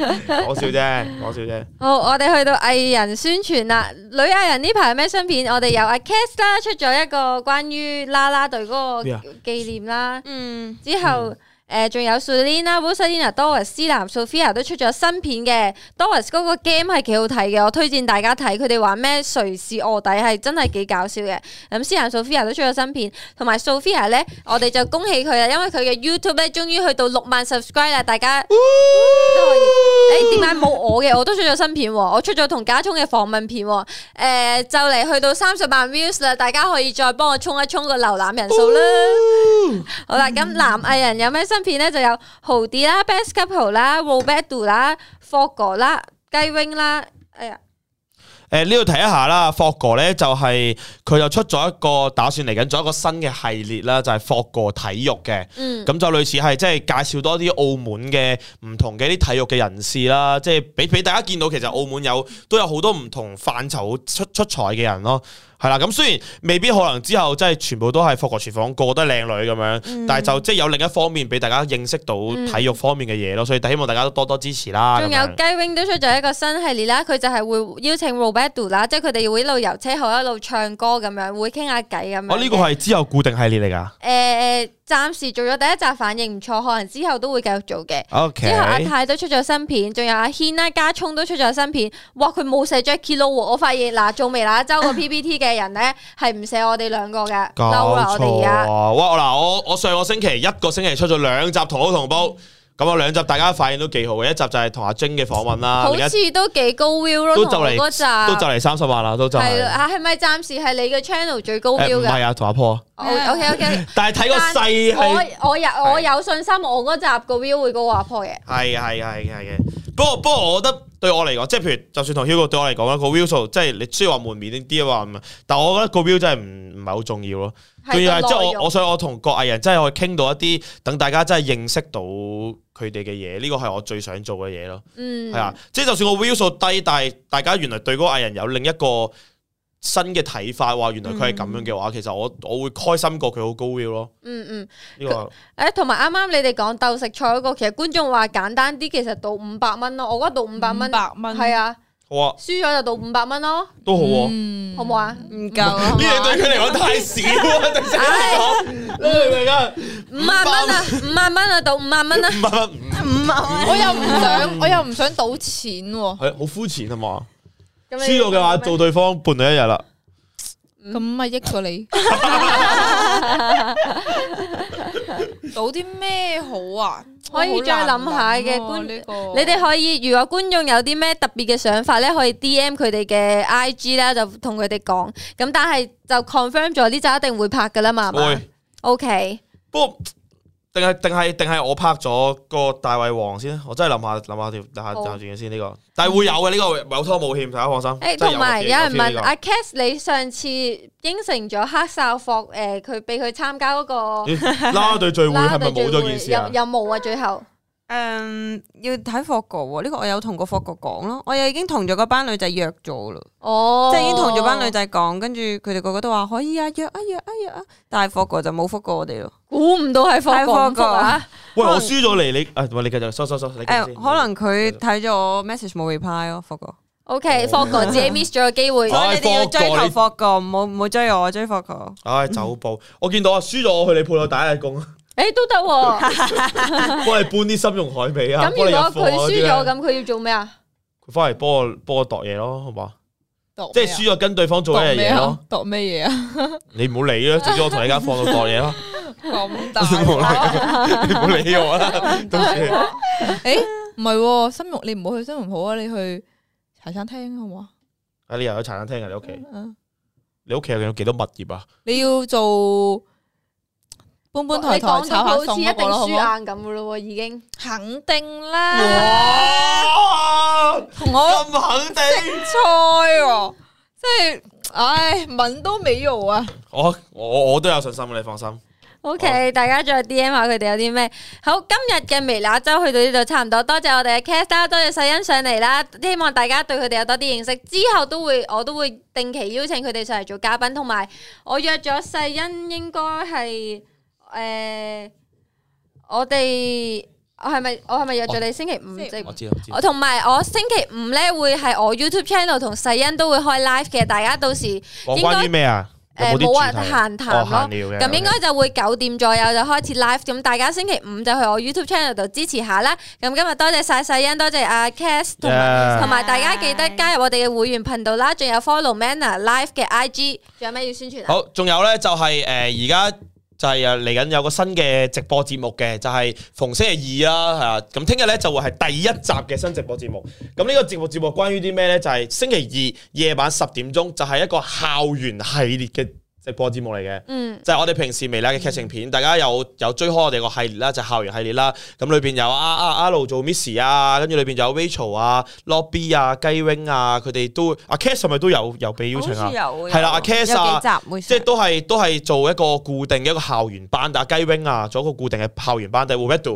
[SPEAKER 1] 講笑啫。
[SPEAKER 2] 驚 講笑啫，講笑啫。
[SPEAKER 1] 好，我哋去到藝人宣傳啦。女藝人呢排有咩新片？我哋有阿 Cass 啦，出咗一個關於啦啦隊嗰個
[SPEAKER 2] 咩啊
[SPEAKER 1] 紀念啦。
[SPEAKER 4] 嗯，
[SPEAKER 1] 之後誒仲、有 Selina、Rosalina、Doris、思南、Sophia 都出咗新片嘅。Doris 嗰個 game 係幾好睇嘅，我推薦大家睇。佢哋玩咩誰是卧底係真係幾搞笑嘅。咁思南、Sophia 都出咗新片，同埋 Sophia 咧，我哋就恭喜佢啦，因為佢嘅 YouTube 咧終於去到六萬 subscribe 啦，大家。都可以誒點解冇我嘅？我都出咗新片喎，我出咗同家聰嘅訪問片喎。誒、就嚟去到三十萬 views 啦，大家可以再幫我衝一衝個瀏覽人數啦。好啦，咁男藝人有咩新片咧？就有豪啲啦、Best Couple 啦、Roberto 啦、Fogo 啦、雞 wing 啦。哎呀，
[SPEAKER 2] 誒呢度睇一下啦，霍哥咧就係佢就出咗一個打算嚟緊做一個新嘅系列啦，就係霍哥體育嘅。
[SPEAKER 1] 嗯，
[SPEAKER 2] 咁就類似係即係介紹多啲澳門嘅唔同嘅啲體育嘅人士啦，即係俾俾大家見到其實澳門有都有好多唔同範疇出出彩嘅人咯，係啦。咁雖然未必可能之後即係全部都係霍國廚房個個都係靚女咁樣，
[SPEAKER 1] 嗯
[SPEAKER 2] 但係就即係有另一方面俾大家認識到體育方面嘅嘢咯，所以希望大家都多多支持啦。
[SPEAKER 1] 仲
[SPEAKER 2] 咁
[SPEAKER 1] 有
[SPEAKER 2] 樣
[SPEAKER 1] 雞 wing 都出咗一個新系列啦，佢就係會邀請 Roberto 啦，即係佢哋會一路遊車河一路唱歌咁樣，會傾下偈咁樣嘅。
[SPEAKER 2] 哦，呢個係之後固定系列嚟㗎。
[SPEAKER 1] 誒暫時做咗第一集反應唔錯，可能之後都會繼續做嘅。
[SPEAKER 2] O
[SPEAKER 1] 之後阿
[SPEAKER 2] K，
[SPEAKER 1] 泰都出咗新片，仲有阿軒啦、家聰都出咗新片。哇！佢冇寫 Jackie Lou 喎，我發現嗱，做微辣周 個 PPT 嘅人咧係唔寫我哋兩個嘅，
[SPEAKER 2] 搞
[SPEAKER 1] 嬲啦我哋
[SPEAKER 2] 錯啊
[SPEAKER 1] 而家。
[SPEAKER 2] 啊！哇，嗱，我我上個星期一個星期出咗兩集同好同煲，咁啊，兩集大家反應都幾好嘅，一集就係同阿晶嘅訪問啦，
[SPEAKER 1] 好
[SPEAKER 2] 另一集
[SPEAKER 1] 似都幾高 view 咯，
[SPEAKER 2] 都
[SPEAKER 1] 同
[SPEAKER 2] 就
[SPEAKER 1] 我
[SPEAKER 2] 嚟
[SPEAKER 1] 嗰
[SPEAKER 2] 都就
[SPEAKER 1] 集
[SPEAKER 2] 嚟三十萬啦，都就
[SPEAKER 1] 係
[SPEAKER 2] 係
[SPEAKER 1] 啦，啊係咪暫時係你嘅 channel 最高
[SPEAKER 2] 誒
[SPEAKER 1] view
[SPEAKER 2] 唔
[SPEAKER 1] 嘅
[SPEAKER 2] 係啊，同阿婆，
[SPEAKER 1] ？OK OK，
[SPEAKER 2] 但係睇個勢 係
[SPEAKER 1] 我我有我有信心，我嗰集個 view 會高過阿婆嘅。
[SPEAKER 2] 係係係係嘅。不過不過，我覺得對我嚟講，即係譬如就算同 Hugo 對我嚟講啦，個 view 數即係你雖然話門面啲啊嘛，但我覺得個 view 真係唔唔係好重要咯。仲要
[SPEAKER 1] 係
[SPEAKER 2] 係
[SPEAKER 1] 個
[SPEAKER 2] 啊即係
[SPEAKER 1] 內
[SPEAKER 2] 我
[SPEAKER 1] 容
[SPEAKER 2] 我想我同各藝人真係可以傾到一啲等大家真係認識到佢哋嘅嘢，呢個係我最想做嘅嘢咯。
[SPEAKER 1] 嗯
[SPEAKER 2] 係啊，即係就算個 view 數低，但係大家原來對嗰個藝人有另一個新嘅睇法，話原來佢係咁樣嘅話，其實我我會開心過佢好高 view 咯。
[SPEAKER 1] 嗯嗯。
[SPEAKER 2] 呢個
[SPEAKER 1] 誒，同埋啱啱你哋講鬥食菜嗰個，其實觀眾話簡單啲，其實到五百蚊咯，我覺得到五百蚊，
[SPEAKER 3] 百蚊
[SPEAKER 1] 係啊，
[SPEAKER 2] 好啊，
[SPEAKER 1] 輸咗就到五百蚊咯，
[SPEAKER 2] 都好啊。
[SPEAKER 3] 嗯
[SPEAKER 1] 好唔好啊？
[SPEAKER 4] 唔夠啊
[SPEAKER 2] 呢嘢對佢嚟講太少 啊！對佢嚟講，你明唔明
[SPEAKER 1] 五
[SPEAKER 2] 啊？
[SPEAKER 1] 萬蚊啊，五萬蚊啊，到五萬蚊啦，
[SPEAKER 2] 五百蚊五，
[SPEAKER 4] 五啊！
[SPEAKER 3] 我又唔想，我又唔想賭錢喎，
[SPEAKER 2] 係好膚淺啊嘛！
[SPEAKER 1] 咁你
[SPEAKER 2] 輸到嘅話，做對方伴侶一日啦。
[SPEAKER 3] 咁咪益咗 你。賭啲咩好啊？
[SPEAKER 1] 可以再諗下嘅
[SPEAKER 3] 我好
[SPEAKER 1] 觀
[SPEAKER 3] 難諗喎呢個
[SPEAKER 1] 你哋可以，如果觀眾有啲咩特別嘅想法咧，可以 D M 佢哋嘅 I G 啦，就同佢哋講。咁但係就 confirm 咗呢集一定會拍噶啦嘛，係嘛
[SPEAKER 2] 喂，
[SPEAKER 1] ？O K，
[SPEAKER 2] 不過定係定係定係我拍咗個大胃王先，我真係諗下諗下條諗下諗下轉先呢個，但係會有嘅呢個有拖冇欠，大家放心。
[SPEAKER 1] 誒，
[SPEAKER 2] 真係
[SPEAKER 1] 同埋有人
[SPEAKER 2] 嘅呢
[SPEAKER 1] 問
[SPEAKER 2] 個
[SPEAKER 1] 阿 Cass，你上次應承咗黑哨霍誒，佢俾佢參加嗰個
[SPEAKER 2] 咦啦啦隊聚會係咪冇咗件事啊
[SPEAKER 1] 有？有冇啊？最後
[SPEAKER 4] 誒，嗯要睇霍哥喎，呢個我有同個霍哥講咯，我又已經同咗嗰班女仔約咗啦，
[SPEAKER 1] 哦，
[SPEAKER 4] 即係已經同咗班女仔講，跟住佢哋個個都話可以啊，約啊約啊約啊，但係霍哥就冇覆過我哋咯。
[SPEAKER 1] 估唔到係霍
[SPEAKER 4] 係
[SPEAKER 1] 哥
[SPEAKER 4] 霍
[SPEAKER 1] 唔
[SPEAKER 4] 哥
[SPEAKER 1] 復啊！
[SPEAKER 2] 喂，
[SPEAKER 4] 可能
[SPEAKER 2] 我輸咗嚟，你誒，喂，你繼續收收收，你繼續
[SPEAKER 4] 誒，
[SPEAKER 2] 先
[SPEAKER 4] 可能佢睇咗我 message 冇 reply 咯，霍哥。
[SPEAKER 1] O
[SPEAKER 2] 哦
[SPEAKER 1] K，霍哥自己 miss 咗個機 會，
[SPEAKER 2] 啊
[SPEAKER 4] 所以你哋要追
[SPEAKER 2] 霍哥
[SPEAKER 4] 求
[SPEAKER 2] 你
[SPEAKER 4] 霍哥，唔好唔好追我，追霍哥。
[SPEAKER 2] 唉走步，我見到啊，輸咗我去你鋪頭打下工，啊
[SPEAKER 1] 誒都得 喎。
[SPEAKER 2] 幫你搬啲參茸海味啊。
[SPEAKER 1] 咁如果佢
[SPEAKER 2] 幫你入貨啊
[SPEAKER 1] 輸
[SPEAKER 2] 啲
[SPEAKER 1] 咗，
[SPEAKER 2] 啊
[SPEAKER 1] 咁佢要做咩啊？
[SPEAKER 2] 佢翻嚟幫我幫我度嘢咯，好嘛？
[SPEAKER 3] 度
[SPEAKER 2] 即係
[SPEAKER 3] 咩啊
[SPEAKER 2] 輸咗跟對方做一樣
[SPEAKER 3] 度咩
[SPEAKER 2] 嘢咯
[SPEAKER 3] 啊，？度咩嘢啊？
[SPEAKER 2] 你唔好理啦，總之我同你間房度度嘢咯，
[SPEAKER 3] 咁大
[SPEAKER 2] 你唔好理你唔好理我啦，到時。
[SPEAKER 3] 诶，唔係喎，深玉你唔好去深玉鋪啊，你去茶餐廳好唔好啊？
[SPEAKER 2] 啊！你又有茶餐廳啊？你屋企，
[SPEAKER 3] 嗯
[SPEAKER 2] 你屋企有幾多物業啊？
[SPEAKER 3] 你要做搬搬抬
[SPEAKER 1] 你
[SPEAKER 3] 抬
[SPEAKER 1] 講
[SPEAKER 3] 炒
[SPEAKER 1] 到
[SPEAKER 3] 下
[SPEAKER 1] 好似
[SPEAKER 3] 餸
[SPEAKER 1] 一
[SPEAKER 3] 嗰
[SPEAKER 1] 定
[SPEAKER 3] 個咯，好
[SPEAKER 1] 輸
[SPEAKER 3] 唔好？
[SPEAKER 1] 硬咁噶咯喎，已經。
[SPEAKER 3] 啊肯定 啦，
[SPEAKER 2] 哇！
[SPEAKER 3] 同我
[SPEAKER 2] 咁肯定，
[SPEAKER 3] 菜喎，即係唉，聞都美容啊！
[SPEAKER 2] 我我我都有信心嘅，你放心。
[SPEAKER 1] O K，大家再 D M 下佢哋有啲咩好。今日嘅微辣周去到呢度差唔多，多謝我哋嘅 cast 啦，多謝世欣上嚟啦，希望大家對佢哋有多啲認識。之後都會我都會定期邀請佢哋上嚟做嘉賓，同埋我約咗世欣應該係誒我哋我係咪我係咪約咗你星期五
[SPEAKER 3] 星期
[SPEAKER 1] 即
[SPEAKER 2] 我知我知
[SPEAKER 1] 我。哦同埋我星期五咧會係我 YouTube channel 同世欣都會開 live 嘅，大家到時
[SPEAKER 2] 講
[SPEAKER 1] 應該
[SPEAKER 2] 關於咩啊？有
[SPEAKER 1] 誒
[SPEAKER 2] 冇
[SPEAKER 1] 冇
[SPEAKER 2] 啲
[SPEAKER 1] 話
[SPEAKER 2] 主題？
[SPEAKER 1] 閒談
[SPEAKER 2] 哦閒
[SPEAKER 1] 咯。
[SPEAKER 2] 聊嘅。
[SPEAKER 1] 咁應該就會九點左右就開始 live，咁大家星期五就去我 YouTube channel 度支持下啦。咁今日多謝晒世欣，多謝阿 Cass，同埋
[SPEAKER 2] Yeah
[SPEAKER 1] 同埋大家記得加入我哋嘅會員頻道啦，仲有 follow Manner Live 嘅 IG，仲有咩要宣傳啊？
[SPEAKER 2] 好，仲有咧就係誒而家。就係誒嚟緊有個新嘅直播節目嘅，就係、逢星期二啦，係啊，咁聽日咧就會係第一集嘅新直播節目。咁呢個節目節目關於啲咩咧？就係、星期二夜晚十點鐘，就係、一個校園系列嘅直播節目嚟嘅。
[SPEAKER 1] 嗯，
[SPEAKER 2] 就係我哋平時微辣嘅劇情片，大家有有追開我哋個系列啦，就係校園系列啦。咁裏邊有啊啊阿露做 Miss 啊，跟住裏邊有 Rachel 啊、Lobby 啊、雞 wing 啊，佢哋都阿 Cass 係咪都有有被邀請啊？
[SPEAKER 4] 有
[SPEAKER 2] 係啦阿 Cass 啊
[SPEAKER 4] 有幾集會
[SPEAKER 2] 即係都係都係做一個固定嘅一個校園班底，雞 wing 啊，做一個固定嘅校園班底 w e d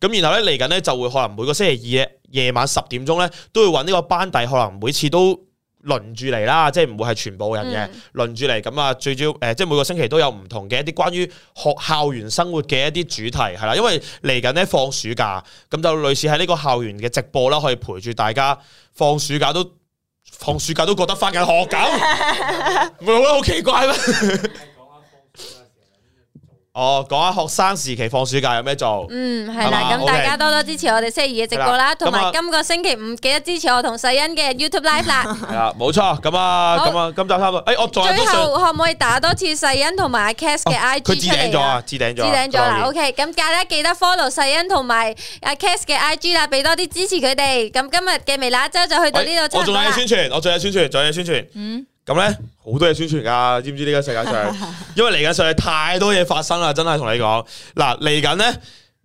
[SPEAKER 2] 咁然後咧嚟緊咧就會可能每個星期二夜晚十點鐘咧，都會揾呢個班底，可能每次都輪住嚟啦，即係唔會係全部人嘅。
[SPEAKER 1] 嗯
[SPEAKER 2] 輪住嚟咁啊，最主要誒、呃即係每個星期都有唔同嘅一啲關於學校園生活嘅一啲主題係啦，因為嚟緊咧放暑假，咁就類似喺呢個校園嘅直播啦，可以陪住大家放暑假都放暑假都覺得翻 緊學咁，唔係覺得好奇怪咩？哦，講下學生時期放暑假有咩做？
[SPEAKER 1] 嗯，系
[SPEAKER 2] 係
[SPEAKER 1] 啦，
[SPEAKER 2] 嘛
[SPEAKER 1] 咁大
[SPEAKER 2] OK
[SPEAKER 1] 家多多支持我哋星期二嘅直播啦，
[SPEAKER 2] 係啦
[SPEAKER 1] 同
[SPEAKER 2] 咁啊
[SPEAKER 1] 埋今個星期五記得支持我同世欣嘅 YouTube Live 啦。
[SPEAKER 2] 係啦，冇錯。咁啊，
[SPEAKER 1] 好
[SPEAKER 2] 咁啊，今集差唔多。诶，我仲有
[SPEAKER 1] 最
[SPEAKER 2] 都想
[SPEAKER 1] 後可唔可以打多次世欣同埋阿 Cass 嘅 IG
[SPEAKER 2] 哦佢置
[SPEAKER 1] 出
[SPEAKER 2] 頂
[SPEAKER 1] 嚟
[SPEAKER 2] 咗
[SPEAKER 1] 啊
[SPEAKER 2] 啊，？置頂咗
[SPEAKER 1] 知
[SPEAKER 2] 啊，
[SPEAKER 1] 頂咗啦
[SPEAKER 2] 當然
[SPEAKER 1] ，OK，咁大家記得 follow 世欣同埋阿 Cass 嘅 IG 啦，俾多啲支持佢哋。咁今日嘅微辣一周就去到呢度
[SPEAKER 2] 喂
[SPEAKER 1] 差
[SPEAKER 2] 我
[SPEAKER 1] 唔多
[SPEAKER 2] 仲有
[SPEAKER 1] 啦
[SPEAKER 2] 嘢。宣傳，我仲有嘢宣傳，仲有嘢宣傳。
[SPEAKER 3] 嗯，
[SPEAKER 2] 咁咧好多嘢宣傳噶，知唔知呢個世 界上？因為嚟緊上係太多嘢發生啦，真係同你講。嗱，嚟緊咧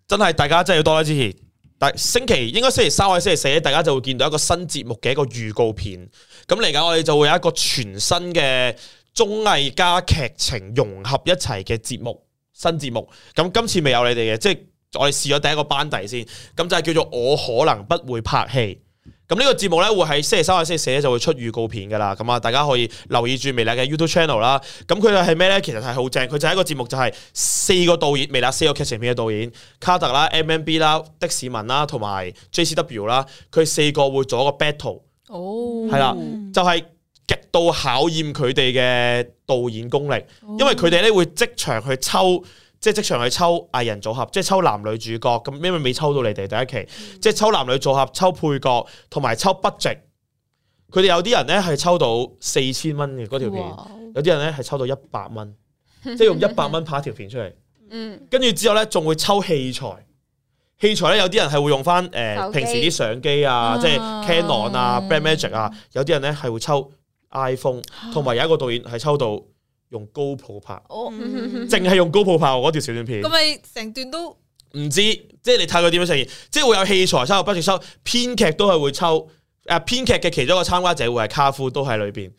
[SPEAKER 2] 真係大家真係要多多支持。但星期應該星期三或者星期四咧，大家就會見到一個新節目嘅一個預告片。咁嚟緊我哋就會有一個全新嘅綜藝加劇情融合一齊嘅節目，新節目。咁今次未有你哋嘅，即係我哋試咗第一個班底先，咁就係叫做我可能不會拍戲。咁呢個節目咧會喺星期三或者星期四咧就會出預告片噶啦，咁啊大家可以留意住微辣嘅 YouTube channel 啦。咁佢係咩咧？其實係好正，佢就係一個節目就係四個導演，微辣四個劇情片嘅導演，卡特啦、MMB 啦、的士文啦同埋 JCW 啦，佢四個會做一個 battle，
[SPEAKER 3] 哦，
[SPEAKER 2] 係啦，就係極度考驗佢哋嘅導演功力。因為佢哋咧會即場去抽，即係即場去抽藝人組合，即係抽男女主角咁，因為未抽到你哋第一期，即係抽男女組合、抽配角同埋抽 budget。佢哋有啲人咧係抽到四千蚊嘅嗰條片，
[SPEAKER 3] 哇
[SPEAKER 2] 有啲人咧係抽到一百 蚊，即係用一百蚊拍一條片出嚟。
[SPEAKER 1] 嗯，
[SPEAKER 2] 跟住之後咧，仲會抽器材。器材咧，有啲人係會用翻誒、呃
[SPEAKER 1] 手機
[SPEAKER 2] 平時啲相機啊，即係 Canon 啊、Blackmagic 啊，有啲人咧係會抽 iPhone，同埋有一個導演係抽到用 GoPro 拍。
[SPEAKER 3] 我
[SPEAKER 2] 淨係用高泡炮嗰條小短片，
[SPEAKER 3] 咁咪成段都
[SPEAKER 2] 唔知即係你睇佢點樣呈現，即係會有器材收、不斷收，編劇都係會抽，誒、編劇嘅其中一個參加者會係卡夫，都喺裏邊。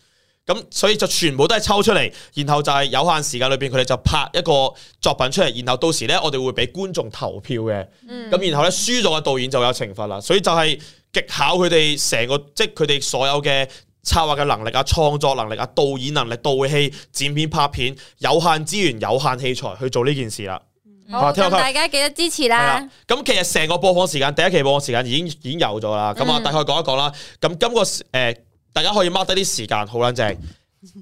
[SPEAKER 2] 咁所以就全部都係抽出嚟，然後就係有限時間裏邊，佢哋就拍一個作品出嚟，然後到時呢，我哋會俾觀眾投票嘅。
[SPEAKER 1] 嗯
[SPEAKER 2] 咁、然後呢，輸咗嘅導演就有懲罰啦。所以就係極考佢哋成個，即係佢哋所有嘅策劃嘅能力啊、創作能力啊、導演能力、導戲、剪片、拍片，有限資源、有限器材去做呢件事啦。
[SPEAKER 1] 好，
[SPEAKER 2] 啊聽
[SPEAKER 1] 咁
[SPEAKER 2] 我
[SPEAKER 1] 大家記得支持
[SPEAKER 2] 係
[SPEAKER 1] 啦
[SPEAKER 2] 啦。，咁其實成個播放時間，第一期播放時間已經已經有咗啦。咁啊，
[SPEAKER 1] 嗯
[SPEAKER 2] 大概講一講啦。咁今個誒、呃大家可以 mark 低啲時間，好撚正。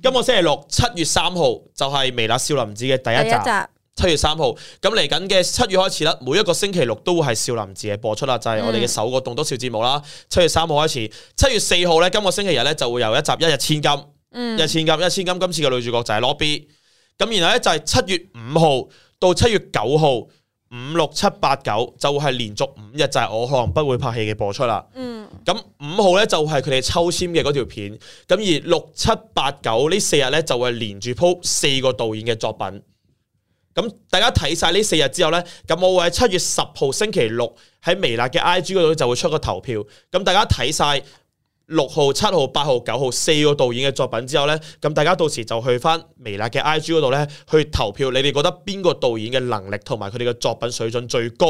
[SPEAKER 2] 今個星期六，七月三號就係《微辣少林寺》嘅
[SPEAKER 1] 第
[SPEAKER 2] 第
[SPEAKER 1] 一
[SPEAKER 2] 一集。
[SPEAKER 1] 集，
[SPEAKER 2] 七月三號，咁嚟緊嘅七月開始啦，每一個星期六都會係少林寺嘅播出啦，就
[SPEAKER 1] 嗯
[SPEAKER 2] 係、我哋嘅首個棟篤笑節目啦。七月三號開始，七月四號咧，今個星期日咧就會有一集一日千金。
[SPEAKER 1] 嗯
[SPEAKER 2] 一，千金，一千金今次嘅女主角就係 Lobby。咁然後咧就係七月五號到七月九號，五六七八九就會係連續五日就係我可能不會拍戲嘅播出啦。
[SPEAKER 1] 嗯，
[SPEAKER 2] 咁五號咧就係佢哋抽籤嘅嗰條片，咁而六七八九呢四日咧就係連住鋪四個導演嘅作品。咁大家睇晒呢四日之後咧，咁我會喺七月十號星期六喺微辣嘅 IG 嗰度就會出個投票。咁大家睇晒六號、七號、八號、九號四個導演嘅作品之後咧，咁大家到時就去翻微辣嘅 IG 嗰度咧去投票，你哋覺得邊個導演嘅能力同埋佢哋嘅作品水準最高？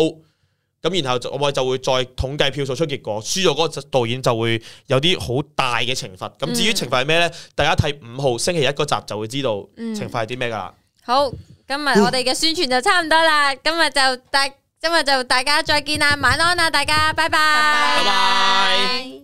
[SPEAKER 2] 咁然後就我哋就會再統計票數出結果，輸咗嗰個導演就會有啲好大嘅懲罰。咁至於懲罰係咩呢？大家睇五號星期一嗰集就會知道
[SPEAKER 1] 嗯
[SPEAKER 2] 懲罰係啲咩㗎啦。
[SPEAKER 1] 好，今日我哋嘅宣傳就差唔多啦，今日啊就大，今日就大家再見啦，晚安啦，大家，拜拜
[SPEAKER 2] 拜拜。